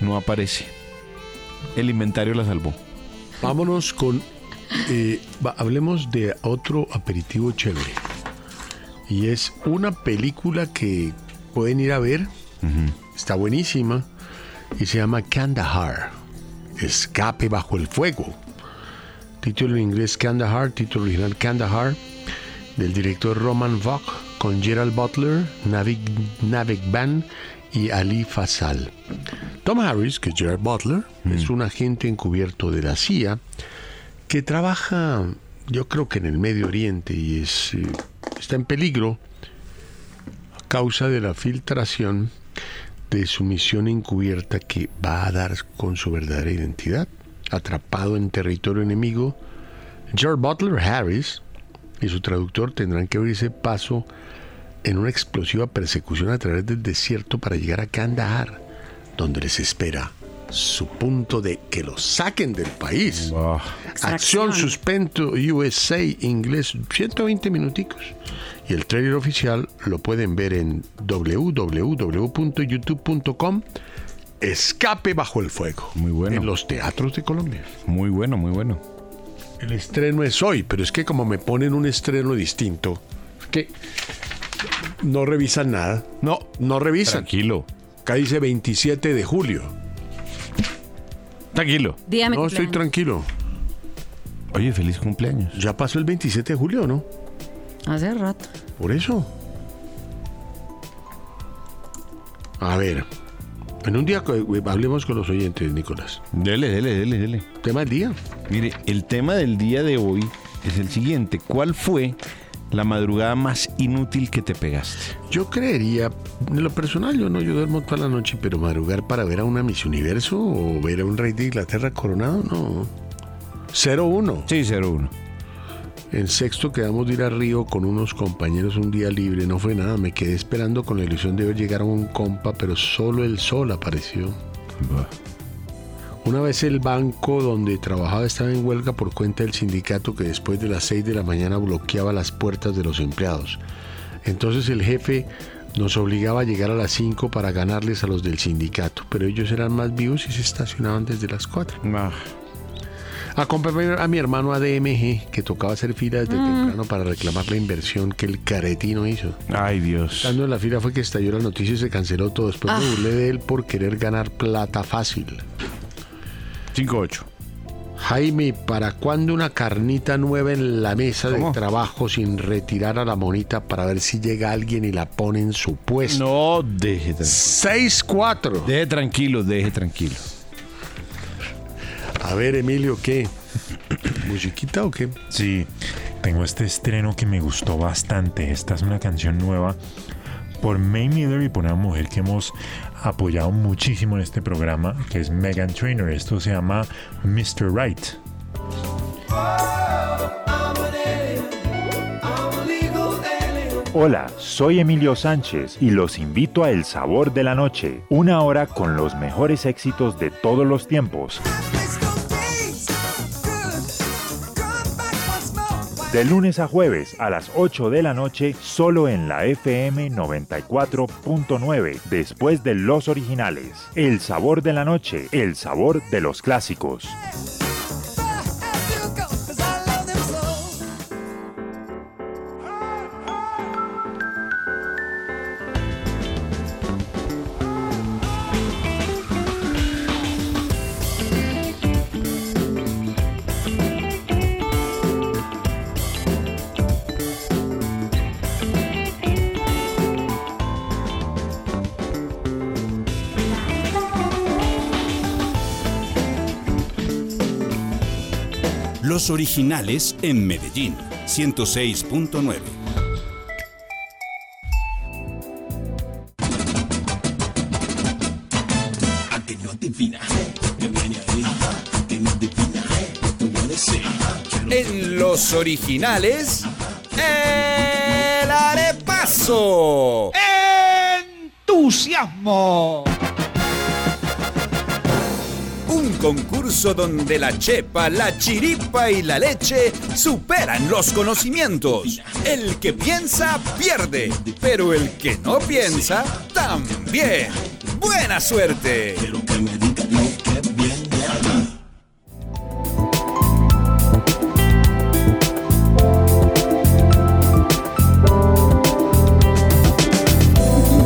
[SPEAKER 3] no aparece. El inventario la salvó.
[SPEAKER 5] Vámonos con. eh, va- hablemos de otro aperitivo chévere. Y es una película que pueden ir a ver. Está buenísima. Y se llama Kandahar. Escape bajo el fuego. Título en inglés Kandahar. Título original Kandahar. Del director Roman Vog. Con Gerald Butler, Navik, Navik Ban y Ali Fasal. Tom Harris, que es Gerard Butler, es un agente encubierto de la CIA que trabaja, yo creo que en el Medio Oriente y es, eh, está en peligro a causa de la filtración de su misión encubierta que va a dar con su verdadera identidad. Atrapado en territorio enemigo, Gerard Butler Harris y su traductor tendrán que abrirse paso en una explosiva persecución a través del desierto para llegar a Kandahar, donde les espera su punto de que lo saquen del país. Acción Suspenso USA inglés, 120 minuticos. Y el trailer oficial lo pueden ver en www.youtube.com Escape bajo el fuego. Muy bueno. En los teatros de Colombia.
[SPEAKER 3] Muy bueno, muy bueno.
[SPEAKER 5] El estreno es hoy, pero es que como me ponen un estreno distinto, es que no revisan nada. No, no revisan.
[SPEAKER 3] Tranquilo.
[SPEAKER 5] Acá dice 27 de julio.
[SPEAKER 3] Tranquilo.
[SPEAKER 4] Día de mi
[SPEAKER 5] no, estoy
[SPEAKER 4] cumpleaños.
[SPEAKER 5] tranquilo.
[SPEAKER 3] Oye, feliz cumpleaños.
[SPEAKER 5] Ya pasó el 27 de julio, ¿no?
[SPEAKER 4] Hace rato.
[SPEAKER 5] Por eso. A ver. En un día eh, hablemos con los oyentes, Nicolás.
[SPEAKER 3] Dele, dele, dele, dele.
[SPEAKER 5] ¿Tema del día?
[SPEAKER 3] Mire, el tema del día de hoy es el siguiente. ¿Cuál fue la madrugada más inútil que te pegaste?
[SPEAKER 5] Yo creería, en lo personal, yo no, yo duermo toda la noche, pero madrugar para ver a una Miss Universo o ver a un rey de Inglaterra coronado, no. 0-1.
[SPEAKER 3] Sí, 0-1.
[SPEAKER 5] En sexto quedamos de ir a Río con unos compañeros un día libre, no fue nada, me quedé esperando con la ilusión de ver llegar a un compa, pero solo el sol apareció. Una vez el banco donde trabajaba estaba en huelga por cuenta del sindicato que después de las 6 de la mañana bloqueaba las puertas de los empleados. Entonces el jefe nos obligaba a llegar a las 5 para ganarles a los del sindicato, pero ellos eran más vivos y se estacionaban desde las 4.
[SPEAKER 3] Ah,
[SPEAKER 5] Acompañé a mi hermano a DMG, que tocaba hacer fila desde
[SPEAKER 3] Mm.
[SPEAKER 5] temprano para reclamar la inversión que el caretino hizo.
[SPEAKER 3] Ay, Dios.
[SPEAKER 5] Estando en la fila fue que estalló la noticia y se canceló todo. Después me
[SPEAKER 3] Ah.
[SPEAKER 5] burlé de él por querer ganar plata fácil.
[SPEAKER 3] 5-8.
[SPEAKER 5] Jaime, ¿para cuándo una carnita nueva en la mesa de trabajo sin retirar a la monita para ver si llega alguien y la pone en su puesto?
[SPEAKER 3] No, deje tranquilo.
[SPEAKER 5] 6-4.
[SPEAKER 3] Deje tranquilo, deje tranquilo.
[SPEAKER 5] A ver, Emilio, ¿qué? ¿Musiquita o qué?
[SPEAKER 7] Sí, tengo este estreno que me gustó bastante. Esta es una canción nueva por May Miller y por una mujer que hemos apoyado muchísimo en este programa, que es Megan Trainor. Esto se llama Mr. Right.
[SPEAKER 19] Hola, soy Emilio Sánchez y los invito a El Sabor de la Noche, una hora con los mejores éxitos de todos los tiempos. De lunes a jueves a las 8 de la noche, solo en la FM 94.9, después de los originales. El Sabor de la Noche, el sabor de los clásicos.
[SPEAKER 10] Los originales en Medellín, 106.9.
[SPEAKER 20] En los originales, el arepaso. ¡Entusiasmo! Un concurso donde la chepa, la chiripa y la leche superan los conocimientos. El que piensa pierde, pero el que no piensa también. ¡Buena suerte!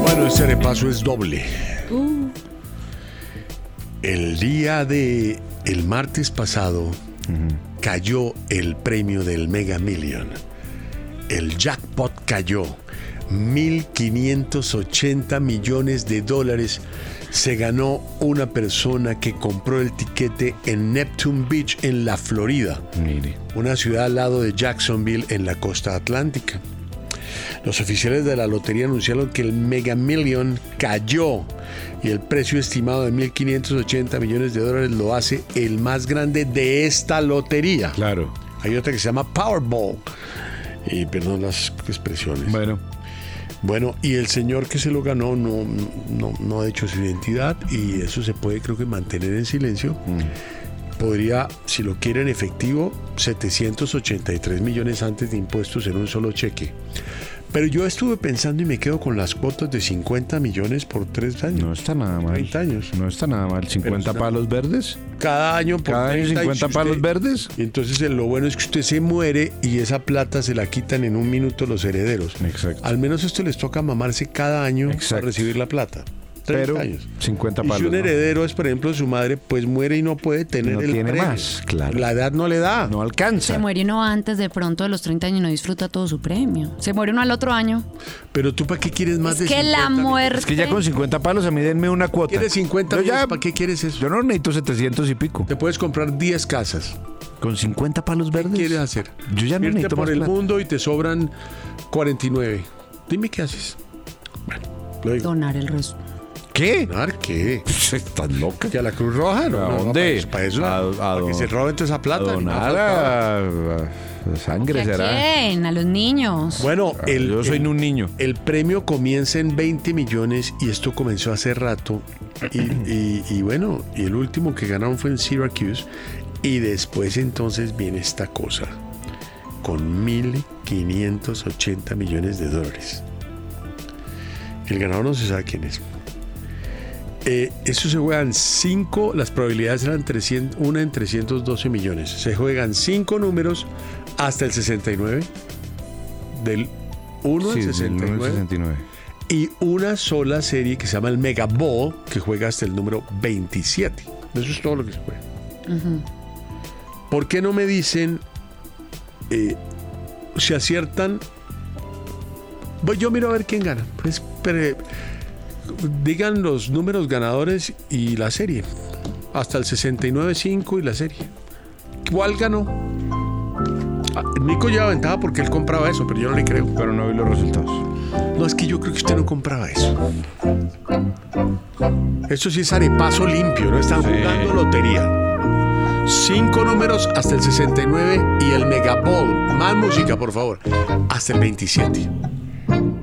[SPEAKER 5] Bueno, este repaso es doble. El día de el martes pasado cayó el premio del Mega Million. El jackpot cayó. 1.580 millones de dólares se ganó una persona que compró el tiquete en Neptune Beach en la Florida, una ciudad al lado de Jacksonville en la costa atlántica. Los oficiales de la lotería anunciaron que el Mega Million cayó y el precio estimado de 1.580 millones de dólares lo hace el más grande de esta lotería. Claro. Hay otra que se llama Powerball. Y perdón las expresiones. Bueno. Bueno, y el señor que se lo ganó no, no, no ha hecho su identidad y eso se puede creo que mantener en silencio. Mm. Podría, si lo quiere en efectivo, 783 millones antes de impuestos en un solo cheque. Pero yo estuve pensando y me quedo con las cuotas de 50 millones por tres años. No
[SPEAKER 3] está nada mal.
[SPEAKER 5] 30 años.
[SPEAKER 3] No está nada mal. 50 palos verdes.
[SPEAKER 5] Cada año por
[SPEAKER 3] Cada año
[SPEAKER 5] 30 y
[SPEAKER 3] 50
[SPEAKER 5] si
[SPEAKER 3] palos
[SPEAKER 5] usted-
[SPEAKER 3] verdes.
[SPEAKER 5] y entonces eh, lo bueno es que usted se muere y esa plata se la quitan en un minuto los herederos. Al menos esto les toca mamarse cada año para recibir la plata. pero
[SPEAKER 3] 50
[SPEAKER 5] Y si
[SPEAKER 3] palos,
[SPEAKER 5] un
[SPEAKER 3] ¿no?
[SPEAKER 5] heredero es, por ejemplo, su madre, pues muere y no puede tener
[SPEAKER 3] No
[SPEAKER 5] el
[SPEAKER 3] tiene
[SPEAKER 5] premio.
[SPEAKER 3] más, claro.
[SPEAKER 5] La edad no le da.
[SPEAKER 3] No alcanza.
[SPEAKER 4] Se muere uno antes de pronto de los 30 años y no disfruta todo su premio. Se muere uno al otro año.
[SPEAKER 5] Pero tú, ¿para qué quieres más de
[SPEAKER 4] es que la
[SPEAKER 5] 50 mil?
[SPEAKER 4] muerte.
[SPEAKER 3] Es que ya con 50 palos a mí denme una cuota.
[SPEAKER 5] ¿Quieres 50
[SPEAKER 3] Yo ya-
[SPEAKER 5] millones? ¿Para qué quieres eso?
[SPEAKER 3] Yo no necesito 700 y pico.
[SPEAKER 5] Te puedes comprar 10 casas.
[SPEAKER 3] ¿Con 50 palos verdes?
[SPEAKER 5] ¿Qué quieres hacer?
[SPEAKER 3] Yo Pues, ya no
[SPEAKER 5] Irte
[SPEAKER 3] necesito
[SPEAKER 5] por
[SPEAKER 3] más
[SPEAKER 5] el
[SPEAKER 3] plata.
[SPEAKER 5] mundo y te sobran 49. Dime qué haces. Bueno, lo digo.
[SPEAKER 4] Donar el resto.
[SPEAKER 3] ¿Qué?
[SPEAKER 5] ¿Donar qué?
[SPEAKER 3] Estás loca.
[SPEAKER 5] ¿Que a la Cruz Roja? No,
[SPEAKER 3] ¿A
[SPEAKER 5] no, no,
[SPEAKER 3] dónde?
[SPEAKER 5] para eso,
[SPEAKER 3] A-
[SPEAKER 5] para
[SPEAKER 3] a
[SPEAKER 5] eso, para que
[SPEAKER 3] don-
[SPEAKER 5] se roben toda esa plata. ni más
[SPEAKER 3] Donar
[SPEAKER 5] faltaba.
[SPEAKER 3] a, a- a sangre
[SPEAKER 4] ¿Y a
[SPEAKER 3] será.
[SPEAKER 4] quién? A los niños.
[SPEAKER 5] Bueno, el,
[SPEAKER 3] Ah, yo soy
[SPEAKER 5] el-
[SPEAKER 3] un niño.
[SPEAKER 5] El premio comienza en 20 millones y esto comenzó hace rato. Y, y- y bueno, y el último que ganaron fue en Syracuse. Y después entonces viene esta cosa con 1.580 millones de dólares. El ganador no se sabe quién es. Eh, eso se juegan 5, las probabilidades eran 300, una en 312 millones. Se juegan 5 números hasta el 69, del 1 al
[SPEAKER 3] Sí, del
[SPEAKER 5] 69,
[SPEAKER 3] 69.
[SPEAKER 5] y una sola serie que se llama el Mega Ball, que juega hasta el número 27. Eso es todo lo que se juega. ¿Por qué no me dicen eh, si aciertan? Voy yo miro a ver quién gana. Pues, pero, digan los números ganadores y la serie. Hasta el 69-5 y la serie. ¿Cuál ganó? Ah, Nico lleva ventaja porque él compraba eso, pero yo no le creo.
[SPEAKER 3] Pero no vi los resultados.
[SPEAKER 5] No, es que yo creo que usted no compraba eso. Esto sí es arepaso limpio, ¿no? Están jugando lotería. Cinco números hasta el 69 y el Megapol. Más música, por favor. Hasta el 27.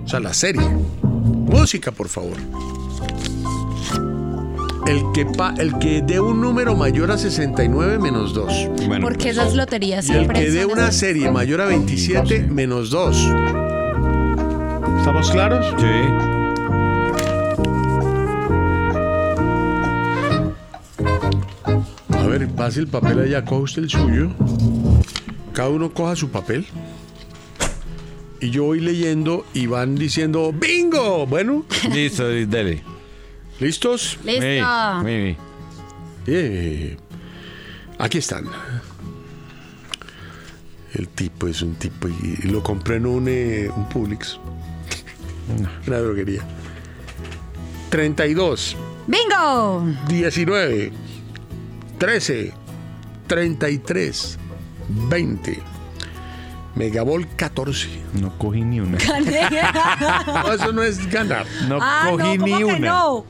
[SPEAKER 5] O sea, la serie. Música, por favor. El que, pa- el que dé un número mayor a 69 menos 2.
[SPEAKER 4] Porque esas loterías
[SPEAKER 5] pues, Y el
[SPEAKER 4] siempre
[SPEAKER 5] que dé
[SPEAKER 4] son
[SPEAKER 5] una
[SPEAKER 4] esas-
[SPEAKER 5] serie mayor a 27 menos 2. ¿Estamos claros?
[SPEAKER 3] Sí.
[SPEAKER 5] A ver, pase el papel allá, coja usted el suyo. Cada uno coja su papel. Y yo voy leyendo y van diciendo ¡Bingo! Bueno,
[SPEAKER 3] Listo, dale.
[SPEAKER 5] ¿listos?
[SPEAKER 4] Listo.
[SPEAKER 5] Eh, aquí están. El tipo es un tipo y y lo compré en un, eh, un Publix. Una droguería. 32.
[SPEAKER 4] ¡Bingo!
[SPEAKER 5] 19, 13, 33, 20. Megabol 14.
[SPEAKER 3] No cogí ni una.
[SPEAKER 5] No, eso no es ganar.
[SPEAKER 3] No
[SPEAKER 4] ah, no, ¿cómo que no?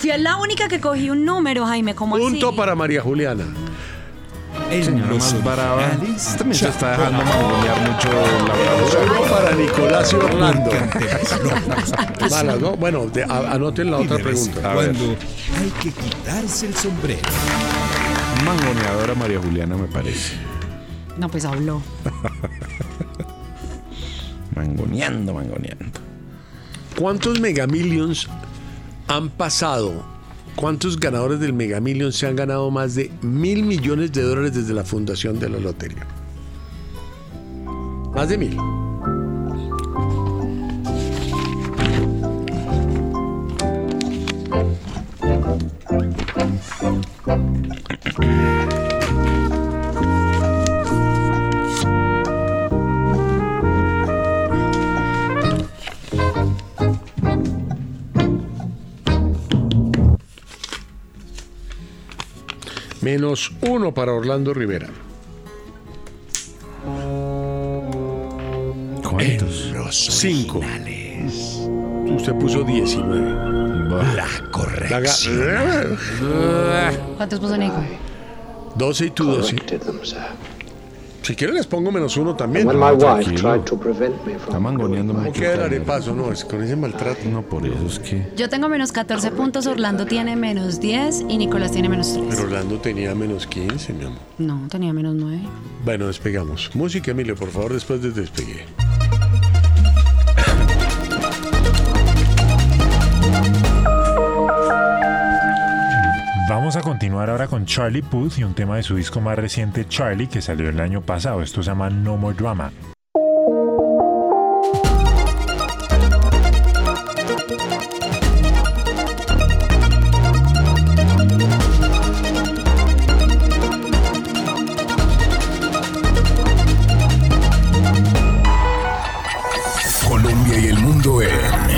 [SPEAKER 4] Si es la única que cogí un número, Jaime, ¿cómo
[SPEAKER 5] Punto
[SPEAKER 4] así?
[SPEAKER 5] para María Juliana.
[SPEAKER 3] Señora más brava. También se está dejando mangonear mucho la
[SPEAKER 5] Solo para Nicolás y Orlando. Malas, ¿no? Bueno, de- a- anoten la otra pregunta.
[SPEAKER 3] Cuando
[SPEAKER 10] hay que quitarse el sombrero.
[SPEAKER 3] mangoneadora María Juliana, me parece.
[SPEAKER 4] No, pues habló.
[SPEAKER 3] Mangoneando, mangoneando.
[SPEAKER 5] ¿Cuántos Megamillions han pasado? ¿Cuántos ganadores del Megamillion se han ganado más de mil millones de dólares desde la fundación de la lotería? Más de mil. Menos uno para Orlando Rivera.
[SPEAKER 3] ¿Cuántos?
[SPEAKER 5] Cinco. Usted puso 19.
[SPEAKER 3] La
[SPEAKER 5] La ga-
[SPEAKER 4] ¿Cuántos puso Nico?
[SPEAKER 5] 12 y tú 12. Si quieren les pongo menos uno también.
[SPEAKER 11] When my wife
[SPEAKER 5] Tranquilo.
[SPEAKER 11] tried to prevent me
[SPEAKER 3] Está
[SPEAKER 11] from
[SPEAKER 3] mangoneando
[SPEAKER 5] ¿Cómo
[SPEAKER 3] mucho.
[SPEAKER 5] queda el
[SPEAKER 3] Carlos.
[SPEAKER 5] arepaso? No, es con ese maltrato.
[SPEAKER 3] No, por eso es que.
[SPEAKER 4] Yo tengo menos 14 puntos, Orlando tiene menos 10 y Nicolás tiene menos 3.
[SPEAKER 5] Pero Orlando tenía menos 15, mi amor.
[SPEAKER 4] No, tenía menos 9.
[SPEAKER 5] Bueno, despegamos. Música, Emilio, por favor, después de despegue.
[SPEAKER 7] Vamos a continuar ahora con Charlie Puth y un tema de su disco más reciente, Charlie, que salió el año pasado. Esto se llama No More Drama.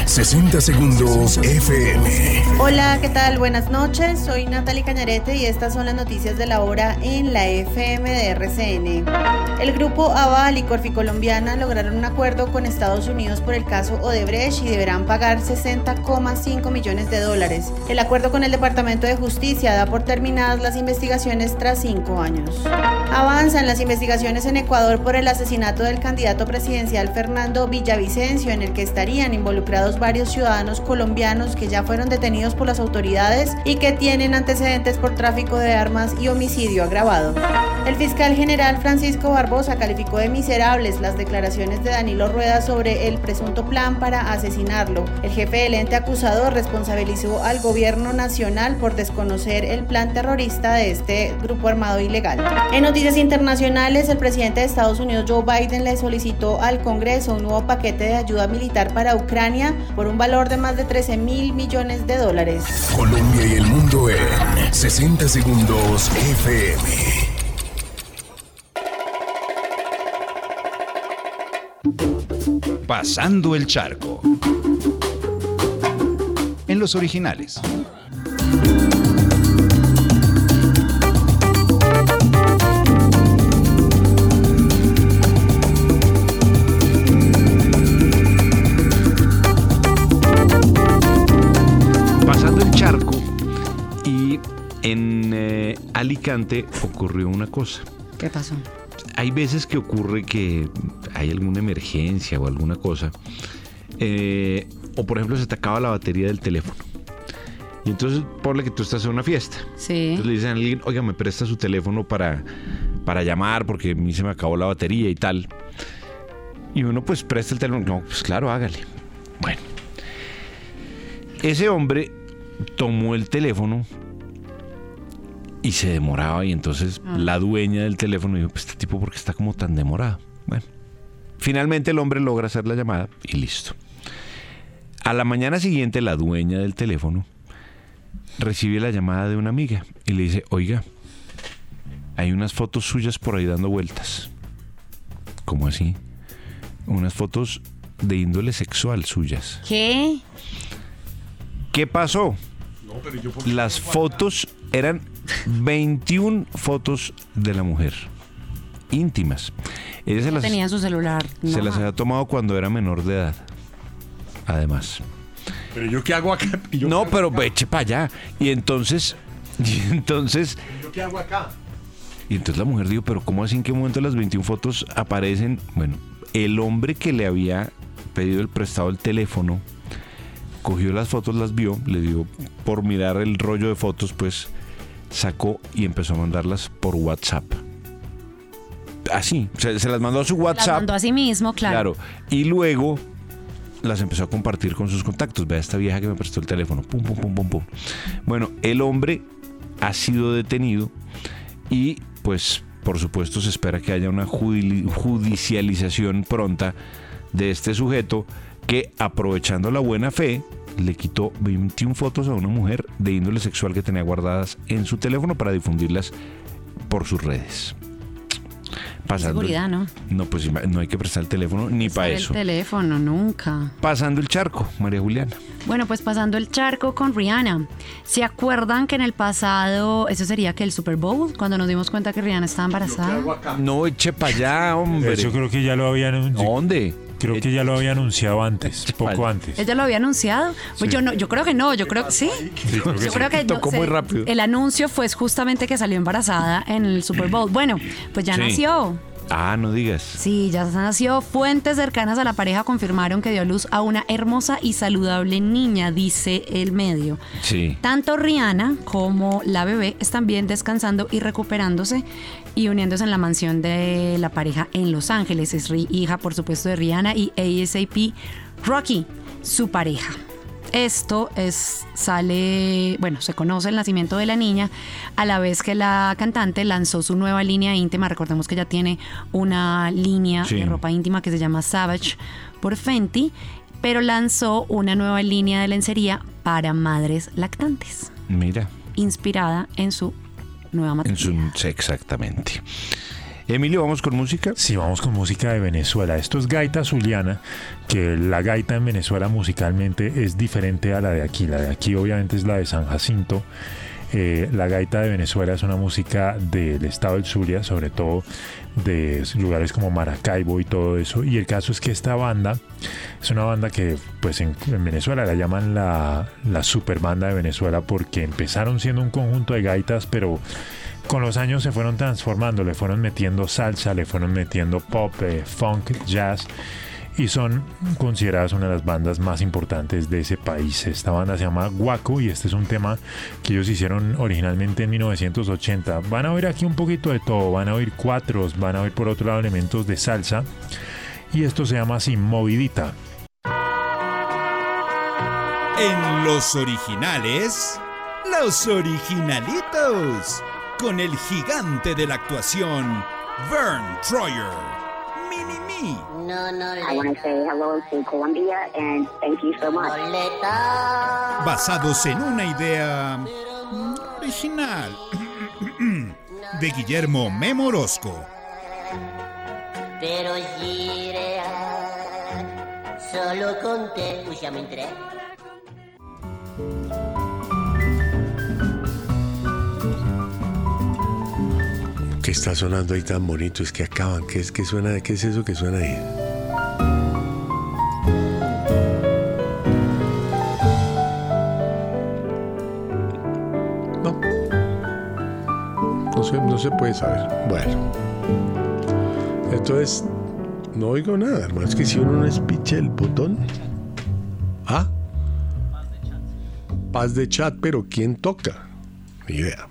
[SPEAKER 13] 60 segundos FM.
[SPEAKER 21] Hola, ¿qué tal? Buenas noches. Soy Natalie Cañarete y estas son las noticias de la hora en la FM de RCN. El grupo ABA Licorfi Colombiana lograron un acuerdo con Estados Unidos por el caso Odebrecht y deberán pagar 60,5 millones de dólares. El acuerdo con el Departamento de Justicia da por terminadas las investigaciones tras cinco años. Avanzan las investigaciones en Ecuador por el asesinato del candidato presidencial Fernando Villavicencio, en el que estarían involucrados varios ciudadanos colombianos que ya fueron detenidos por las autoridades y que tienen antecedentes por tráfico de armas y homicidio agravado. El fiscal general Francisco Barbosa calificó de miserables las declaraciones de Danilo Rueda sobre el presunto plan para asesinarlo. El jefe del ente acusado responsabilizó al gobierno nacional por desconocer el plan terrorista de este grupo armado ilegal. En noticias internacionales, el presidente de Estados Unidos Joe Biden le solicitó al Congreso un nuevo paquete de ayuda militar para Ucrania por un valor de más de 13 mil millones de dólares.
[SPEAKER 13] Colombia y el mundo en 60 segundos FM.
[SPEAKER 20] Pasando el charco. En los originales.
[SPEAKER 3] pasando el charco y en eh, Alicante ocurrió una cosa.
[SPEAKER 4] ¿Qué pasó?
[SPEAKER 3] Hay veces que ocurre que hay alguna emergencia o alguna cosa. eh, o por ejemplo se te acaba la batería del teléfono. Y entonces ponle que tú estás en una fiesta.
[SPEAKER 4] Sí.
[SPEAKER 3] Entonces le dicen a alguien, oiga, me presta su teléfono para, para llamar porque a mí se me acabó la batería y tal. Y uno pues presta el teléfono. No, pues claro, hágale. Bueno. Ese hombre tomó el teléfono y se demoraba y entonces la dueña del teléfono dijo, pues este tipo porque está como tan demorado. Bueno. Finalmente el hombre logra hacer la llamada y listo. A la mañana siguiente la dueña del teléfono recibe la llamada de una amiga y le dice, oiga, hay unas fotos suyas por ahí dando vueltas. ¿Cómo así? Unas fotos de índole sexual suyas.
[SPEAKER 4] ¿Qué?
[SPEAKER 3] ¿Qué pasó? Las fotos eran 21 fotos de la mujer, íntimas. Ella se
[SPEAKER 4] No
[SPEAKER 3] las,
[SPEAKER 4] tenía su celular.
[SPEAKER 3] Pues se
[SPEAKER 4] no.
[SPEAKER 3] las había tomado cuando era menor de edad, además.
[SPEAKER 5] Pero yo qué hago acá.
[SPEAKER 3] no, pero eche para allá. Y entonces, y entonces,
[SPEAKER 5] ¿Yo qué hago acá?
[SPEAKER 3] y entonces la mujer dijo, pero ¿cómo así en qué momento las 21 fotos aparecen? Bueno, el hombre que le había pedido el prestado el teléfono, cogió las fotos, las vio, le digo, por mirar el rollo de fotos, pues sacó y empezó a mandarlas por WhatsApp. Así, se, se las mandó a su
[SPEAKER 4] Las
[SPEAKER 3] WhatsApp.
[SPEAKER 4] mandó a sí mismo, claro.
[SPEAKER 3] Claro. Y luego las empezó a compartir con sus contactos. Vea esta vieja que me prestó el teléfono. Pum, pum, pum, pum, pum. Bueno, el hombre ha sido detenido y pues por supuesto se espera que haya una judi- judicialización pronta de este sujeto que aprovechando la buena fe le quitó 21 fotos a una mujer de índole sexual que tenía guardadas en su teléfono para difundirlas por sus redes. Pasando,
[SPEAKER 4] Seguridad, ¿no?
[SPEAKER 3] no, pues ima- no hay que prestar el teléfono ni para
[SPEAKER 4] El
[SPEAKER 3] eso.
[SPEAKER 4] teléfono, nunca.
[SPEAKER 3] Pasando el charco, María Juliana.
[SPEAKER 4] Bueno, pues pasando el charco con Rihanna. ¿Se acuerdan que en el pasado, eso sería que el Super Bowl, cuando nos dimos cuenta que Rihanna estaba embarazada?
[SPEAKER 3] No eche para allá, hombre.
[SPEAKER 7] Eso creo que ya lo habían.
[SPEAKER 3] ¿Dónde?
[SPEAKER 7] Creo que ya lo había anunciado antes, poco antes.
[SPEAKER 4] ¿Ella lo había anunciado? Pues
[SPEAKER 7] Sí.
[SPEAKER 4] yo no, yo creo que no, yo creo que sí.
[SPEAKER 7] Sí, creo que
[SPEAKER 4] Yo
[SPEAKER 7] sí.
[SPEAKER 4] creo que no sé, El anuncio fue justamente que salió embarazada en el Super Bowl. Bueno, pues ya
[SPEAKER 3] Sí.
[SPEAKER 4] nació.
[SPEAKER 3] Ah, no digas.
[SPEAKER 4] Sí, ya nació. Fuentes cercanas a la pareja confirmaron que dio a luz a una hermosa y saludable niña, dice el medio.
[SPEAKER 3] Sí.
[SPEAKER 4] Tanto Rihanna como la bebé están bien descansando y recuperándose y uniéndose en la mansión de la pareja en Los Ángeles. Es ri- hija, por supuesto, de Rihanna y ASAP Rocky, su pareja. Esto es, sale, bueno, se conoce el nacimiento de la niña a la vez que la cantante lanzó su nueva línea íntima. Recordemos que ella tiene una línea
[SPEAKER 9] Sí.
[SPEAKER 4] de ropa íntima que se llama Savage por Fenty, pero lanzó una nueva línea de lencería para madres lactantes,
[SPEAKER 3] Mira,
[SPEAKER 4] inspirada en su nueva
[SPEAKER 3] en
[SPEAKER 4] maternidad.
[SPEAKER 3] su- sí, exactamente. Emilio, ¿vamos con música?
[SPEAKER 7] Sí, vamos con música de Venezuela. Esto es gaita zuliana, que la gaita en Venezuela musicalmente es diferente a la de aquí. La de aquí obviamente es la de San Jacinto. Eh, la gaita de Venezuela es una música del estado del Zulia, sobre todo de lugares como Maracaibo y todo eso. Y el caso es que esta banda es una banda que pues en, en Venezuela la llaman la, la super banda de Venezuela porque empezaron siendo un conjunto de gaitas, pero con los años se fueron transformando, le fueron metiendo salsa, le fueron metiendo pop, eh, funk, jazz. Y son consideradas una de las bandas más importantes de ese país. Esta banda se llama Guaco y este es un tema que ellos hicieron originalmente en 1980. Van a oír aquí un poquito de todo, van a oír cuatros, van a oír por otro lado elementos de salsa. Y esto se llama así, Movidita.
[SPEAKER 10] En los originales, los originalitos, con el gigante de la actuación, Vern Troyer. Mini me.
[SPEAKER 2] No, no, I want to say hello to Colombia and thank you so much.
[SPEAKER 10] Basados en una idea mm, original de Guillermo Memo Orozco.
[SPEAKER 22] Pero giré solo conté. Uy, ya me entré.
[SPEAKER 5] ¿Qué está sonando ahí tan bonito? Es que acaban. ¿Qué es, que suena, ¿qué es eso que suena ahí? No. No se, no se puede saber. Bueno. Entonces, no oigo nada, hermano. Es que si uno no es piche el botón. ¿Ah? Paz de chat, pero ¿quién toca? Ni idea.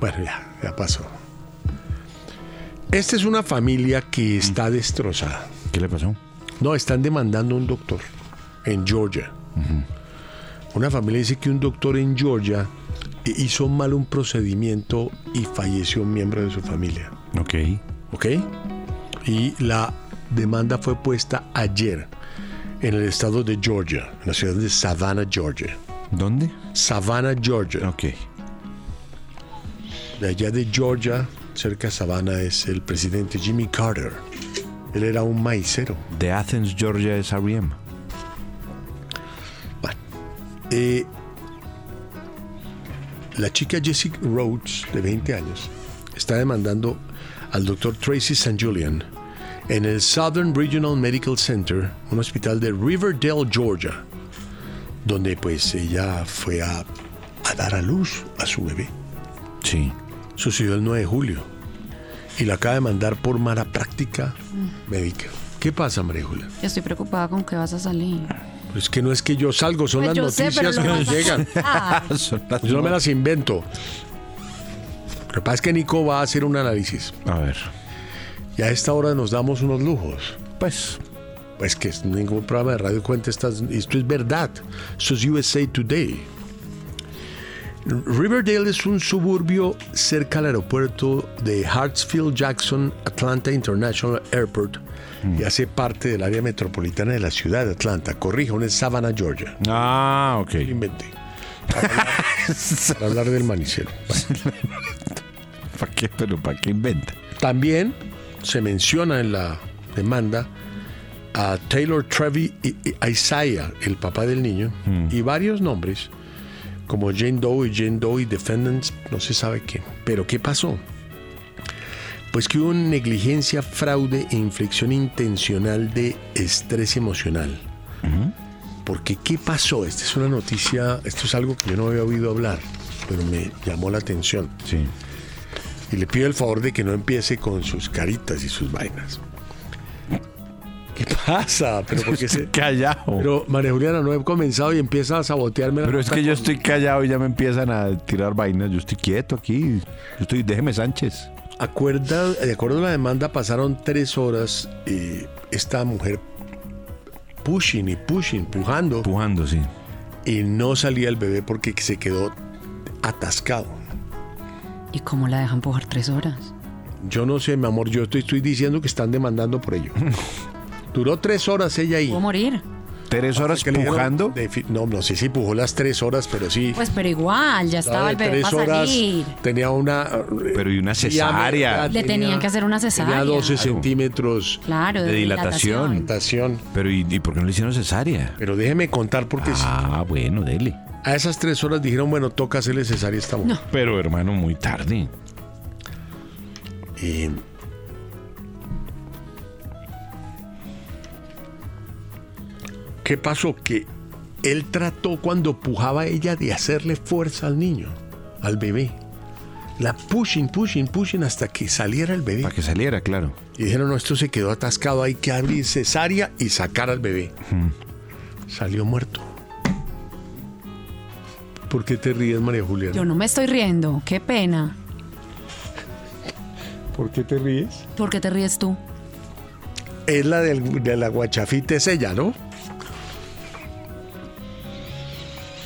[SPEAKER 5] Bueno, ya, ya pasó. Esta es una familia que está destrozada.
[SPEAKER 3] ¿Qué le pasó?
[SPEAKER 5] No, están demandando a un doctor en Georgia. Una familia dice que un doctor en Georgia hizo mal un procedimiento y falleció un miembro de su familia.
[SPEAKER 3] Ok.
[SPEAKER 5] ¿Ok? Y la demanda fue puesta ayer en el estado de Georgia, en la ciudad de Savannah, Georgia.
[SPEAKER 3] ¿Dónde?
[SPEAKER 5] Savannah, Georgia.
[SPEAKER 3] Ok.
[SPEAKER 5] De allá de Georgia, cerca de Savannah, es el presidente Jimmy Carter. Él era un maicero.
[SPEAKER 3] De Athens, Georgia es E R.E.M.
[SPEAKER 5] Eh, la chica Jessica Rhodes, de 20 años, está demandando al doctor Tracy St. Julian en el Southern Regional Medical Center, un hospital de Riverdale, Georgia, donde pues ella fue a, a dar a luz a su bebé.
[SPEAKER 3] Sí.
[SPEAKER 5] Sucedió el 9 de julio y la acaba de mandar por mala práctica médica. ¿Qué pasa, María Julia?
[SPEAKER 9] Yo estoy preocupada con que vas a salir.
[SPEAKER 5] Pues que no es que yo salgo, son
[SPEAKER 9] Pues yo
[SPEAKER 5] las
[SPEAKER 9] sé,
[SPEAKER 5] noticias
[SPEAKER 9] pero
[SPEAKER 5] que
[SPEAKER 9] no
[SPEAKER 5] nos
[SPEAKER 9] vas a-
[SPEAKER 5] llegan.
[SPEAKER 9] Ah.
[SPEAKER 5] Pues yo no me las invento. Lo que pasa es que Nico va a hacer un análisis.
[SPEAKER 3] A ver.
[SPEAKER 5] Y a esta hora nos damos unos lujos.
[SPEAKER 3] Pues.
[SPEAKER 5] Pues que es ningún programa de radio cuenta estas. Esto es verdad. Esto es USA Today. Riverdale es un suburbio cerca al aeropuerto de Hartsfield Jackson Atlanta International Airport y hace parte del área metropolitana de la ciudad de Atlanta. Corrijo, es Savannah, Georgia.
[SPEAKER 3] Ah, ok.
[SPEAKER 5] Inventé. Para hablar del manicero.
[SPEAKER 3] ¿Para qué? Pero ¿para qué inventa?
[SPEAKER 5] También se menciona en la demanda a Taylor Trevi y y- Isaiah, el papá del niño, y varios nombres, como Jane Doe y Jane Doe y Defendants, no se sabe qué. Pero ¿qué pasó? Pues que hubo negligencia, fraude e inflexión intencional de estrés emocional. Porque ¿qué pasó? Esta es una noticia, esto es algo que yo no había oído hablar, pero me llamó la atención.
[SPEAKER 3] Sí.
[SPEAKER 5] Y le pido el favor de que no empiece con sus caritas y sus vainas. ¿Qué pasa? Pero porque se...
[SPEAKER 3] Callado.
[SPEAKER 5] Pero María Juliana, no he comenzado y empieza a sabotearme. la
[SPEAKER 3] Pero es
[SPEAKER 5] nota
[SPEAKER 3] que yo
[SPEAKER 5] con-
[SPEAKER 3] estoy callado y ya me empiezan a tirar vainas. Yo estoy quieto aquí. Yo estoy, déjeme Sánchez.
[SPEAKER 5] Acuerda- de acuerdo a la demanda, pasaron tres horas eh, esta mujer pushing y pushing, pujando.
[SPEAKER 3] Pujando, sí.
[SPEAKER 5] Y no salía el bebé porque se quedó atascado.
[SPEAKER 9] ¿Y cómo la dejan pujar tres horas?
[SPEAKER 5] Yo no sé, mi amor, yo estoy, estoy diciendo que están demandando por ello. Duró tres horas ella ahí.
[SPEAKER 9] ¿Puedo morir?
[SPEAKER 3] Tres horas
[SPEAKER 5] que le dieron
[SPEAKER 3] pujando.
[SPEAKER 5] de fi- no, no sé si pujó las tres horas, pero sí.
[SPEAKER 4] Pues, pero igual, ya estaba
[SPEAKER 5] de
[SPEAKER 4] el bebé
[SPEAKER 5] tres
[SPEAKER 4] para
[SPEAKER 5] horas
[SPEAKER 4] salir.
[SPEAKER 5] tenía una. Pero
[SPEAKER 3] y una cesárea.
[SPEAKER 4] Le tenían que hacer una
[SPEAKER 5] Tenía
[SPEAKER 4] cesárea.
[SPEAKER 5] 12 centímetros
[SPEAKER 4] Claro,
[SPEAKER 3] de dilatación. Pero ¿y, y por qué no le hicieron cesárea?
[SPEAKER 5] Pero déjeme contar porque
[SPEAKER 3] Ah, bueno, dele.
[SPEAKER 5] a esas tres horas dijeron, bueno, toca hacerle cesárea a esta mujer.
[SPEAKER 3] Pero hermano, muy tarde.
[SPEAKER 5] Eh, ¿Qué pasó? Que él trató cuando pujaba ella de hacerle fuerza al niño, al bebé. La pushing, pushing, pushing hasta que saliera el bebé.
[SPEAKER 3] Para que saliera, claro.
[SPEAKER 5] Y dijeron, no, esto se quedó atascado, hay que abrir cesárea y sacar al bebé. Salió muerto. ¿Por qué te ríes, María Juliana?
[SPEAKER 4] Yo no me estoy riendo, qué pena.
[SPEAKER 5] ¿Por qué te ríes?
[SPEAKER 4] ¿Por qué te ríes tú?
[SPEAKER 5] Es la del- de la guachafita, es ella, ¿no?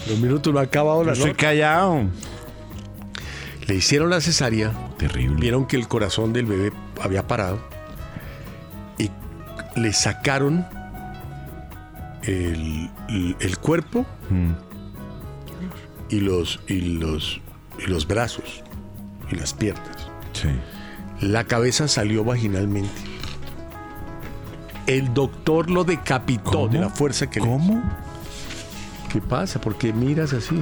[SPEAKER 5] Los minutos no ha acabado la
[SPEAKER 3] Yo estoy
[SPEAKER 5] noche.
[SPEAKER 3] callado.
[SPEAKER 5] Le hicieron la cesárea.
[SPEAKER 3] Terrible.
[SPEAKER 5] Vieron que el corazón del bebé había parado. Y le sacaron el, el- el cuerpo y, los, y, los, y los brazos y las piernas. La cabeza salió vaginalmente. El doctor lo decapitó de la fuerza que le hizo. ¿Qué pasa? ¿Por qué miras así?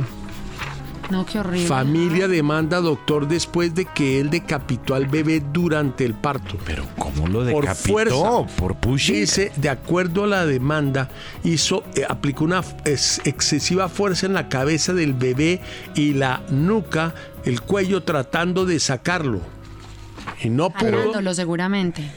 [SPEAKER 4] No, qué horrible.
[SPEAKER 5] Familia demanda a doctor después de que él decapitó al bebé durante el parto. Pero
[SPEAKER 3] ¿Cómo lo
[SPEAKER 5] por
[SPEAKER 3] decapitó?
[SPEAKER 5] fuerza.
[SPEAKER 3] Por pushing.
[SPEAKER 5] Dice, de acuerdo a la demanda, hizo, eh, aplicó una f- ex- excesiva fuerza en la cabeza del bebé y la nuca, el cuello, tratando de sacarlo. Y no pudo,
[SPEAKER 4] Jalándolo seguramente.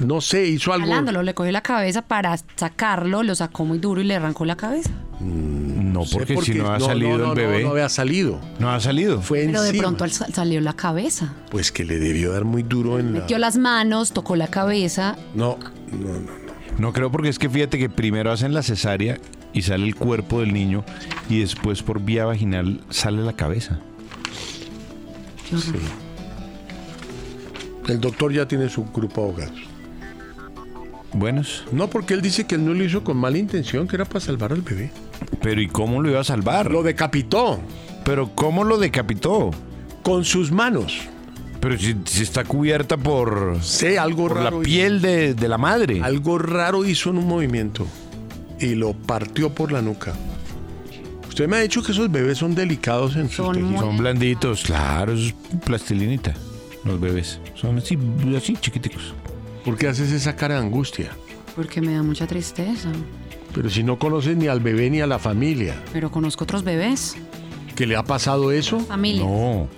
[SPEAKER 5] no sé, hizo algo.
[SPEAKER 4] Jalándolo, le cogió la cabeza para sacarlo, lo sacó muy duro y le arrancó la cabeza.
[SPEAKER 3] No,
[SPEAKER 5] sé
[SPEAKER 3] porque
[SPEAKER 5] por
[SPEAKER 3] si
[SPEAKER 5] qué-
[SPEAKER 3] no ha
[SPEAKER 5] no,
[SPEAKER 3] salido
[SPEAKER 5] no, no,
[SPEAKER 3] el bebé.
[SPEAKER 5] no, no había salido.
[SPEAKER 3] No ha salido.
[SPEAKER 5] Fue
[SPEAKER 4] Pero de
[SPEAKER 5] encima.
[SPEAKER 4] pronto al sal- salió la cabeza.
[SPEAKER 5] Pues que le debió dar muy duro en la.
[SPEAKER 4] Metió las manos, tocó la cabeza.
[SPEAKER 5] No, no, no.
[SPEAKER 3] No creo porque es que fíjate que primero hacen la cesárea y sale el cuerpo del niño y después por vía vaginal sale la cabeza.
[SPEAKER 5] El doctor ya tiene su grupo de abogados.
[SPEAKER 3] Buenos.
[SPEAKER 5] No, porque él dice que él no lo hizo con mala intención, que era para salvar al bebé.
[SPEAKER 3] Pero ¿y cómo lo iba a salvar?
[SPEAKER 5] Lo decapitó.
[SPEAKER 3] Pero ¿cómo lo decapitó?
[SPEAKER 5] Con sus manos.
[SPEAKER 3] Pero si, si está cubierta por,
[SPEAKER 5] Sí, algo
[SPEAKER 3] por
[SPEAKER 5] raro.
[SPEAKER 3] la piel de, de la madre.
[SPEAKER 5] Algo raro hizo en un movimiento y lo partió por la nuca. Usted me ha dicho que esos bebés son delicados en sus tejidos.
[SPEAKER 3] Son blanditos, claro, eso es plastilinita. Los bebés son así, así chiquiticos.
[SPEAKER 5] ¿Por qué haces esa cara de angustia?
[SPEAKER 4] Porque me da mucha tristeza.
[SPEAKER 5] Pero si no conoces ni al bebé ni a la familia,
[SPEAKER 4] Pero conozco otros bebés.
[SPEAKER 5] ¿qué le ha pasado eso?
[SPEAKER 4] Familia.
[SPEAKER 3] No.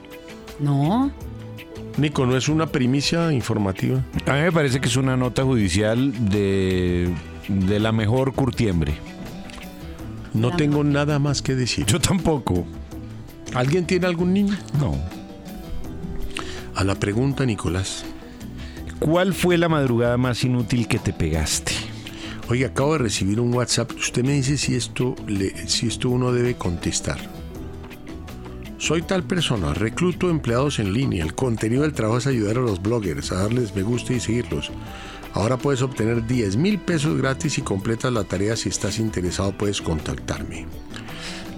[SPEAKER 4] No.
[SPEAKER 5] Nico, no es una primicia informativa.
[SPEAKER 3] A mí me parece que es una nota judicial de, de la mejor curtiembre.
[SPEAKER 5] No tengo nada más que decir.
[SPEAKER 3] Yo tampoco.
[SPEAKER 5] ¿Alguien tiene algún niño?
[SPEAKER 3] No.
[SPEAKER 5] A la pregunta, Nicolás.
[SPEAKER 3] ¿Cuál fue la madrugada más inútil que te pegaste?
[SPEAKER 5] Oye, acabo de recibir un WhatsApp. Usted me dice si esto, le- si esto uno debe contestar. Soy tal persona, recluto empleados en línea. El contenido del trabajo es ayudar a los bloggers, a darles me gusta y seguirlos. Ahora puedes obtener 10 mil pesos gratis y completas la tarea. Si estás interesado, puedes contactarme.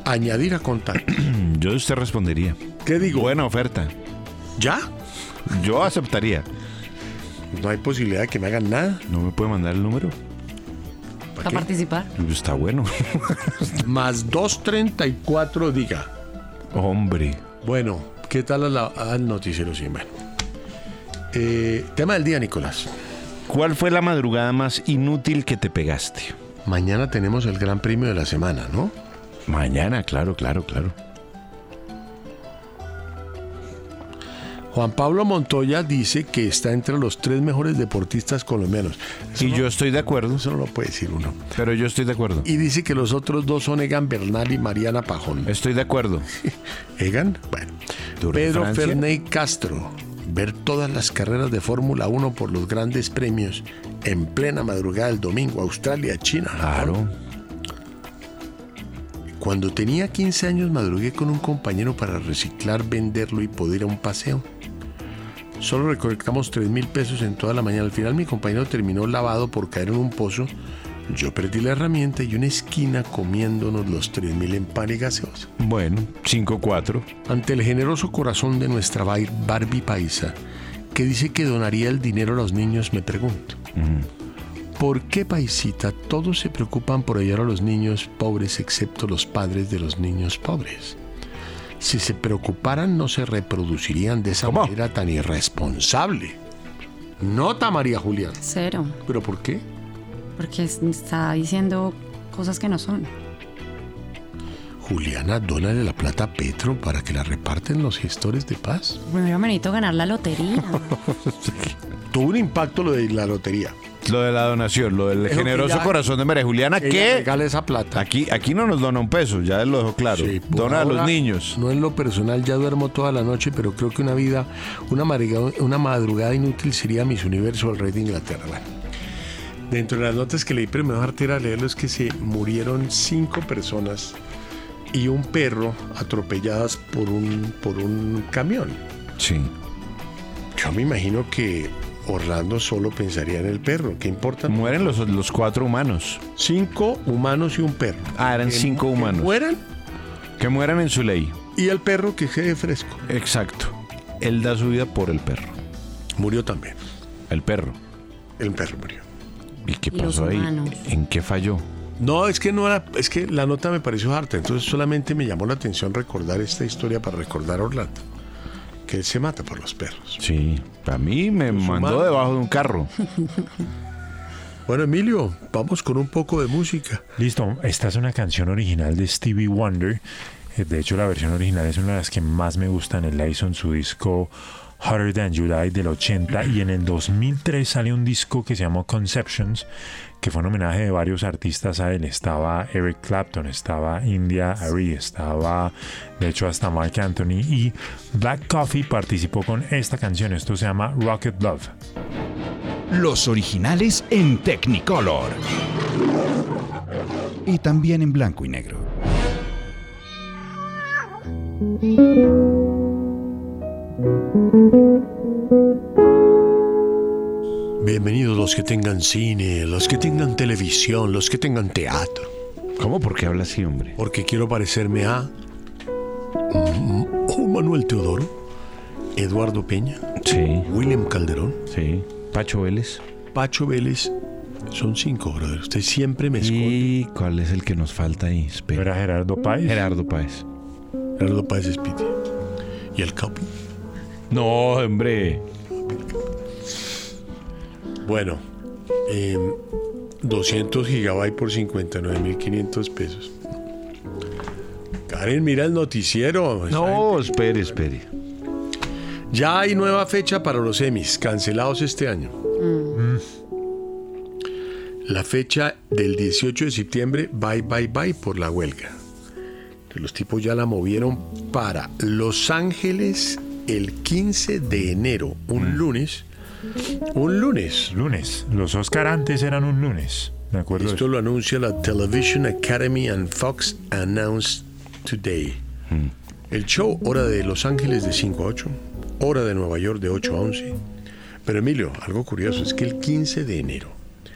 [SPEAKER 5] Añadir a contacto.
[SPEAKER 3] Mm, Yo de usted respondería.
[SPEAKER 5] ¿Qué digo? eh?
[SPEAKER 3] Buena oferta.
[SPEAKER 5] ¿Ya?
[SPEAKER 3] Yo aceptaría.
[SPEAKER 5] No hay posibilidad de que me hagan nada.
[SPEAKER 3] ¿No me puede mandar el número?
[SPEAKER 4] ¿Para participar?
[SPEAKER 3] Está bueno.
[SPEAKER 5] Más 234, diga.
[SPEAKER 3] Hombre.
[SPEAKER 5] Bueno, ¿qué tal a la- al noticiero sin ver? Eh, tema del día, Nicolás.
[SPEAKER 3] ¿Cuál fue la madrugada más inútil que te pegaste?
[SPEAKER 5] Mañana tenemos el gran premio de la semana, ¿no?
[SPEAKER 3] Mañana, claro, claro, claro.
[SPEAKER 5] Juan Pablo Montoya dice que está entre los tres mejores deportistas colombianos.
[SPEAKER 3] y yo estoy de acuerdo.
[SPEAKER 5] Eso no lo puede decir uno.
[SPEAKER 3] Pero yo estoy de acuerdo.
[SPEAKER 5] Y dice que los otros dos son Egan Bernal y Mariana Pajón.
[SPEAKER 3] Estoy de acuerdo.
[SPEAKER 5] Egan, bueno.
[SPEAKER 3] Tour de
[SPEAKER 5] Pedro
[SPEAKER 3] Francia.
[SPEAKER 5] Ferney Castro. Ver todas las carreras de Fórmula 1 por los grandes premios en plena madrugada del domingo. Australia, China. Japón.
[SPEAKER 3] Claro.
[SPEAKER 5] Cuando tenía 15 años madrugué con un compañero para reciclar, venderlo y poder ir a un paseo. Solo recolectamos 3 mil pesos en toda la mañana. Al final mi compañero terminó lavado por caer en un pozo Yo perdí la herramienta y una esquina comiéndonos los 3.000 en pan y gaseosa.
[SPEAKER 3] Bueno, 5-4.
[SPEAKER 5] Ante el generoso corazón de nuestra bai- Barbie Paisa, que dice que donaría el dinero a los niños, me pregunto. ¿Por qué, paisita, todos se preocupan por ayudar a los niños pobres excepto los padres de los niños pobres? Si se preocuparan, no se reproducirían de esa manera tan irresponsable. Nota, María Julián.
[SPEAKER 4] Cero.
[SPEAKER 5] ¿Pero por qué?
[SPEAKER 4] Porque es- está diciendo cosas que no son.
[SPEAKER 5] Juliana, dónale la plata a Petro para que la reparten los gestores de paz.
[SPEAKER 4] Primero me necesito ganar la lotería.
[SPEAKER 5] Tuvo un impacto lo de la lotería.
[SPEAKER 3] Lo de la donación, lo del
[SPEAKER 5] Eso que
[SPEAKER 3] generoso
[SPEAKER 5] ya-
[SPEAKER 3] corazón de María Juliana,
[SPEAKER 5] ella
[SPEAKER 3] que.
[SPEAKER 5] regala esa plata.
[SPEAKER 3] Aquí, aquí no nos dona un peso, ya lo dejo claro.
[SPEAKER 5] Por
[SPEAKER 3] dona a los
[SPEAKER 5] ahora,
[SPEAKER 3] niños.
[SPEAKER 5] No en lo personal, ya duermo toda la noche, pero creo que una vida, una madrugada, una madrugada inútil sería mis universo al rey de Inglaterra. Bueno, dentro de las notas que leí, pero me voy a hartar a leerlo, es que se murieron cinco personas y un perro atropelladas por un, por un camión.
[SPEAKER 3] Sí.
[SPEAKER 5] Yo me imagino que Orlando solo pensaría en el perro, ¿qué importa?
[SPEAKER 3] Mueren los, los cuatro humanos.
[SPEAKER 5] Cinco humanos y un perro.
[SPEAKER 3] Ah, eran
[SPEAKER 5] Que-
[SPEAKER 3] cinco
[SPEAKER 5] que
[SPEAKER 3] humanos.
[SPEAKER 5] mueran.
[SPEAKER 3] Que mueran en su ley.
[SPEAKER 5] Y el perro que quede fresco.
[SPEAKER 3] Exacto. Él da su vida por el perro.
[SPEAKER 5] Murió también.
[SPEAKER 3] El perro.
[SPEAKER 5] El perro murió.
[SPEAKER 3] ¿Y qué
[SPEAKER 5] Y los
[SPEAKER 3] pasó ahí?
[SPEAKER 5] humanos.
[SPEAKER 3] ¿En qué falló?
[SPEAKER 5] No, es que no era, es que la nota me pareció harta, entonces solamente me llamó la atención recordar esta historia para recordar a Orlando, que él se mata por los perros.
[SPEAKER 3] Sí, a mí me mandó
[SPEAKER 5] humanos.
[SPEAKER 3] debajo de un carro.
[SPEAKER 5] Bueno, Emilio, vamos con un poco de música.
[SPEAKER 7] Listo, esta es una canción original de Stevie Wonder. Eh, De hecho, la versión original es una de las que más me gustan. Él la hizo en su disco Hotter Than July del 80 y en el 2003 sale un disco que se llamó Conceptions, que fue un homenaje de varios artistas a él. Estaba Eric Clapton, estaba India Ari, estaba de hecho hasta Mark Anthony y Black Coffee participó con esta canción. Esto se llama Rocket Love.
[SPEAKER 10] Los originales en Technicolor. Y también en blanco y negro.
[SPEAKER 5] Bienvenidos los que tengan cine, los que tengan televisión, los que tengan teatro.
[SPEAKER 3] ¿Cómo? ¿Por qué habla así, hombre?
[SPEAKER 5] Porque quiero parecerme a mm, oh, Manuel Teodoro, Eduardo Peña, William Calderón,
[SPEAKER 3] Pacho Vélez.
[SPEAKER 5] Pacho Vélez. Son cinco, brother. Usted siempre me
[SPEAKER 3] escucha. ¿Y cuál es el que nos falta ahí? Espera.
[SPEAKER 7] ¿Era Gerardo Páez?
[SPEAKER 3] Gerardo Páez.
[SPEAKER 5] Gerardo Páez es Piti. ¿Y el Capi?
[SPEAKER 3] No, hombre.
[SPEAKER 5] Bueno, eh, 200 gigabytes por 59.500 pesos. Karen, mira el noticiero.
[SPEAKER 3] No, espere, espere.
[SPEAKER 5] Ya hay nueva fecha para los Emmys, cancelados este año. La fecha del 18 de septiembre, bye, bye, bye, por la huelga. Que Los tipos ya la movieron para Los Ángeles el 15 de enero, un lunes. Un lunes.
[SPEAKER 7] Lunes. Los Oscar antes eran un lunes. ¿De acuerdo?
[SPEAKER 5] Esto lo anuncia la Television Academy and Fox announced today.
[SPEAKER 7] Hmm.
[SPEAKER 5] El show, hora de Los Ángeles de 5 a 8, hora de Nueva York de 8 a 11. Pero Emilio, algo curioso es que el 15 de enero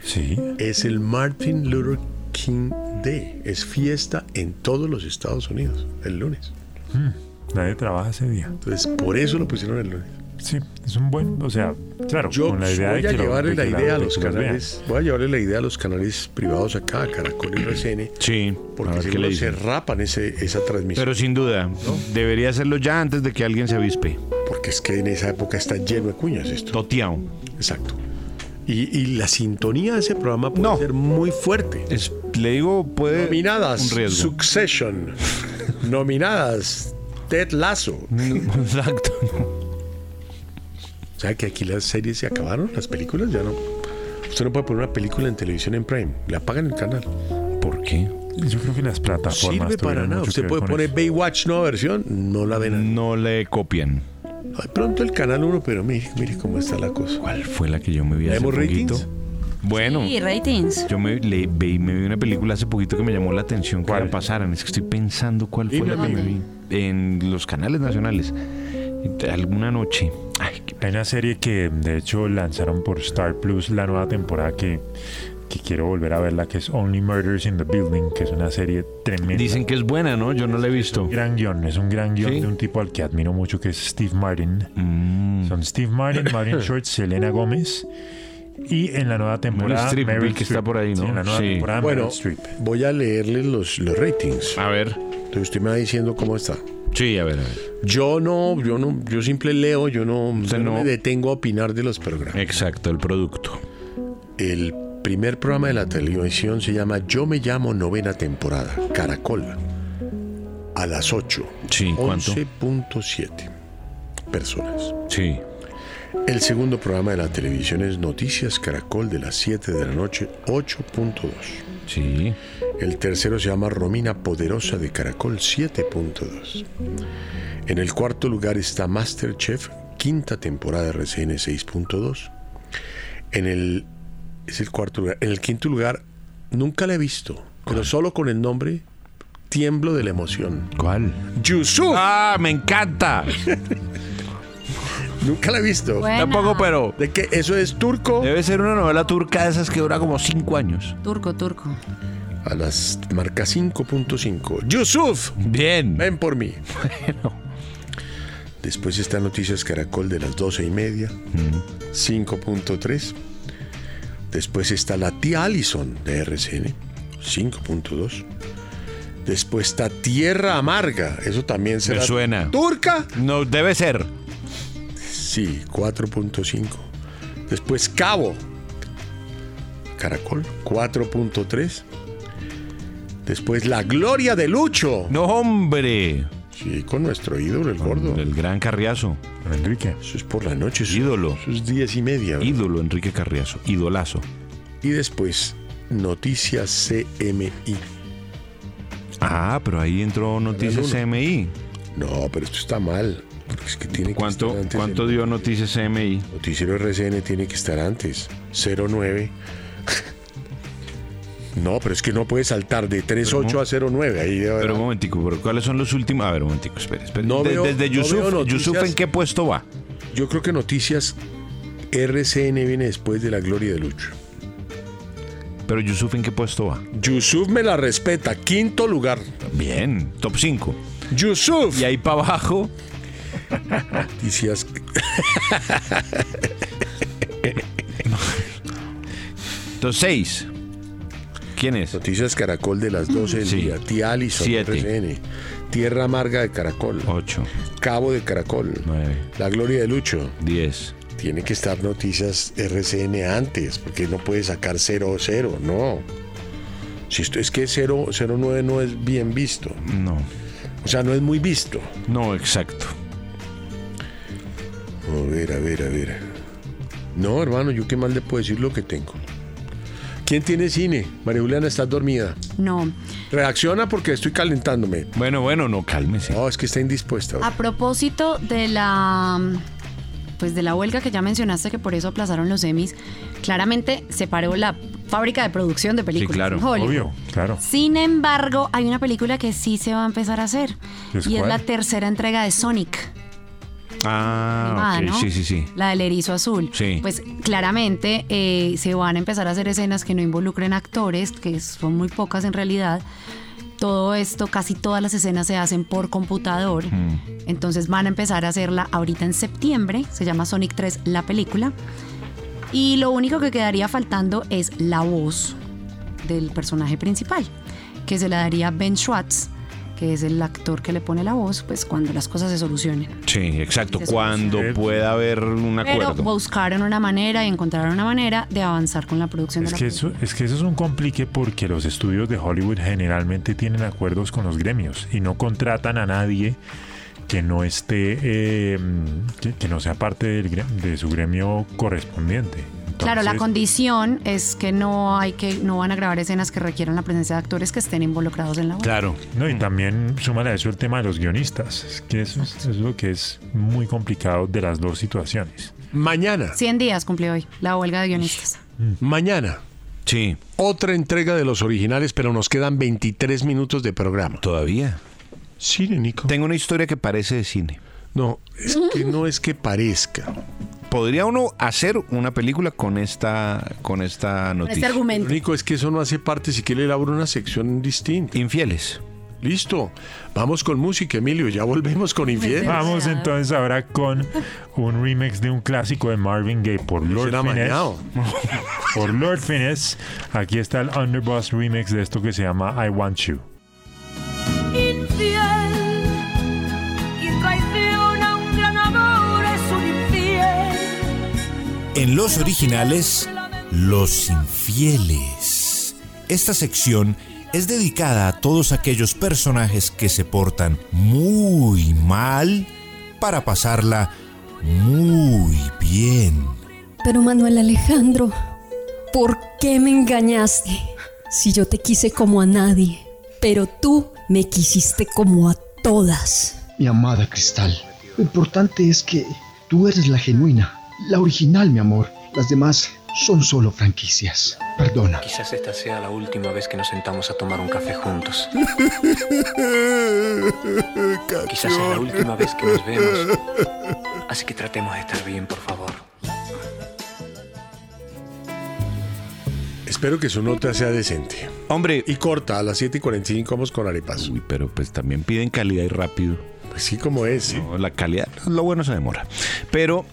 [SPEAKER 7] Sí.
[SPEAKER 5] es el Martin Luther King Day. Es fiesta en todos los Estados Unidos, el lunes.
[SPEAKER 7] Mm, Nadie trabaja ese día.
[SPEAKER 5] Entonces, por eso lo pusieron el lunes.
[SPEAKER 7] Sí, es un buen, o sea, claro,
[SPEAKER 5] Yo
[SPEAKER 7] con la idea
[SPEAKER 5] voy
[SPEAKER 7] de
[SPEAKER 5] a
[SPEAKER 7] que lo-
[SPEAKER 5] llevarle
[SPEAKER 7] de
[SPEAKER 5] la
[SPEAKER 7] que
[SPEAKER 5] idea a
[SPEAKER 7] de
[SPEAKER 5] los
[SPEAKER 7] que vean.
[SPEAKER 5] canales, voy a llevarle la idea a los canales privados acá, a Caracol y RCN,
[SPEAKER 3] Sí. a
[SPEAKER 5] porque
[SPEAKER 3] ver qué le
[SPEAKER 5] seguro se
[SPEAKER 3] dicen.
[SPEAKER 5] rapan ese- esa transmisión.
[SPEAKER 3] Pero sin duda, debería hacerlo ya antes de que alguien se avispe.
[SPEAKER 5] Porque es que en esa época está lleno de cuñas esto.
[SPEAKER 3] Totiao.
[SPEAKER 5] Exacto. Y, y la sintonía de ese programa puede ser muy fuerte.
[SPEAKER 3] Es, le digo, puede.
[SPEAKER 5] Nominadas.
[SPEAKER 3] Un riesgo.
[SPEAKER 5] Succession. Nominadas. Ted Lasso.
[SPEAKER 3] Exacto.
[SPEAKER 5] O sea que aquí las series se acabaron, las películas ya no. Usted no puede poner una película en televisión en Prime. Le apagan el canal.
[SPEAKER 3] ¿Por qué?
[SPEAKER 7] Yo creo que las plataformas
[SPEAKER 5] Sirve para
[SPEAKER 7] tuvieron
[SPEAKER 5] nada.
[SPEAKER 7] mucho que
[SPEAKER 5] Usted
[SPEAKER 7] ver
[SPEAKER 5] puede
[SPEAKER 7] con
[SPEAKER 5] poner
[SPEAKER 7] eso.
[SPEAKER 5] Baywatch nueva versión, no la ven.
[SPEAKER 3] No le copian.
[SPEAKER 5] De pronto el canal uno, pero mire, mire cómo está la cosa.
[SPEAKER 3] ¿Cuál fue la que yo me vi hace
[SPEAKER 5] ¿Leemos
[SPEAKER 3] poquito?
[SPEAKER 5] ratings?
[SPEAKER 3] Bueno.
[SPEAKER 4] Y ratings.
[SPEAKER 3] Yo me, le- ve- me vi una película hace poquito que me llamó la atención que la pasaran. Es que estoy pensando cuál fue la que me vi. En los canales nacionales. Alguna noche. Ay,
[SPEAKER 7] Hay una serie que de hecho lanzaron por Star Plus la nueva temporada que que quiero volver a verla, que es Only Murders in the Building, que es una serie tremenda.
[SPEAKER 3] Dicen que es buena, ¿no? Yo no la he visto.
[SPEAKER 7] Gran guión, es un gran guión
[SPEAKER 3] Sí.
[SPEAKER 7] de un tipo al que admiro mucho, que es Steve Martin.
[SPEAKER 3] Mm,
[SPEAKER 5] Mm.
[SPEAKER 7] Son Steve Martin, Martin Short, Selena Gómez. Y en la nueva temporada.
[SPEAKER 3] Meryl Streep,
[SPEAKER 7] Meryl
[SPEAKER 3] vi que está
[SPEAKER 7] Streep.
[SPEAKER 3] por ahí, ¿no?
[SPEAKER 7] Sí, en la nueva
[SPEAKER 3] Sí.
[SPEAKER 7] temporada.
[SPEAKER 3] Bueno,
[SPEAKER 7] Meryl Streep.
[SPEAKER 5] Voy a leerles los, los ratings.
[SPEAKER 3] A ver.
[SPEAKER 5] Entonces usted me va diciendo cómo está.
[SPEAKER 3] Sí, a ver, a ver.
[SPEAKER 5] Yo no, yo no, yo simple leo, yo no, yo no
[SPEAKER 3] no-
[SPEAKER 5] me detengo a opinar de los programas.
[SPEAKER 3] Exacto, el producto. Eh.
[SPEAKER 5] El primer programa de la televisión se llama Yo me llamo novena temporada, Caracol. A las 8.
[SPEAKER 3] Sí, ¿cuánto?
[SPEAKER 5] 11.7 personas.
[SPEAKER 3] Sí.
[SPEAKER 5] El segundo programa de la televisión es Noticias Caracol de las 7 de la noche, 8.2.
[SPEAKER 3] Sí.
[SPEAKER 5] El tercero se llama Romina Poderosa de Caracol, 7.2. En el cuarto lugar está Masterchef, quinta temporada RCN 6.2. En el es el cuarto lugar. En el quinto lugar, nunca la he visto, pero solo con el nombre tiemblo de la emoción.
[SPEAKER 3] ¿Cuál?
[SPEAKER 5] Yusuf.
[SPEAKER 3] Ah, me encanta.
[SPEAKER 5] nunca la he visto.
[SPEAKER 4] Buena. Tampoco,
[SPEAKER 3] pero.
[SPEAKER 5] ¿De qué? ¿Eso es turco?
[SPEAKER 3] Debe ser una novela turca de esas que dura como cinco años.
[SPEAKER 4] Turco, turco.
[SPEAKER 5] A las marca 5.5. Yusuf.
[SPEAKER 3] Bien.
[SPEAKER 5] Ven por mí. Después está Noticias Caracol de las 12 y media. 5.3. Después está la tía Allison de RCN, 5.2. Después está Tierra Amarga, eso también será.
[SPEAKER 3] suena.
[SPEAKER 5] ¿Turca?
[SPEAKER 3] No, debe ser.
[SPEAKER 5] Sí, 4.5. Después Cabo. Caracol, 4.3. Después La Gloria de Lucho.
[SPEAKER 3] No, hombre.
[SPEAKER 5] Sí, con nuestro ídolo, el gordo.
[SPEAKER 3] El gran Carriazo.
[SPEAKER 7] Enrique.
[SPEAKER 5] Eso es por la noche. Eso,
[SPEAKER 3] Ídolo.
[SPEAKER 5] eso es 10 y media. ¿verdad?
[SPEAKER 3] Ídolo, Enrique Carriazo. Idolazo.
[SPEAKER 5] Y después, Noticias CMI.
[SPEAKER 3] Ah, pero ahí entró Noticias
[SPEAKER 5] Canal
[SPEAKER 3] CMI.
[SPEAKER 5] No, pero esto está mal. Porque es que tiene que
[SPEAKER 3] ¿Cuánto,
[SPEAKER 5] estar antes
[SPEAKER 3] cuánto
[SPEAKER 5] del-
[SPEAKER 3] dio Noticias CMI?
[SPEAKER 5] Noticiero RCN tiene que estar antes. 09. no, pero es que no puede saltar de 38 a 09. Ahí debe haber-
[SPEAKER 3] Pero un momentico, pero ¿cuáles son los últimos? A ver, un momentico, espere, espere.
[SPEAKER 5] No
[SPEAKER 3] De-
[SPEAKER 5] veo-
[SPEAKER 3] desde
[SPEAKER 5] no
[SPEAKER 3] Yusuf,
[SPEAKER 5] veo noticias.
[SPEAKER 3] Yusuf, ¿en qué puesto va?
[SPEAKER 5] Yo creo que Noticias RCN viene después de la gloria de Lucho.
[SPEAKER 3] Pero Yusuf, ¿en qué puesto va?
[SPEAKER 5] Yusuf me la respeta. Quinto lugar.
[SPEAKER 3] Bien, top 5.
[SPEAKER 5] Yusuf.
[SPEAKER 3] Y ahí para abajo,
[SPEAKER 5] Noticias.
[SPEAKER 3] entonces 6. ¿Quién es?
[SPEAKER 5] Noticias Caracol de las 12 del
[SPEAKER 3] Sí.
[SPEAKER 5] día. Tía Alison,
[SPEAKER 3] Siete.
[SPEAKER 5] RCN. Tierra Amarga de Caracol.
[SPEAKER 3] 8,
[SPEAKER 5] Cabo de Caracol.
[SPEAKER 3] 9,
[SPEAKER 5] La gloria de Lucho.
[SPEAKER 3] 10.
[SPEAKER 5] Tiene que estar noticias RCN antes, porque no puede sacar 00, no. Si esto es que 0, 09 no es bien visto,
[SPEAKER 3] No,
[SPEAKER 5] o sea, no es muy visto.
[SPEAKER 3] no, exacto.
[SPEAKER 5] A ver, a ver, a ver. No, hermano, yo qué mal le puedo decir lo que tengo. ¿Quién tiene cine? María Juliana, estás dormida.
[SPEAKER 4] No.
[SPEAKER 5] Reacciona porque estoy calentándome.
[SPEAKER 3] Bueno, bueno, no, cálmese.
[SPEAKER 5] No, es que está indispuesta.
[SPEAKER 4] A propósito de la pues de la huelga que ya mencionaste que por eso aplazaron los Emmys, claramente se paró la fábrica de producción de películas.
[SPEAKER 3] claro,
[SPEAKER 4] en Hollywood.
[SPEAKER 7] Obvio, claro.
[SPEAKER 4] Sin embargo, hay una película que sí se va a empezar a hacer
[SPEAKER 7] ¿Es
[SPEAKER 4] y es
[SPEAKER 7] cuál?
[SPEAKER 4] la tercera entrega de Sonic.
[SPEAKER 3] Ah,
[SPEAKER 4] Animada,
[SPEAKER 3] ok,
[SPEAKER 4] Ah, ¿no?
[SPEAKER 3] sí, sí, sí.
[SPEAKER 4] La del erizo azul.
[SPEAKER 3] Sí.
[SPEAKER 4] Pues claramente eh, se van a empezar a hacer escenas que no involucren actores, que son muy pocas en realidad. Todo esto, casi todas las escenas se hacen por computador.
[SPEAKER 3] Mm.
[SPEAKER 4] Entonces van a empezar a hacerla ahorita en septiembre. Se llama Sonic 3 la película. Y lo único que quedaría faltando es la voz del personaje principal, que se la daría Ben Schwartz, que es el actor que le pone la voz, pues cuando las cosas se solucionen.
[SPEAKER 3] Sí, exacto. Cuando pueda haber un
[SPEAKER 4] Pero pues
[SPEAKER 3] acuerdo.
[SPEAKER 4] buscaron una manera y encontraron una manera de avanzar con la producción
[SPEAKER 7] Es
[SPEAKER 4] de la
[SPEAKER 7] que, eso, es que eso es un complique porque los estudios de Hollywood generalmente tienen acuerdos con los gremios y no contratan a nadie que no esté eh, que, que no sea parte del gre- de su gremio correspondiente.
[SPEAKER 4] Claro, la
[SPEAKER 7] Entonces,
[SPEAKER 4] condición es que no hay que no van a grabar escenas que requieran la presencia de actores que estén involucrados en la obra.
[SPEAKER 3] Claro.
[SPEAKER 7] No, y también súmale a eso el tema de los guionistas, es que eso es, eso es lo que es muy complicado de las dos situaciones.
[SPEAKER 5] Mañana,
[SPEAKER 4] 100 días cumplió hoy la huelga de guionistas.
[SPEAKER 5] mañana,
[SPEAKER 3] Sí,
[SPEAKER 5] otra entrega de los originales, pero nos quedan 23 minutos de programa.
[SPEAKER 3] todavía.
[SPEAKER 5] Cine, Nico.
[SPEAKER 3] Tengo una historia que parece de cine.
[SPEAKER 5] No, es que no es que parezca.
[SPEAKER 3] podría uno hacer una película con esta, con
[SPEAKER 4] este
[SPEAKER 3] esta noticia.
[SPEAKER 5] Lo único es que eso no hace parte, si quiere elabora una sección distinta.
[SPEAKER 3] Infieles.
[SPEAKER 5] Listo. Vamos con música, Emilio. Ya volvemos con Infieles.
[SPEAKER 7] Vamos entonces ahora con un remix de un clásico de Marvin Gaye por Lord
[SPEAKER 5] Será
[SPEAKER 7] Finesse.
[SPEAKER 5] mañado.
[SPEAKER 7] Por Lord Finesse. Aquí está el Underboss remix de esto que se llama I Want You.
[SPEAKER 1] Infiel, quien traiciona un gran amor es un infiel.
[SPEAKER 12] En los originales, Los Infieles. Esta sección es dedicada a todos aquellos personajes que se portan muy mal para pasarla muy bien.
[SPEAKER 6] Pero Manuel Alejandro, ¿por qué me engañaste? Si yo te quise como a nadie, pero tú me quisiste como a todas.
[SPEAKER 8] Mi amada Cristal, lo importante es que tú eres la genuina, la original, mi amor. Las demás son solo franquicias. Perdona.
[SPEAKER 23] Quizás esta sea la última vez que nos sentamos a tomar un café juntos. Quizás es la última vez que nos vemos. Así que tratemos de estar bien, por favor.
[SPEAKER 5] Espero que su nota sea decente.
[SPEAKER 3] Hombre.
[SPEAKER 5] Y corta, a las 7 y 45 vamos con arepas.
[SPEAKER 3] Uy, pero pues también piden calidad y rápido.
[SPEAKER 5] Así como es. ¿eh?
[SPEAKER 3] la calidad, lo bueno se demora. Pero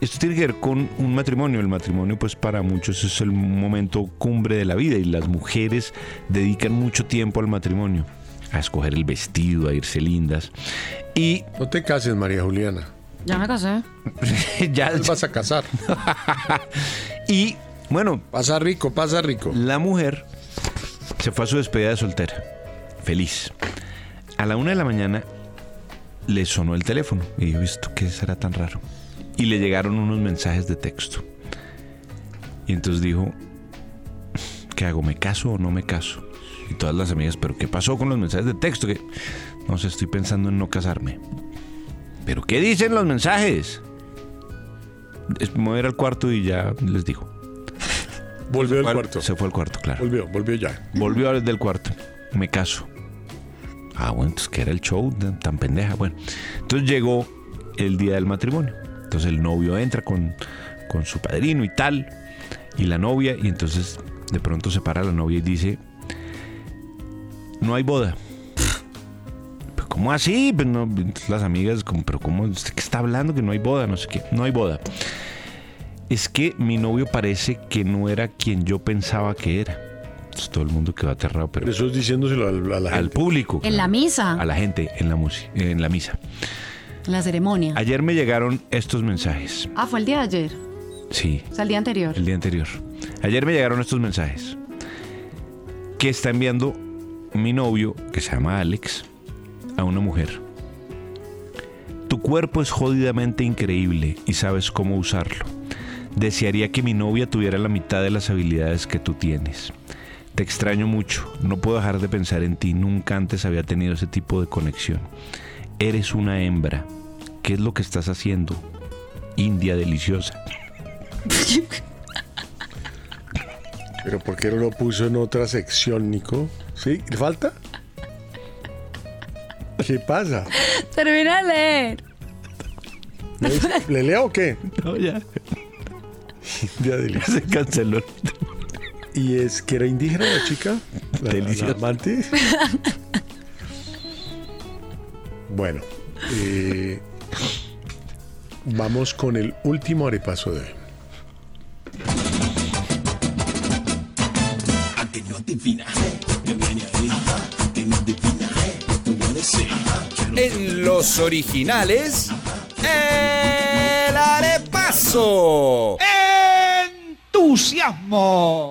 [SPEAKER 3] esto tiene que ver con un matrimonio. El matrimonio, pues para muchos es el momento cumbre de la vida y las mujeres dedican mucho tiempo al matrimonio. A escoger el vestido, a irse lindas. Y...
[SPEAKER 5] No te cases, María Juliana.
[SPEAKER 4] Ya me casé.
[SPEAKER 3] ya
[SPEAKER 5] vas a casar.
[SPEAKER 3] y bueno,
[SPEAKER 5] pasa rico, pasa rico.
[SPEAKER 3] La mujer se fue a su despedida de soltera, feliz. A la una de la mañana le sonó el teléfono y dijo, ¿esto qué será tan raro? Y le llegaron unos mensajes de texto. Y entonces dijo, ¿qué hago? ¿Me caso o no me caso? Y todas las amigas, ¿pero qué pasó con los mensajes de texto? Que, no sé, estoy pensando en no casarme. ¿Pero qué dicen los mensajes? Es- Me voy a ir al cuarto y ya les digo.
[SPEAKER 5] Volvió
[SPEAKER 3] Se
[SPEAKER 5] al
[SPEAKER 3] fue
[SPEAKER 5] cuarto.
[SPEAKER 3] Se fue al cuarto, claro.
[SPEAKER 5] Volvió, volvió ya.
[SPEAKER 3] Volvió desde el cuarto. Me caso. Ah, bueno, entonces que era el show tan- tan pendeja. Bueno, entonces llegó el día del matrimonio. Entonces el novio entra con, con su padrino y tal, y la novia, y entonces de pronto se para la novia y dice, no hay boda. "¿Pero ¿Cómo así? Pues no, las amigas, como, pero ¿cómo? ¿Usted qué está hablando? Que no hay boda, no sé qué. No hay boda. Es que mi novio parece que no era quien yo pensaba que era. Entonces, todo el mundo quedó aterrado, pero...
[SPEAKER 5] Eso es diciéndoselo al, a la
[SPEAKER 3] Al
[SPEAKER 5] gente.
[SPEAKER 3] público.
[SPEAKER 4] En la misa,
[SPEAKER 3] A la gente en la, musi- en la misa.
[SPEAKER 4] en la ceremonia.
[SPEAKER 3] Ayer me llegaron estos mensajes.
[SPEAKER 9] Ah, fue el día de ayer,
[SPEAKER 3] Sí,
[SPEAKER 9] o sea, el día anterior.
[SPEAKER 3] el día anterior. Ayer me llegaron estos mensajes que está enviando mi novio, que se llama Alex, a una mujer. Tu cuerpo es jodidamente increíble y sabes cómo usarlo. Desearía que mi novia tuviera la mitad de las habilidades que tú tienes. Te extraño mucho, no puedo dejar de pensar en ti, nunca antes había tenido ese tipo de conexión. Eres una hembra. ¿Qué es lo que estás haciendo? India deliciosa.
[SPEAKER 5] Pero ¿por qué no lo puso en otra sección, Nico? ¿Sí? ¿Le falta? ¿Qué pasa?
[SPEAKER 4] Termina de leer.
[SPEAKER 5] ¿No es- ¿Le leo o qué?
[SPEAKER 3] No, ya.
[SPEAKER 5] Ya dile.
[SPEAKER 3] Se canceló.
[SPEAKER 5] ¿Y es que era indígena la chica? ¿La, la amante? Bueno, eh, vamos con el último arepaso de hoy.
[SPEAKER 24] Antes no adivina, que viene ahí. Antes no adivina, tú no deseas.
[SPEAKER 20] En los originales, el arepaso. ¡Entusiasmo!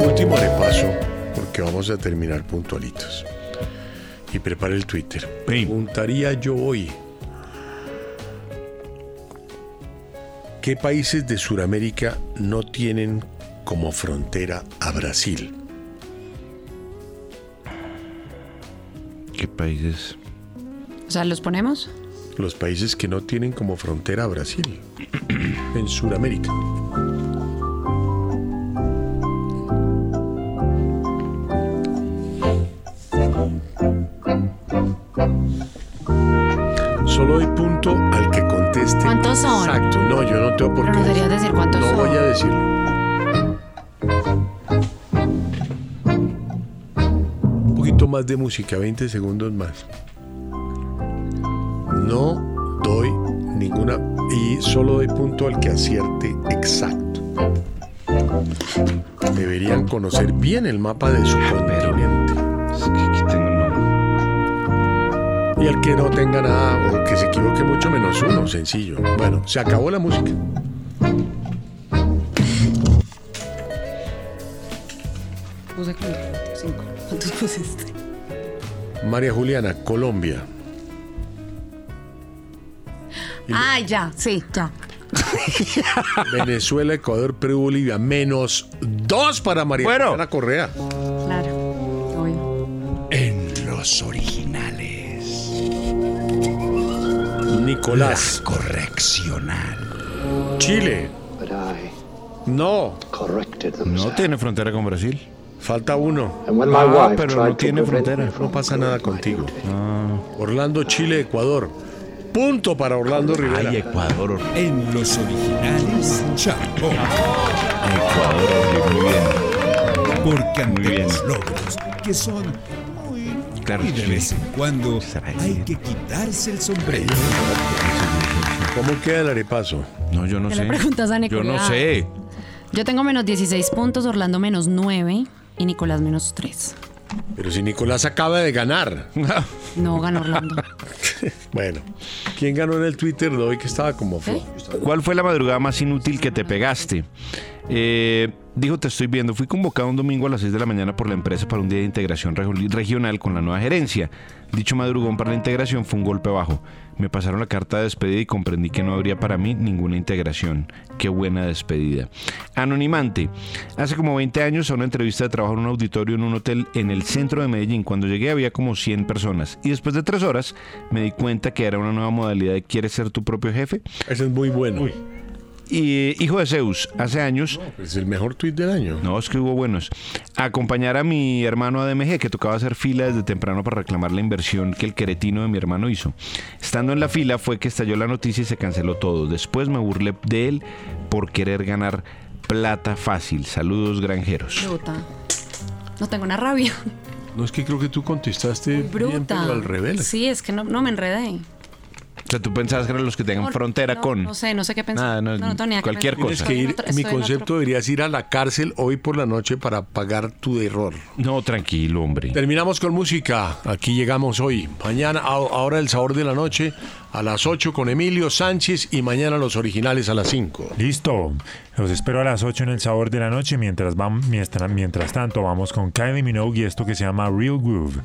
[SPEAKER 5] Último repaso, porque vamos a terminar puntualitos. Y prepara el Twitter. Preguntaría yo hoy. ¿Qué países de Sudamérica no tienen como frontera a Brasil?
[SPEAKER 3] ¿Qué países?
[SPEAKER 4] O sea, ¿los ponemos?
[SPEAKER 5] Los países que no tienen como frontera a Brasil. en Sudamérica. Solo doy punto al que conteste.
[SPEAKER 4] ¿Cuántos son?
[SPEAKER 5] Exacto. No, yo no tengo por
[SPEAKER 4] Pero
[SPEAKER 5] qué.
[SPEAKER 4] nos deberías decir cuántos
[SPEAKER 5] no
[SPEAKER 4] son.
[SPEAKER 5] voy a decirlo. Un poquito más de música, 20 segundos más. No doy ninguna y solo doy punto al que acierte exacto. Deberían conocer bien el mapa de su
[SPEAKER 4] Ah,
[SPEAKER 5] continente. Y al que no tenga nada o que se equivoque mucho menos uno, sencillo. Bueno, se acabó la música.
[SPEAKER 4] Puse cuatro, cinco. ¿Cuántos pusiste?
[SPEAKER 5] María Juliana, Colombia.
[SPEAKER 4] Ah, ya, sí, ya.
[SPEAKER 5] Venezuela, Ecuador, Perú, Bolivia. Menos dos para María Juliana Correa.
[SPEAKER 4] Claro.
[SPEAKER 5] En los originales. Nicolás. correccional. Chile. No.
[SPEAKER 3] No tiene frontera con Brasil.
[SPEAKER 5] Falta uno.
[SPEAKER 3] And when my
[SPEAKER 5] Ah,
[SPEAKER 3] wife
[SPEAKER 5] pero
[SPEAKER 3] tried
[SPEAKER 5] no
[SPEAKER 3] to
[SPEAKER 5] tiene
[SPEAKER 3] prevent
[SPEAKER 5] frontera.
[SPEAKER 3] me from
[SPEAKER 5] No pasa nada contigo. Ah. Orlando, Chile, Ecuador. Punto para Orlando Rivera.
[SPEAKER 3] Ecuador.
[SPEAKER 5] En los originales, Chaco.
[SPEAKER 3] Ecuador, muy bien.
[SPEAKER 10] Porque
[SPEAKER 3] Muy
[SPEAKER 10] ante
[SPEAKER 3] bien.
[SPEAKER 10] los logros, que son
[SPEAKER 3] Claro,
[SPEAKER 10] y de
[SPEAKER 3] sí.
[SPEAKER 10] vez en cuando hay que quitarse el sombrero.
[SPEAKER 5] ¿Cómo queda el arepazo?
[SPEAKER 3] No, yo no
[SPEAKER 4] Te
[SPEAKER 3] sé.
[SPEAKER 4] lo preguntas a
[SPEAKER 3] yo no
[SPEAKER 4] Nicolás.
[SPEAKER 3] sé.
[SPEAKER 4] Yo tengo menos 16 puntos, Orlando menos 9 y Nicolás menos 3.
[SPEAKER 5] Pero si Nicolás acaba de ganar.
[SPEAKER 4] No ganó Orlando.
[SPEAKER 5] bueno, ¿quién ganó en el Twitter de hoy que estaba
[SPEAKER 4] ¿Eh?
[SPEAKER 5] como fue?
[SPEAKER 3] ¿Cuál fue la madrugada más inútil que te pegaste? Eh, dijo, te estoy viendo. Fui convocado un domingo a las 6 de la mañana por la empresa para un día de integración regi- regional con la nueva gerencia. Dicho madrugón para la integración fue un golpe bajo. Me pasaron la carta de despedida y comprendí que no habría para mí ninguna integración. Qué buena despedida. Anonimante. Hace como 20 años a una entrevista de trabajo en un auditorio en un hotel en el centro de Medellín. Cuando llegué había como 100 personas y después de tres horas me di cuenta que era una nueva modalidad de ¿Quieres ser tu propio jefe?
[SPEAKER 5] Ese es muy bueno.
[SPEAKER 3] Y eh, hijo de Zeus, hace años.
[SPEAKER 5] es el mejor tuit del año.
[SPEAKER 3] No, es que hubo buenos. Acompañar a mi hermano ADMG, que tocaba hacer fila desde temprano para reclamar la inversión que el queretino de mi hermano hizo. Estando en la fila fue que estalló la noticia y se canceló todo. Después me burlé de él por querer ganar plata fácil. Saludos, granjeros.
[SPEAKER 4] Bruta. No tengo una rabia.
[SPEAKER 5] No es que creo que tú contestaste bien,
[SPEAKER 4] Bruta.
[SPEAKER 5] pero al revés.
[SPEAKER 4] Sí, es que no, no me enredé.
[SPEAKER 3] O sea, tú pensabas que eran los que tengan
[SPEAKER 4] Por-
[SPEAKER 3] frontera
[SPEAKER 4] no,
[SPEAKER 3] con.
[SPEAKER 4] No sé, no sé qué pensar.
[SPEAKER 3] Nada, no,
[SPEAKER 4] no, tengo ni idea qué
[SPEAKER 3] cualquier
[SPEAKER 4] pensar.
[SPEAKER 3] cosa.
[SPEAKER 5] Que ir-
[SPEAKER 4] Estoy en otro-
[SPEAKER 5] mi
[SPEAKER 4] estoy en
[SPEAKER 5] concepto deberías ir a la cárcel hoy por la noche para pagar tu error.
[SPEAKER 3] No, tranquilo, hombre.
[SPEAKER 5] Terminamos con música. Aquí llegamos hoy. Mañana, a- ahora el sabor de la noche, a las 8 con Emilio Sánchez y mañana los originales a las 5.
[SPEAKER 7] Listo. Los espero a las 8 en el sabor de la noche. Mientras, vam- mientras, mientras tanto, vamos con Kylie Minogue y esto que se llama Real Groove.